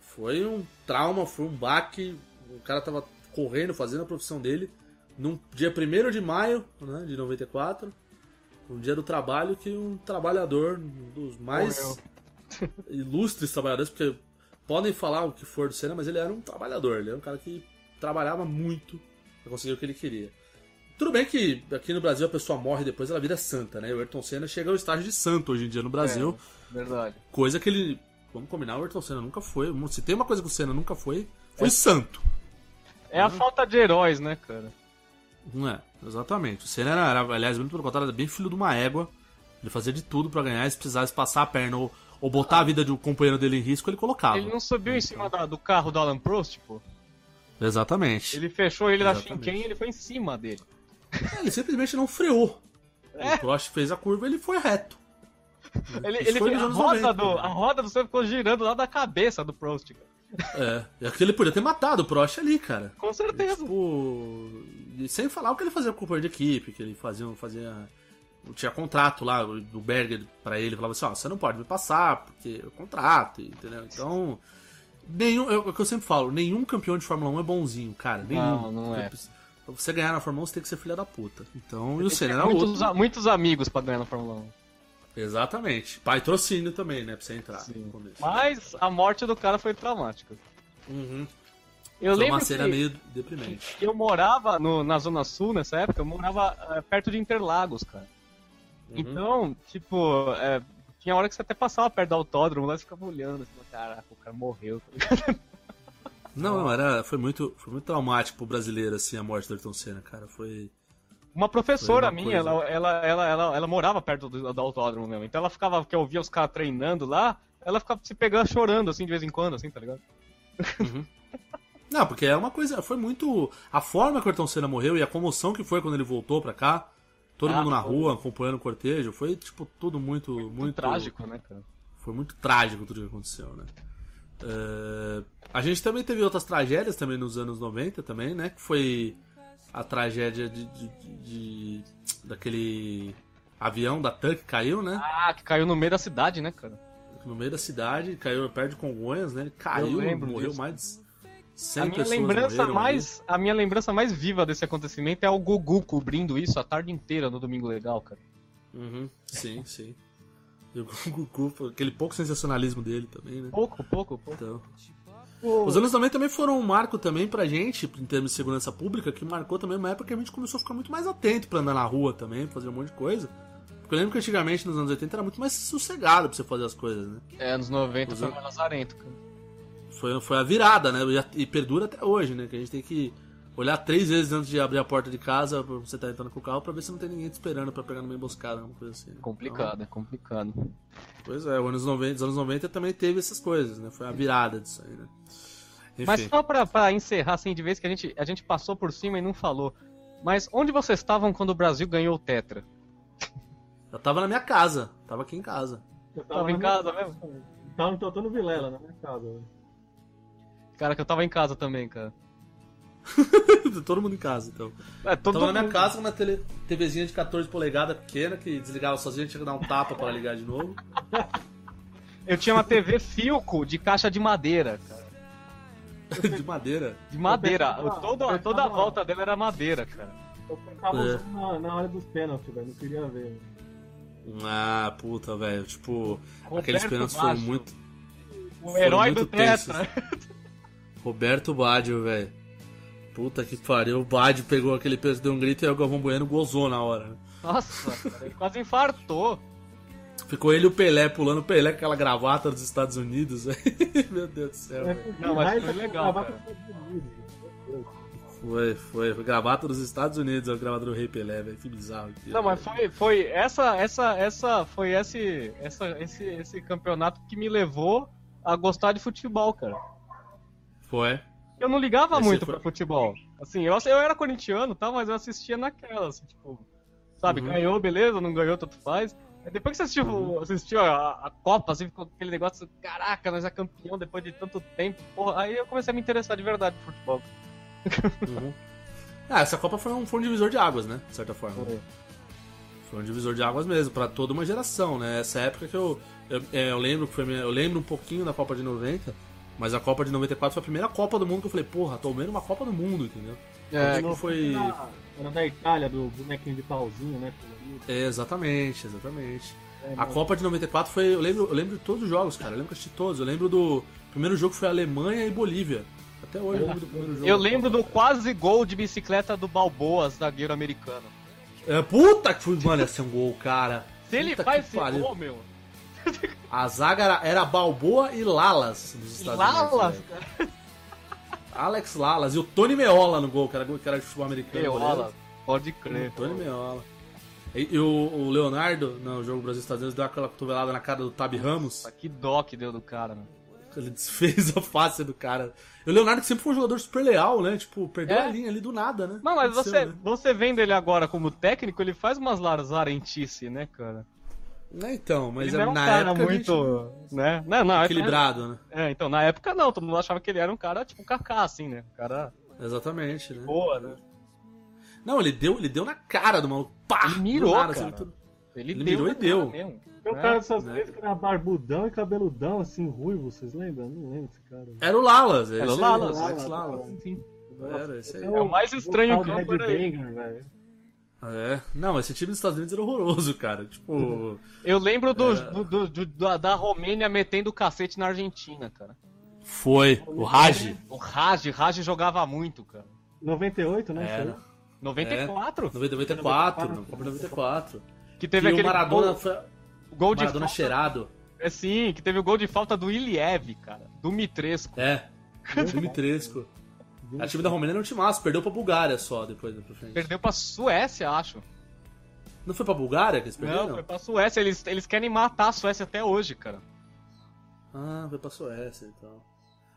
S1: Foi um trauma, foi um baque. O cara tava correndo, fazendo a profissão dele. Num dia 1 de maio né, de 94, um dia do trabalho, que um trabalhador, um dos mais
S2: Morreu.
S1: ilustres trabalhadores, porque podem falar o que for do Senna, mas ele era um trabalhador, ele era um cara que trabalhava muito pra conseguir o que ele queria. Tudo bem que aqui no Brasil a pessoa morre depois ela vira santa, né? E O Ayrton Senna chega ao estágio de santo hoje em dia no
S2: É.
S1: Brasil.
S2: Verdade.
S1: Coisa que ele. Vamos combinar, o Ayrton Senna nunca foi. Se tem uma coisa que o Senna nunca foi, foi santo.
S2: É a falta de heróis, né, cara?
S1: Não é, exatamente. O Senna era, era, aliás, muito pelo contrário, era bem filho de uma égua. Ele fazia de tudo pra ganhar, e se precisasse passar a perna ou, ou botar a vida do companheiro dele em risco, ele colocava.
S2: Ele não subiu em cima da- do carro do Alan Prost, pô.
S1: Exatamente. Ele...
S2: Ele fechou ele da
S1: Exatamente.
S2: Shinken e ele foi em cima dele.
S1: É, simplesmente não freou.
S2: É.
S1: O Prost fez a curva e ele foi reto.
S2: Ele,
S1: Isso
S2: ele
S1: foi nos
S2: fez a
S1: anos
S2: roda,
S1: 90,
S2: do,
S1: né?
S2: a roda do Senna ficou girando lá da cabeça do Prost, cara.
S1: É. É que ele podia ter matado o Prost ali, cara.
S2: Com certeza.
S1: Tipo, E sem falar o que ele fazia com o companheiro de equipe, que ele fazia. um, fazia tinha contrato lá do Berger pra ele, falava assim: ó, você não pode me passar, porque é contrato, entendeu? Então. Nenhum, é o que eu sempre falo, nenhum campeão de Fórmula 1 é bonzinho, cara. Nenhum.
S2: Não, não é.
S1: Pra você ganhar na Fórmula 1, você tem que ser filha da puta. Então, e o Senna
S2: Tem
S1: era outro.
S2: muitos, a- muitos amigos pra ganhar na Fórmula 1.
S1: Exatamente. Patrocínio também, né? Pra você entrar
S2: Sim.
S1: no começo.
S2: Mas a morte do cara foi traumática.
S1: Uhum.
S2: Eu
S1: Foi uma
S2: lembro
S1: cena
S2: que
S1: meio deprimente.
S2: eu morava no- na Zona Sul nessa época, eu morava eh, perto de Interlagos, cara.
S1: Uhum.
S2: Então, tipo, eh, tinha hora que você até passava perto do autódromo, lá você ficava olhando, assim, caraca, o cara morreu. tá ligado?
S1: Não, não, era, foi, muito, foi muito traumático pro brasileiro, assim, a morte do Ayrton Senna, cara. Foi.
S2: Uma professora
S1: Foi uma
S2: minha,
S1: coisa.
S2: ela, ela, ela, ela, ela morava perto do, do autódromo mesmo, então ela ficava, que eu via os caras treinando lá, ela ficava se pegando chorando, assim, de vez em quando, assim, tá ligado?
S1: Não, porque é uma coisa. Foi muito. A forma que o Ayrton Senna morreu e a comoção que foi quando ele voltou pra cá. Todo
S2: Ah,
S1: mundo na
S2: foi.
S1: rua, acompanhando o cortejo. Foi, tipo, tudo muito. Muito,
S2: Muito trágico, né, cara?
S1: Foi muito trágico tudo que aconteceu, né? É, A gente também teve outras tragédias também nos anos 90 também, né? Que foi a tragédia de, de- de- de- daquele avião da TAM que caiu, né?
S2: Ah, que caiu no meio da cidade, né, cara?
S1: No meio da cidade, caiu perto de Congonhas, né? Ele caiu,
S2: Eu lembro
S1: morreu
S2: disso.
S1: mais de 100
S2: A minha
S1: pessoas
S2: lembrança
S1: morreram,
S2: mais, a minha lembrança mais viva desse acontecimento é o Gugu cobrindo isso a tarde inteira no Domingo Legal, cara.
S1: né? Uhum, sim, sim. E o Gugu, aquele pouco sensacionalismo dele também, né?
S2: Pouco, pouco, pouco.
S1: Então. Os anos 90 também foram um marco também pra gente, em termos de segurança pública, que marcou também uma época que a gente começou a ficar muito mais atento pra andar na rua também, fazer um monte de coisa. Porque eu lembro que antigamente, nos anos 80, era muito mais sossegado pra você fazer as coisas, né?
S2: É, anos 90
S1: Os
S2: foi
S1: an-
S2: mais lazarento, cara.
S1: Foi, foi a virada, né? E a- E perdura até hoje, né? Que a gente tem que olhar três vezes antes de abrir a porta de casa, pra você tá entrando com o carro, pra ver se não tem ninguém te esperando pra pegar numa emboscada, alguma coisa assim. né?
S2: Complicado, é complicado.
S1: Então, pois é, os anos 90, os anos 90 também teve essas coisas, né? Foi a virada disso aí, né? Enfim.
S2: Mas só pra, pra encerrar assim de vez que a gente, a gente passou por cima e não falou. Mas onde vocês estavam quando o Brasil ganhou o Tetra?
S1: Eu tava na minha casa, tava aqui em casa.
S3: Eu
S2: Tava em
S3: na minha-
S2: casa mesmo?
S3: Tava no Totó no Vilela, na minha casa. velho.
S2: Cara, que eu tava em casa também, cara.
S1: Todo mundo em casa, então.
S2: É, todo
S1: tava na minha
S2: mundo-
S1: casa com uma tele... TVzinha de 14 polegadas pequena, que desligava sozinha, tinha que dar um tapa pra ligar de novo.
S2: Eu tinha uma TV Filco de caixa de madeira, cara.
S1: de madeira.
S2: De madeira.
S3: Eu pensava-
S2: Toda,
S1: "Ah,
S3: eu
S2: toda a
S3: pensava-
S2: volta dela era madeira, cara.
S3: Eu tava
S1: É.
S3: na, na hora dos pênaltis, velho. Não queria ver. velho.
S1: Ah, puta, velho. Tipo,
S2: Roberto
S1: aqueles pênaltis
S2: Baggio,
S1: foram muito.
S2: O herói
S1: muito
S2: do
S1: tensos.
S2: Tetra.
S1: Roberto Badio, velho. Puta que pariu. O Badio pegou aquele peso, deu um grito e aí o Galvão Bueno gozou na hora. né?
S2: Nossa, cara, ele quase infartou.
S1: Ficou ele e o Pelé pulando o Pelé com aquela gravata dos Estados Unidos, velho. Meu Deus do céu, velho.
S2: Não, mas foi legal, cara.
S3: né?
S1: Foi, foi. Foi gravata dos Estados Unidos, a gravata do Rei Pelé, velho. Que bizarro. aquilo,
S2: Não, mas
S1: velho.
S2: foi, foi essa, essa, essa, foi esse, essa, esse, esse campeonato que me levou a gostar de futebol, cara.
S1: Foi.
S2: Eu não ligava
S1: Esse
S2: muito
S1: foi-
S2: pra futebol. Assim, eu, eu era corintiano, tá? Mas eu assistia naquela, assim, tipo, sabe?
S1: Uhum.
S2: Ganhou, beleza? Não ganhou, tanto faz. Aí depois que você assistiu, assistiu a, a Copa, assim, ficou aquele negócio, caraca, nós é campeão depois de tanto tempo. Porra, aí eu comecei a me interessar de verdade por futebol.
S1: Ah, essa Copa foi um, foi um divisor de águas, né? De certa forma. Foi. um divisor de águas mesmo, pra toda uma geração, né? Essa época que eu. Eu, é, eu lembro que foi minha- Eu lembro um pouquinho da Copa de 90, mas a Copa de 94 foi a primeira Copa do Mundo que eu falei, porra, tô vendo uma Copa do Mundo, entendeu?
S2: É,
S1: Não foi.
S3: Era, era da Itália, do bonequinho de pauzinho, né? colorido.
S1: É, exatamente, exatamente.
S3: É,
S1: A
S3: mas-
S1: Copa de 94 foi. Eu lembro, eu lembro de todos os jogos, cara. Eu lembro que eu assisti todos. Eu lembro do. O primeiro jogo foi Alemanha e Bolívia. Até hoje eu lembro do primeiro jogo.
S2: Eu
S1: da
S2: lembro
S1: Copa.
S2: do quase gol de bicicleta do Balboa, zagueiro americano.
S1: É, puta que fui, mano, ia ser um gol, cara.
S2: Se ele
S1: Puta que
S2: faz esse
S1: pariu.
S2: gol, meu,
S1: A zaga era, era Balboa e Lalas dos Estados Unidos.
S2: Lalas,
S1: velho.
S2: cara.
S1: Alex Lalas e o Tony Meola no gol, que era, gol- que era de futebol americano.
S2: Viola, pode
S1: goleiro.
S2: crer.
S1: Tony Meola. E, e o, o Leonardo, no jogo Brasil-Estados Unidos, deu aquela cotovelada na cara do Tabi Ramos.
S2: Nossa, Que dó que deu do cara, mano.
S1: Ele desfez a face do cara. E o Leonardo que sempre foi um jogador super leal, né? Tipo, perdeu
S2: É.
S1: a linha ali do nada, né?
S2: Não, mas
S1: Aconteceu,
S2: você,
S1: né?
S2: você vendo ele agora como técnico, ele faz umas lazarentice, né, cara?
S1: Né, então, mas
S2: ele não é um
S1: na
S2: cara
S1: época a gente-
S2: muito. Né? Não, na época,
S1: equilibrado, né?
S2: é, então, na época não, todo mundo achava que ele era um cara tipo um Kaká, assim, né? Um cara
S1: Exatamente, né?
S2: boa, né?
S1: Não, ele deu, ele deu na cara do maluco. Pá!
S2: Ele mirou,
S1: do
S2: cara.
S1: assim, tudo-
S2: Ele,
S1: Ele
S2: deu
S1: mirou
S2: na
S1: e
S2: cara
S1: deu.
S2: mesmo.
S3: Tem um
S2: É,
S3: cara dessas
S1: né?
S3: vezes que era barbudão e cabeludão, assim, ruivo, vocês lembram? Não lembro esse cara.
S1: Era o Lalas. esse
S2: Era o
S1: aí,
S2: Lalas,
S1: o Alex Lalas.
S2: É né? Sim, sim.
S1: Era, esse aí.
S2: É o mais estranho que
S3: que
S2: eu peraí.
S3: velho.
S1: É. Não, esse time dos Estados Unidos era horroroso, cara. Tipo.
S2: Eu lembro do,
S1: É.
S2: do- do- do- da, da Romênia metendo o cacete na Argentina, cara.
S1: Foi. O Raj.
S2: O Raj, Raj jogava muito, cara.
S1: É.
S3: 98, né?
S1: Era.
S3: Isso aí?
S2: 94,
S1: 94, no Copa 94.
S2: que teve
S1: Teve que
S2: aquele
S1: o Maradona,
S2: gol,
S1: foi,
S2: gol de
S1: Maradona
S2: falta,
S1: cheirado.
S2: é, sim, que teve o gol de falta do Iliev, cara, do Mitresco.
S1: É. Time tresco. O time da Romênia era um time massa, perdeu pra Bulgária só depois né, pra frente.
S2: Perdeu pra Suécia, acho.
S1: Não foi pra Bulgária que eles
S2: Não,
S1: perderam?
S2: foi pra Suécia, eles, eles querem matar a Suécia até hoje, cara.
S1: Ah, foi pra Suécia então.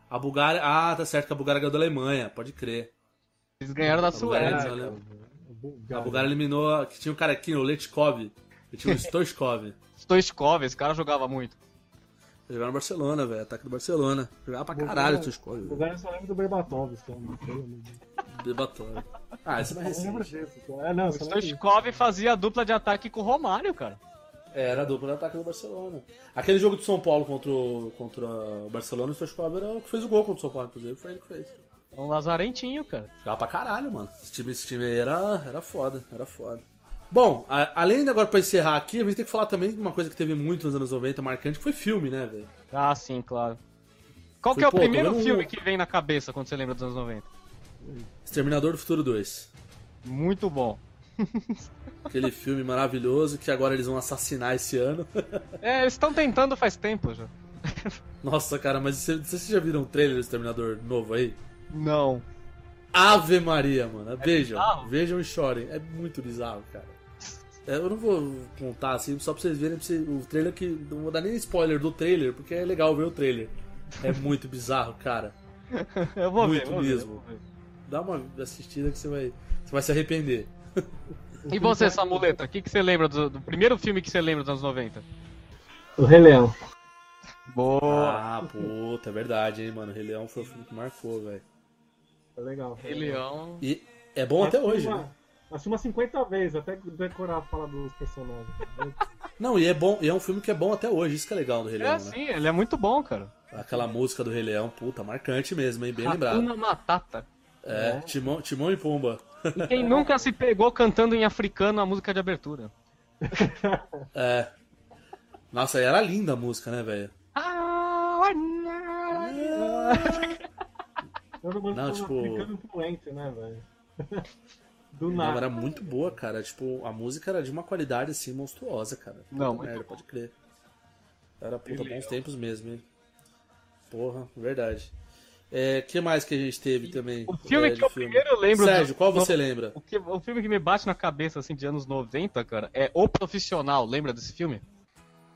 S1: A Bulgária. Ah, tá certo que a Bulgária ganhou da Alemanha, pode crer.
S2: Eles ganharam da
S1: A Bulgária,
S2: Suécia.
S1: eles- a
S3: Bulgária.
S1: Bulgária eliminou. a- Que tinha um cara aqui, o Letkov. Que tinha o Stoichkov.
S2: Stoichkov, esse cara jogava muito.
S1: Jogaram no Barcelona, velho. Ataque do Barcelona. Jogava pra
S3: Bulgária-
S2: é
S1: caralho o
S2: um-
S1: Stoichkov. velho.
S3: Bulgária só lembra do Berbatov, só. não sei, eu não-
S1: Debatório. Ah, esse é mais
S3: Eu lembro
S1: recente.
S3: disso. só. É, não,
S2: O
S1: Tá
S3: só lembro disso.
S2: Stoichkov fazia a dupla de ataque com o Romário, cara.
S1: É, Era a dupla de ataque do Barcelona. Aquele jogo do São Paulo contra o, contra o Barcelona, o Stoichkov era o que fez o gol contra o São Paulo, inclusive. Foi ele que fez.
S2: É um lazarentinho, cara.
S1: Jogava pra caralho, mano. Esse time, esse time aí era, era foda, era foda. Bom, a- além de agora pra encerrar aqui, a gente tem que falar também de uma coisa que teve muito nos anos 90, marcante, que foi filme, né, velho?
S2: Ah, sim, claro. Qual
S1: Foi,
S2: que é o
S1: pô, tô
S2: primeiro
S1: vendo um-
S2: filme que vem na cabeça quando você lembra dos anos 90?
S1: Exterminador do Futuro 2.
S2: Muito bom.
S1: Aquele filme maravilhoso que agora eles vão assassinar esse ano.
S2: É, eles estão tentando faz tempo já.
S1: Nossa, cara, mas você- vocês já viram um trailer do Exterminador novo aí?
S2: Não.
S1: Ave Maria, mano. Vejam.
S2: É bizarro?
S1: vejam e chorem. É muito bizarro, cara. É, Eu não vou contar assim, só pra vocês verem pra vocês- o trailer que. Não vou dar nem spoiler do trailer, porque é legal ver o trailer. É muito bizarro, cara.
S2: Eu vou
S1: Muito
S2: ver. vou ver,
S1: mesmo.
S2: vou ver.
S1: Dá uma assistida que você vai. Você vai se arrepender.
S2: E você, Samuleta, o que, que você lembra do, do primeiro filme que você lembra dos anos 90?
S3: O Rei Leão.
S2: Boa.
S1: Ah, puta, é verdade, hein, mano. Rei Leão foi o filme que marcou, velho.
S3: Tá legal.
S2: Rei Leão.
S1: E é bom até hoje, né?
S3: Assisti umas 50 vezes, até decorar a fala dos personagens.
S1: Não, e é bom, e é um filme que é bom até hoje, isso que é legal do Rei
S2: É,
S1: Leão, né?
S2: sim, ele é muito bom, cara.
S1: Aquela música do Rei Leão, puta, marcante mesmo, hein? Bem
S2: Ah,
S1: lembrado.
S2: Hakuna Matata.
S1: É, Timão, Timão e Pumba.
S2: E quem nunca se pegou cantando em africano a música de abertura?
S1: É. Nossa, era linda a música, né, velho?
S3: Todo mundo
S1: Não,
S3: ficou
S1: tipo-
S3: ficando influente, né, velho? Do
S1: Não,
S3: nada.
S1: era muito boa, cara. Tipo, a música era de uma qualidade assim monstruosa, cara. Puta
S2: Não, muito
S1: merda, pode crer. Era puta bons tempos mesmo, hein? Porra, verdade. É, que mais que a gente teve também?
S2: O filme
S1: é, de
S2: que eu primeiro lembro
S1: Sérgio,
S2: do-
S1: qual você lembra?
S2: O, que- o filme que me bate na cabeça, assim, de anos 90, cara, é O Profissional. Lembra desse filme?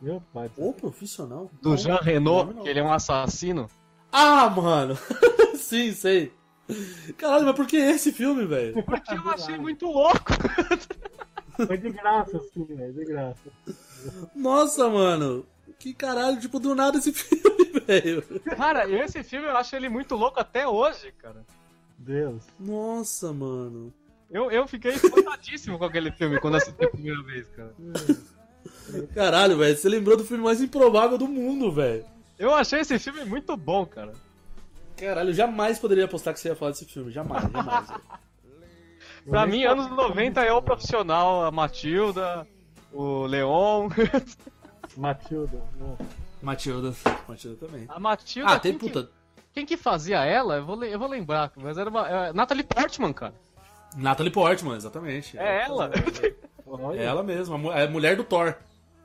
S3: Meu pai.
S1: O profissional?
S2: Do
S1: Não,
S2: Jean
S1: não,
S2: Reno,
S1: não.
S2: que ele é um assassino.
S1: Ah, mano! Sim, sei. Caralho, mas por que esse filme, velho?
S2: Porque eu achei muito louco.
S3: Foi de graça, assim, velho, de graça.
S1: Nossa, mano! Que caralho, tipo, do nada esse filme, velho.
S2: Cara, e esse filme eu acho ele muito louco até hoje, cara.
S3: Deus.
S1: Nossa, mano.
S2: Eu, eu fiquei espantadíssimo com aquele filme quando assisti a primeira vez, cara.
S1: Caralho, velho. Você lembrou do filme mais improvável do mundo, velho.
S2: Eu achei esse filme muito bom, cara.
S1: Caralho, eu jamais poderia apostar que você ia falar desse filme. Jamais, jamais. velho.
S2: Pra mim, anos 90 é o profissional, a Matilda, o Leon.
S3: Matilda. né? não.
S1: Matilda. Matilda também.
S2: A Matilda.
S1: Ah, tem
S2: quem que-
S1: puta.
S2: Quem que fazia ela, eu vou, le- eu vou lembrar, mas era uma. é, Natalie Portman, cara.
S1: Natalie Portman, exatamente.
S2: É ela.
S3: Olha,
S1: É ela mesma. a mu- É a mulher do Thor.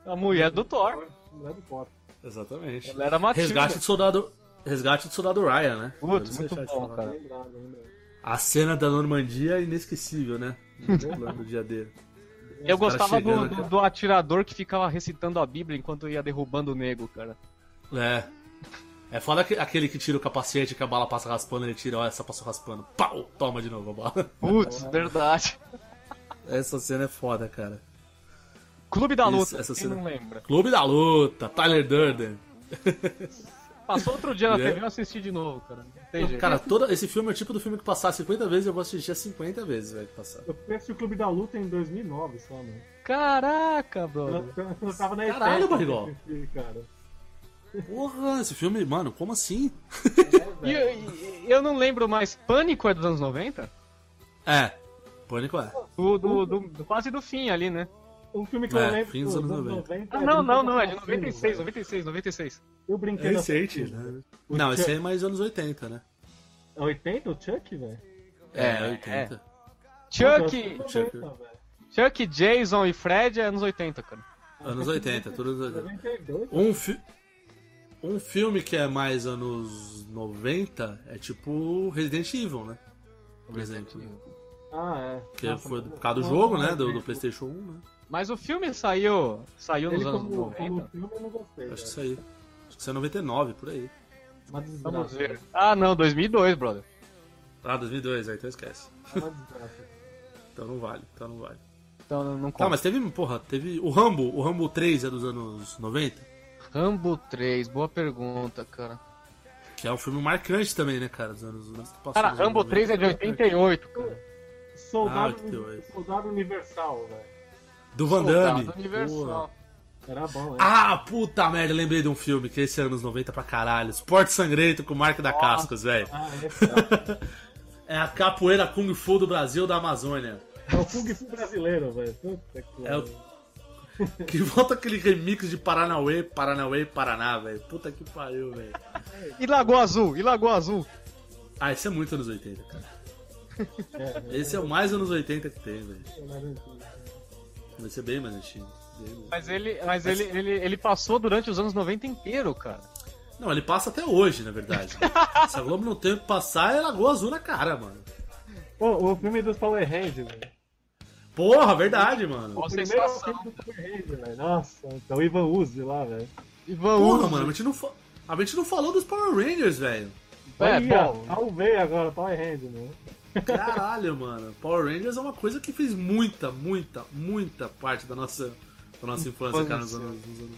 S2: A mulher do Thor.
S1: É.
S3: mulher do Potter.
S1: Exatamente.
S2: Ela é era a Matilda.
S1: Resgate do soldado. Resgate do soldado Ryan, né?
S2: Putz,
S1: Não sei
S2: muito
S1: deixar de
S2: bom,
S1: falar.
S2: cara.
S3: Lembrado, lembrado.
S1: A cena da Normandia é inesquecível, né? Lembrando do dia dele.
S2: Eu
S1: Os caras
S2: gostava do,
S1: chegando,
S2: do,
S1: cara.
S2: do atirador que ficava recitando a Bíblia enquanto ia derrubando o nego, cara.
S1: É. É foda que- aquele que tira o capacete que a bala passa raspando, ele tira, ó, essa passou raspando. Pau! Toma de novo a bala.
S2: Putz,
S1: É.
S2: verdade.
S1: Essa cena é foda, cara.
S2: Clube da
S1: Isso,
S2: Luta,
S1: essa
S2: quem
S1: cena.
S2: não lembra?
S1: Clube da Luta, Tyler Durden.
S2: Passou outro dia na
S1: É.
S2: TV, eu assisti de novo, cara. Não tem jeito.
S1: Cara, todo, esse filme é o tipo do filme que passar 50 vezes, eu vou assistir 50 vezes, velho, que passar.
S3: Eu conheci o Clube da Luta em 2009 só, né? mano.
S2: Caraca, brother.
S3: Eu, eu, eu tava na
S1: Caralho,
S3: ETEC,
S1: Barrigol.
S3: esse filme, cara.
S1: Porra, esse filme, mano, como assim?
S2: E eu, e- eu não lembro mais. Pânico é dos anos 90?
S1: É, Pânico é.
S2: Do, do, do- do- quase do fim ali, né?
S3: Um filme que
S1: É,
S3: eu lembro
S1: fim dos anos 90.
S2: Ah, não, não, não. É de
S3: Assassino,
S2: 96,
S3: velho.
S2: 96, 96.
S3: Eu brinquei na Assassino.
S1: né? Não, esse aí é mais anos 80, né?
S3: É 80 o Chuck, velho?
S1: É, 80.
S2: Chuck,
S1: Chuck.
S3: Chuck. é velho.
S2: Chuck, Jason e Fred é anos 80, cara.
S1: Anos 80, tudo anos 80.
S3: 92,
S1: Um, fi- um filme que é mais anos 90 é tipo Resident Evil, né? Por exemplo. né?
S3: Ah, é.
S1: Que
S3: Nossa,
S1: foi
S3: mas- é
S1: por causa do jogo, né? Do, do PlayStation 1, né?
S2: Mas o filme saiu, saiu
S3: Ele
S2: nos anos
S3: como,
S2: 90.
S3: como filme eu não gostei.
S1: Acho que isso aí. Acho que isso é 99, por aí.
S3: velho. Uma desgraça.
S2: Vamos ver. Ah, não, 2002, brother.
S1: Ah, 2002, aí então esquece.
S3: Uma desgraça.
S1: Então não vale, então não vale.
S2: Então não, não
S1: Tá,
S2: conta.
S1: mas teve, porra, teve o Rambo, o Rambo 3 é dos anos 90,
S2: Rambo 3, boa pergunta, cara.
S1: que é um filme marcante também, né, cara, dos anos anos que passou né,
S2: Cara,
S1: dos anos
S2: Rambo
S1: 90.
S2: 3 é de 88, cara.
S3: Soldado,
S1: Ah, 88.
S3: Soldado Universal, velho.
S1: Do Van
S2: Soldado
S1: Damme.
S2: Universal.
S1: porra.
S3: Era bom, né?
S1: Ah, puta merda, lembrei de um filme que esse é anos 90 pra caralho. Esporte Sangrento com Marca da Cascos, velho.
S3: Ah, esse é,
S1: É a capoeira Kung Fu do Brasil da Amazônia.
S3: é o Kung Fu brasileiro, velho. Puta que
S1: É o-
S3: pariu.
S1: Que volta aquele remix de Paranauê, Paranauê, Paraná, velho. Puta que pariu, velho.
S2: E Lagoa Azul, e Lagoa Azul.
S1: Ah, esse é muito anos 80, cara.
S3: É,
S1: Esse é o mais anos 80 que tem, velho.
S3: é maravilhoso.
S1: Vai ser bem mais antigo. Bem mais-
S2: Mas ele, mas ele, ele, ele passou durante os anos 90 inteiro, cara.
S1: Não, ele passa até hoje, na verdade. Se a Globo não tem o que passar, é Lagoa Azul na cara, mano.
S3: Pô, o filme dos Power Rangers, velho.
S1: Porra, verdade, mano.
S3: O
S2: Nossa,
S3: primeiro é o
S2: sensação.
S3: filme dos Power Rangers, velho. Nossa, então o Ivan Uzi lá, velho.
S2: Ivan
S1: Porra,
S2: Uzi.
S1: mano, a gente não, fa- a gente não falou dos Power Rangers, velho.
S2: É,
S3: Olha,
S2: bom.
S3: ao ver agora, Power Rangers, né?
S1: Caralho, mano. Power Rangers é uma coisa que fez muita, muita, muita parte da nossa, da nossa infância, cara, nos anos. Nos anos...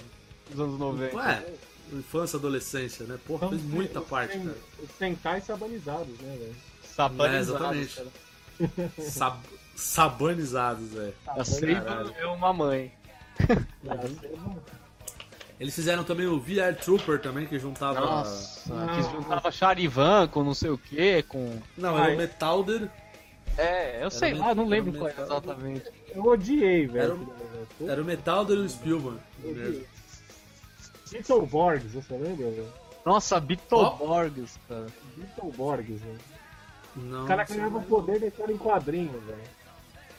S2: Dos anos 90.
S1: Ué, infância, adolescência, né? Porra, fez muita
S3: Os
S1: parte,
S3: sen-
S1: cara.
S3: Os Sentais sabanizados, né, velho?
S2: Sabanizado,
S1: É, exatamente.
S2: cara.
S1: Sab... Sabanizados, é. velho.
S2: A Seiba é uma mãe.
S1: Eles fizeram também o VR Trooper também, que juntava.
S2: Nossa, que juntava Charivan com não sei o que, com...
S1: Não,
S3: Ah,
S1: era
S3: é.
S1: o Metalder.
S2: É, eu sei
S1: me-
S2: lá, não
S1: era
S2: lembro
S1: me-
S2: qual é exatamente.
S3: Eu odiei,
S1: Era
S3: velho.
S1: um-
S3: aquilo, velho. Puta,
S1: Era um o Metalder e o Spielman.
S3: odiei. Beetle Borgs, você lembra, velho?
S2: Nossa, Beetleborgs, cara.
S3: Beetle Borgs, velho.
S1: Não.
S3: né? O cara ganhava o poder de estar em quadrinho, velho.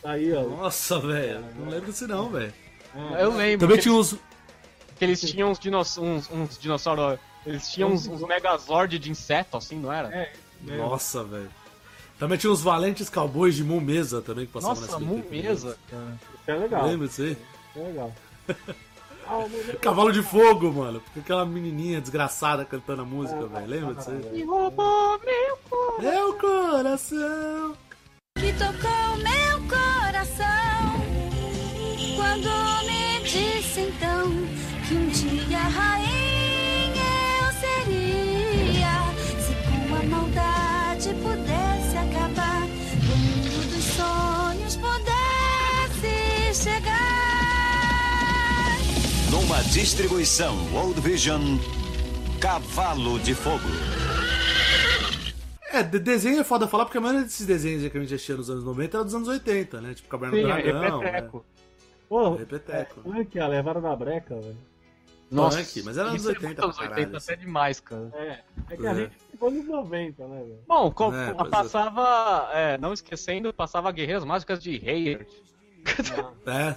S3: Aí, ó.
S1: Nossa, velho. Não lembro disso não, velho.
S2: Eu lembro
S1: Também
S2: que,
S1: tinha um- uns.
S2: que eles tinham uns, dinoss... uns, uns dinossauros... Eles tinham uns, uns Megazord de inseto, assim, não
S1: É.
S2: era?
S1: Nossa, velho. Também tinha uns valentes cowboys de Mumesa também que passavam
S2: Nossa,
S1: SBT.
S2: mumeza, cara.
S3: Isso é legal,
S1: Lembra disso aí?
S3: isso é legal. Ah, o meu
S1: Cavalo de Fogo, mano. Porque aquela menininha desgraçada cantando a música, velho. Lembra disso aí?
S2: Me roubou meu corpo.
S1: Meu coração.
S6: que tocou meu coração. Quando me disse então que um dia rainha eu seria, se com a maldade pudesse acabar, o mundo dos sonhos pudesse chegar.
S9: Numa distribuição Old Vision, Cavalo de Fogo.
S1: É, de- desenho é foda falar porque a maioria desses desenhos aí que a gente assistia nos anos 90 era dos anos 80, né? Tipo Caverna do
S2: Sim, é
S1: Dragão.
S2: Repeteco.
S3: Pô, é,
S1: né? Repeteco.
S3: olha aqui, ó, levaram na breca, velho.
S1: Punk, mas era anos
S2: isso é
S1: 80
S2: muito
S1: pra
S2: anos 80
S1: caralho,
S2: até demais, cara.
S3: É, é que a
S1: É.
S3: gente ficou nos 90, né, velho?
S2: Bom, co-
S1: É,
S2: co-
S1: pois é.
S2: passava, é, não esquecendo, passava Guerreiras Mágicas de Heyer.
S1: É,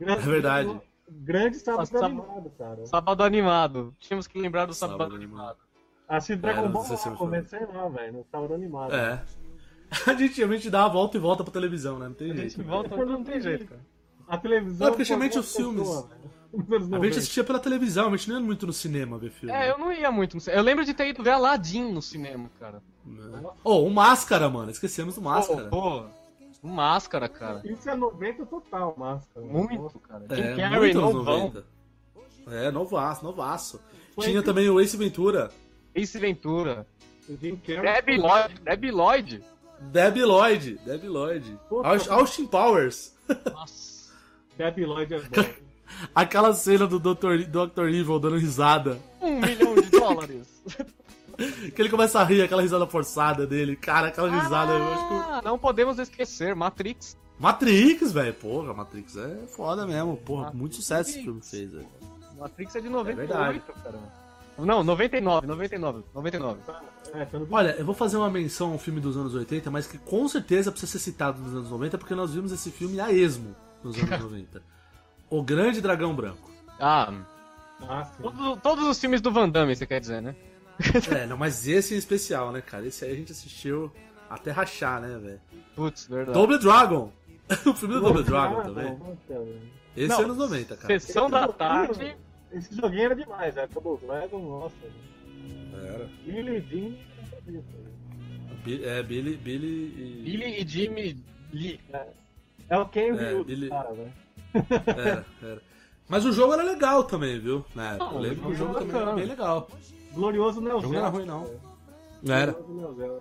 S3: É
S1: verdade.
S3: Ah, Grande sábado
S2: Nossa,
S3: animado, cara.
S2: Sábado Animado. Tínhamos que lembrar do Sábado,
S1: Sábado
S2: Animado.
S3: Assim,
S1: É,
S3: Dragon
S1: não
S3: Ball
S1: sei se
S3: lá,
S1: eu
S3: comecei lá, velho, no sábado animado.
S1: é. A gente realmente dá a volta e volta pra televisão, né? Não tem
S2: A
S1: jeito.
S2: gente volta, mas não tem jeito, cara.
S3: A televisão.
S1: É, porque geralmente
S3: formou
S1: os
S3: a pessoa, velho. Nos anos
S1: A gente
S3: 90.
S1: assistia pela televisão, a gente não ia muito no cinema ver filme. né?
S2: É, eu não ia muito no cinema. Eu lembro de ter ido ver Aladdin no cinema, cara.
S1: né? Oh, o Máscara, mano. Esquecemos do Máscara.
S2: Pô, pô, máscara, cara.
S3: Isso é 90 total, máscara.
S2: Muito, cara. oh, Jim
S1: é,
S2: Carrey,
S1: muito anos
S2: novão.
S1: 90. É, novaço, novaço.
S3: Foi
S1: Tinha
S3: esse-
S1: também o Ace Ventura.
S2: Ace Ventura,
S3: O Jim Carrey.
S2: Deb Lloyd, Deb Lloyd.
S1: Debbie Lloyd, Debbie Lloyd.
S3: Puta.
S1: Aus- Austin Powers.
S2: Nossa.
S3: Debbie Lloyd é bom.
S1: Aquela cena do Dr. Dr. Evil dando risada.
S2: Um milhão de dólares.
S1: Que ele começa a rir, aquela risada forçada dele. Cara, aquela risada. eu acho que-
S2: Ah, não podemos esquecer, Matrix.
S1: Matrix, velho. Porra, Matrix é foda mesmo. Porra, muito sucesso esse filme
S2: Matrix.
S1: fez, velho.
S2: Matrix é de
S1: verdade.
S2: 98, cara. Não, 99, 99, 99.
S3: É, tá no bicho.
S1: Olha, eu vou fazer uma menção a um filme dos anos 80, mas que com certeza precisa ser citado nos anos 90, porque nós vimos esse filme a esmo nos anos 90. O Grande Dragão Branco.
S2: Ah,
S3: Ah, sim.
S2: todos, todos os filmes do Van Damme, você quer dizer, né?
S1: É, não, mas esse em especial, né, cara? Esse aí a gente assistiu até rachar, né, velho?
S2: Putz, verdade.
S1: Double Dragon! o filme do Double Dragon também.
S3: também.
S1: Esse
S2: Não,
S1: é anos 90, cara.
S2: Sessão da tarde.
S3: Esse joguinho era demais, né? Double Dragon, nossa. Billy e Jim.
S1: Bi- É, Billy, Billy e.
S2: Billy e Jimmy Lee.
S3: É o Ken
S1: É,
S3: Ryu,
S1: Billy-
S3: cara, né?
S1: Era, era. Mas o jogo era legal também, viu? Na época.
S2: Não,
S1: eu lembro que
S2: o
S1: o jogo
S2: jogo era
S1: também era
S2: bacana.
S1: bem legal.
S3: Glorioso Neo
S1: O jogo
S3: Geo.
S1: não era ruim, não. Era.
S3: Glorioso Neo Geo.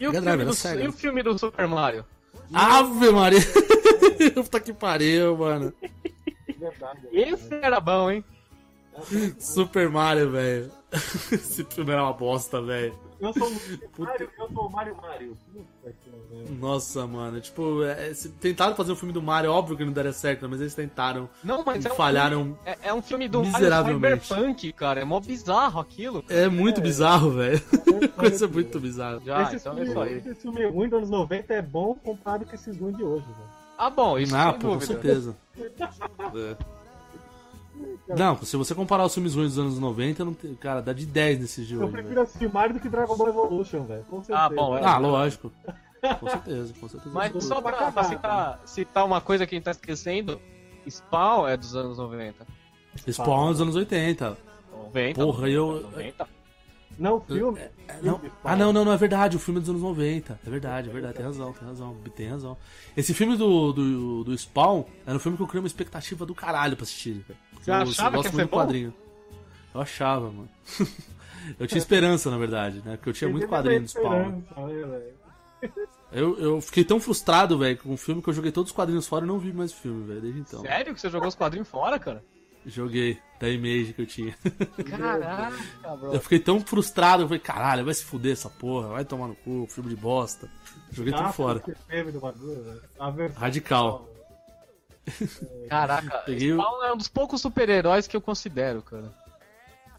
S2: E o,
S1: Mega
S2: filme
S1: Drive,
S2: do,
S1: era Sega.
S2: e o filme do Super Mario?
S1: Ave Maria! Puta que pariu, mano.
S3: é Verdade.
S2: Esse era bom, hein?
S1: Super Mario, velho. Esse filme era uma bosta, velho.
S3: Eu sou o Mario, eu sou o Mario Mario. Puta que pariu.
S1: Nossa, mano. Tipo, é, se- tentaram fazer um filme do Mario, óbvio que não daria certo, né? mas eles tentaram.
S2: Não, mas é um,
S1: falharam.
S2: filme- É, é um filme do Mario
S1: Miseravelmente.
S2: Cyberpunk, cara. É mó bizarro aquilo.
S1: É muito bizarro, velho. Coisa muito bizarra.
S2: Já,
S3: esse,
S2: então é
S3: filme,
S2: isso aí.
S3: esse filme ruim dos anos 90 é bom comparado com esses ruins de hoje, velho.
S2: Ah, bom, isso
S1: Ah,
S2: sem
S1: pô, com
S2: dúvida.
S1: certeza. É. Não, se você comparar os filmes ruins dos anos 90, não tem- cara, dá de 10 nesses de
S3: Eu
S1: hoje.
S3: prefiro
S1: velho.
S3: assistir Mario do que Dragon Ball Evolution, velho. Com certeza.
S2: Ah, bom, é.
S1: Ah, lógico. Com certeza, com certeza.
S2: Mas só pra, pra citar, citar uma coisa que a gente tá esquecendo, Spawn é dos anos 90.
S1: Spawn dos anos 80.
S2: 90.
S1: Porra, eu-
S2: 90.
S3: Não, filme.
S1: É, Não-
S3: Filme,
S1: Ah, não, não, não, é verdade. O filme é dos anos 90. É verdade, é verdade. Tem razão, tem razão. Tem razão. Esse filme do, do, do Spawn era um filme que eu criei uma expectativa do caralho pra assistir. velho. Porque
S2: Você achava
S1: gosto é muito
S2: que ia ser
S1: do
S2: bom?
S1: quadrinho. Eu achava, mano. eu tinha esperança, na verdade, né? Porque eu tinha muito
S3: Tem
S1: quadrinho do Spawn. né?
S3: esperança, né, velho?
S1: Eu, eu fiquei tão frustrado, velho, com o filme que eu joguei todos os quadrinhos fora e não vi mais o filme, velho, desde então.
S2: Sério que você jogou os quadrinhos fora, cara?
S1: Joguei da image que eu tinha.
S2: Caraca, bro.
S1: Eu fiquei tão frustrado, eu falei, caralho, vai se fuder essa porra, vai tomar no cu, filme de bosta. Joguei tudo
S3: Ah,
S1: fora.
S3: que teve do bagulho, velho. A versão.
S1: Radical.
S2: Caraca,
S1: Peguei o-
S2: Spawn é um dos poucos super-heróis que eu considero, cara.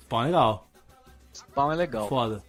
S1: Spawn é legal,
S2: Spawn é legal.
S1: foda.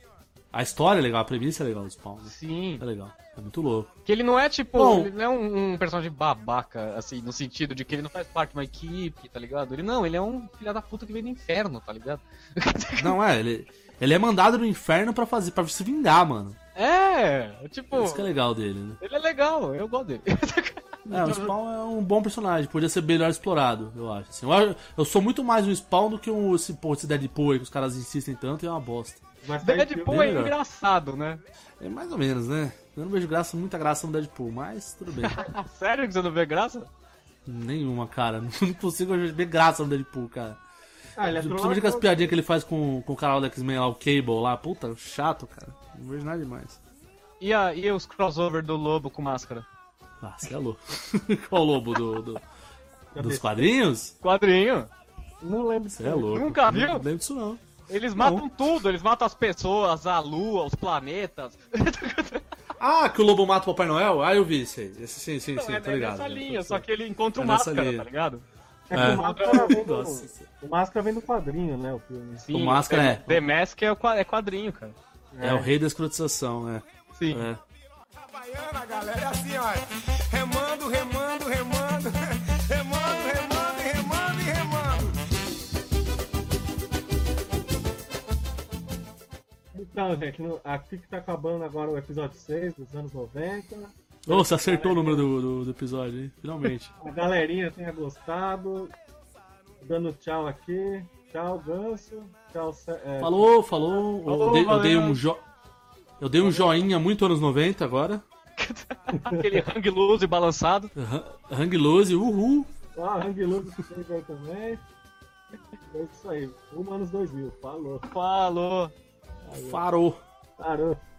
S1: A história é legal, a premissa é legal do Spawn, né?
S2: Sim.
S1: É legal, é muito louco.
S2: Que ele não é tipo.
S1: Bom.
S2: Ele não é um, um personagem babaca, assim, no sentido de que ele não faz parte de uma equipe, tá ligado? Ele não, ele é um filho da puta que vem do inferno, tá ligado?
S1: Não, é, ele, ele é mandado no inferno pra fazer, para se vingar, mano.
S2: É, tipo.
S1: Isso que é legal dele, né?
S2: Ele é legal, eu gosto dele.
S1: É, o Spawn é um bom personagem, podia ser melhor explorado, eu acho. assim. eu, acho- eu sou muito mais um Spawn do que um, esse, porra, esse Deadpool aí que os caras insistem tanto e é uma bosta.
S3: Mas tá em
S2: Deadpool é
S1: melhor.
S2: engraçado, né?
S1: É mais ou menos, né? Eu não vejo graça, muita graça no Deadpool, mas tudo bem.
S2: Ah, sério que você não vê graça?
S1: Nenhuma, cara. Não consigo ver graça no Deadpool, cara.
S3: Ah, ele é
S1: Principalmente com as piadinhas que ele faz com, com o canal do X-Men lá, o Cable lá. Puta, chato, cara. Não vejo nada demais.
S2: E, a, e os crossover do lobo com máscara?
S1: Ah, você é louco. Qual o lobo do, do- dos quadrinhos?
S2: Quadrinho.
S3: Não lembro
S1: Você é louco.
S2: Nunca viu?
S1: Não lembro disso, não.
S2: Eles
S1: Não.
S2: matam tudo, eles matam as pessoas, a lua, os planetas.
S1: Ah, que o lobo mata o Papai Noel? Ah, eu vi isso aí. Esse, sim, sim, sim,
S2: é
S1: tô ligado. né?
S2: nessa linha, só que ele encontra o
S1: É nessa
S2: máscara,
S1: linha.
S2: tá ligado?
S3: É
S1: É.
S3: que o Máscara vem do,
S1: Nossa.
S3: o Máscara vem do quadrinho, né? O filme.
S2: Sim,
S1: O Máscara
S2: The-
S1: é.
S2: The Mask é, o qua- é quadrinho, cara.
S1: É. o rei da escrotização, né?
S2: Sim.
S1: É.
S8: Baiana, galera, é assim, ó. Remando, remando, remando. Remando, remando, remando e remando.
S3: Então, gente, no- aqui que tá acabando agora o episódio 6 dos anos 90.
S1: Ô, você acertou o número do, do, do episódio, hein? Finalmente.
S3: A galerinha tenha gostado. Dando tchau aqui. Tchau, Ganso. Tchau, Cé- é,
S1: Falou, falou.
S3: Falou,
S1: eu, dei, eu
S3: valeu.
S1: dei
S2: né?
S1: um jo... eu dei um joinha muito anos 90 agora.
S2: Aquele hang loose balançado.
S1: Hang- Hang Lose, uhul.
S3: Ah, Hang Luz que teve aí também.
S1: É isso aí. Humanos 2000. Falou.
S3: Um Falou!
S2: Farou.
S1: Parou.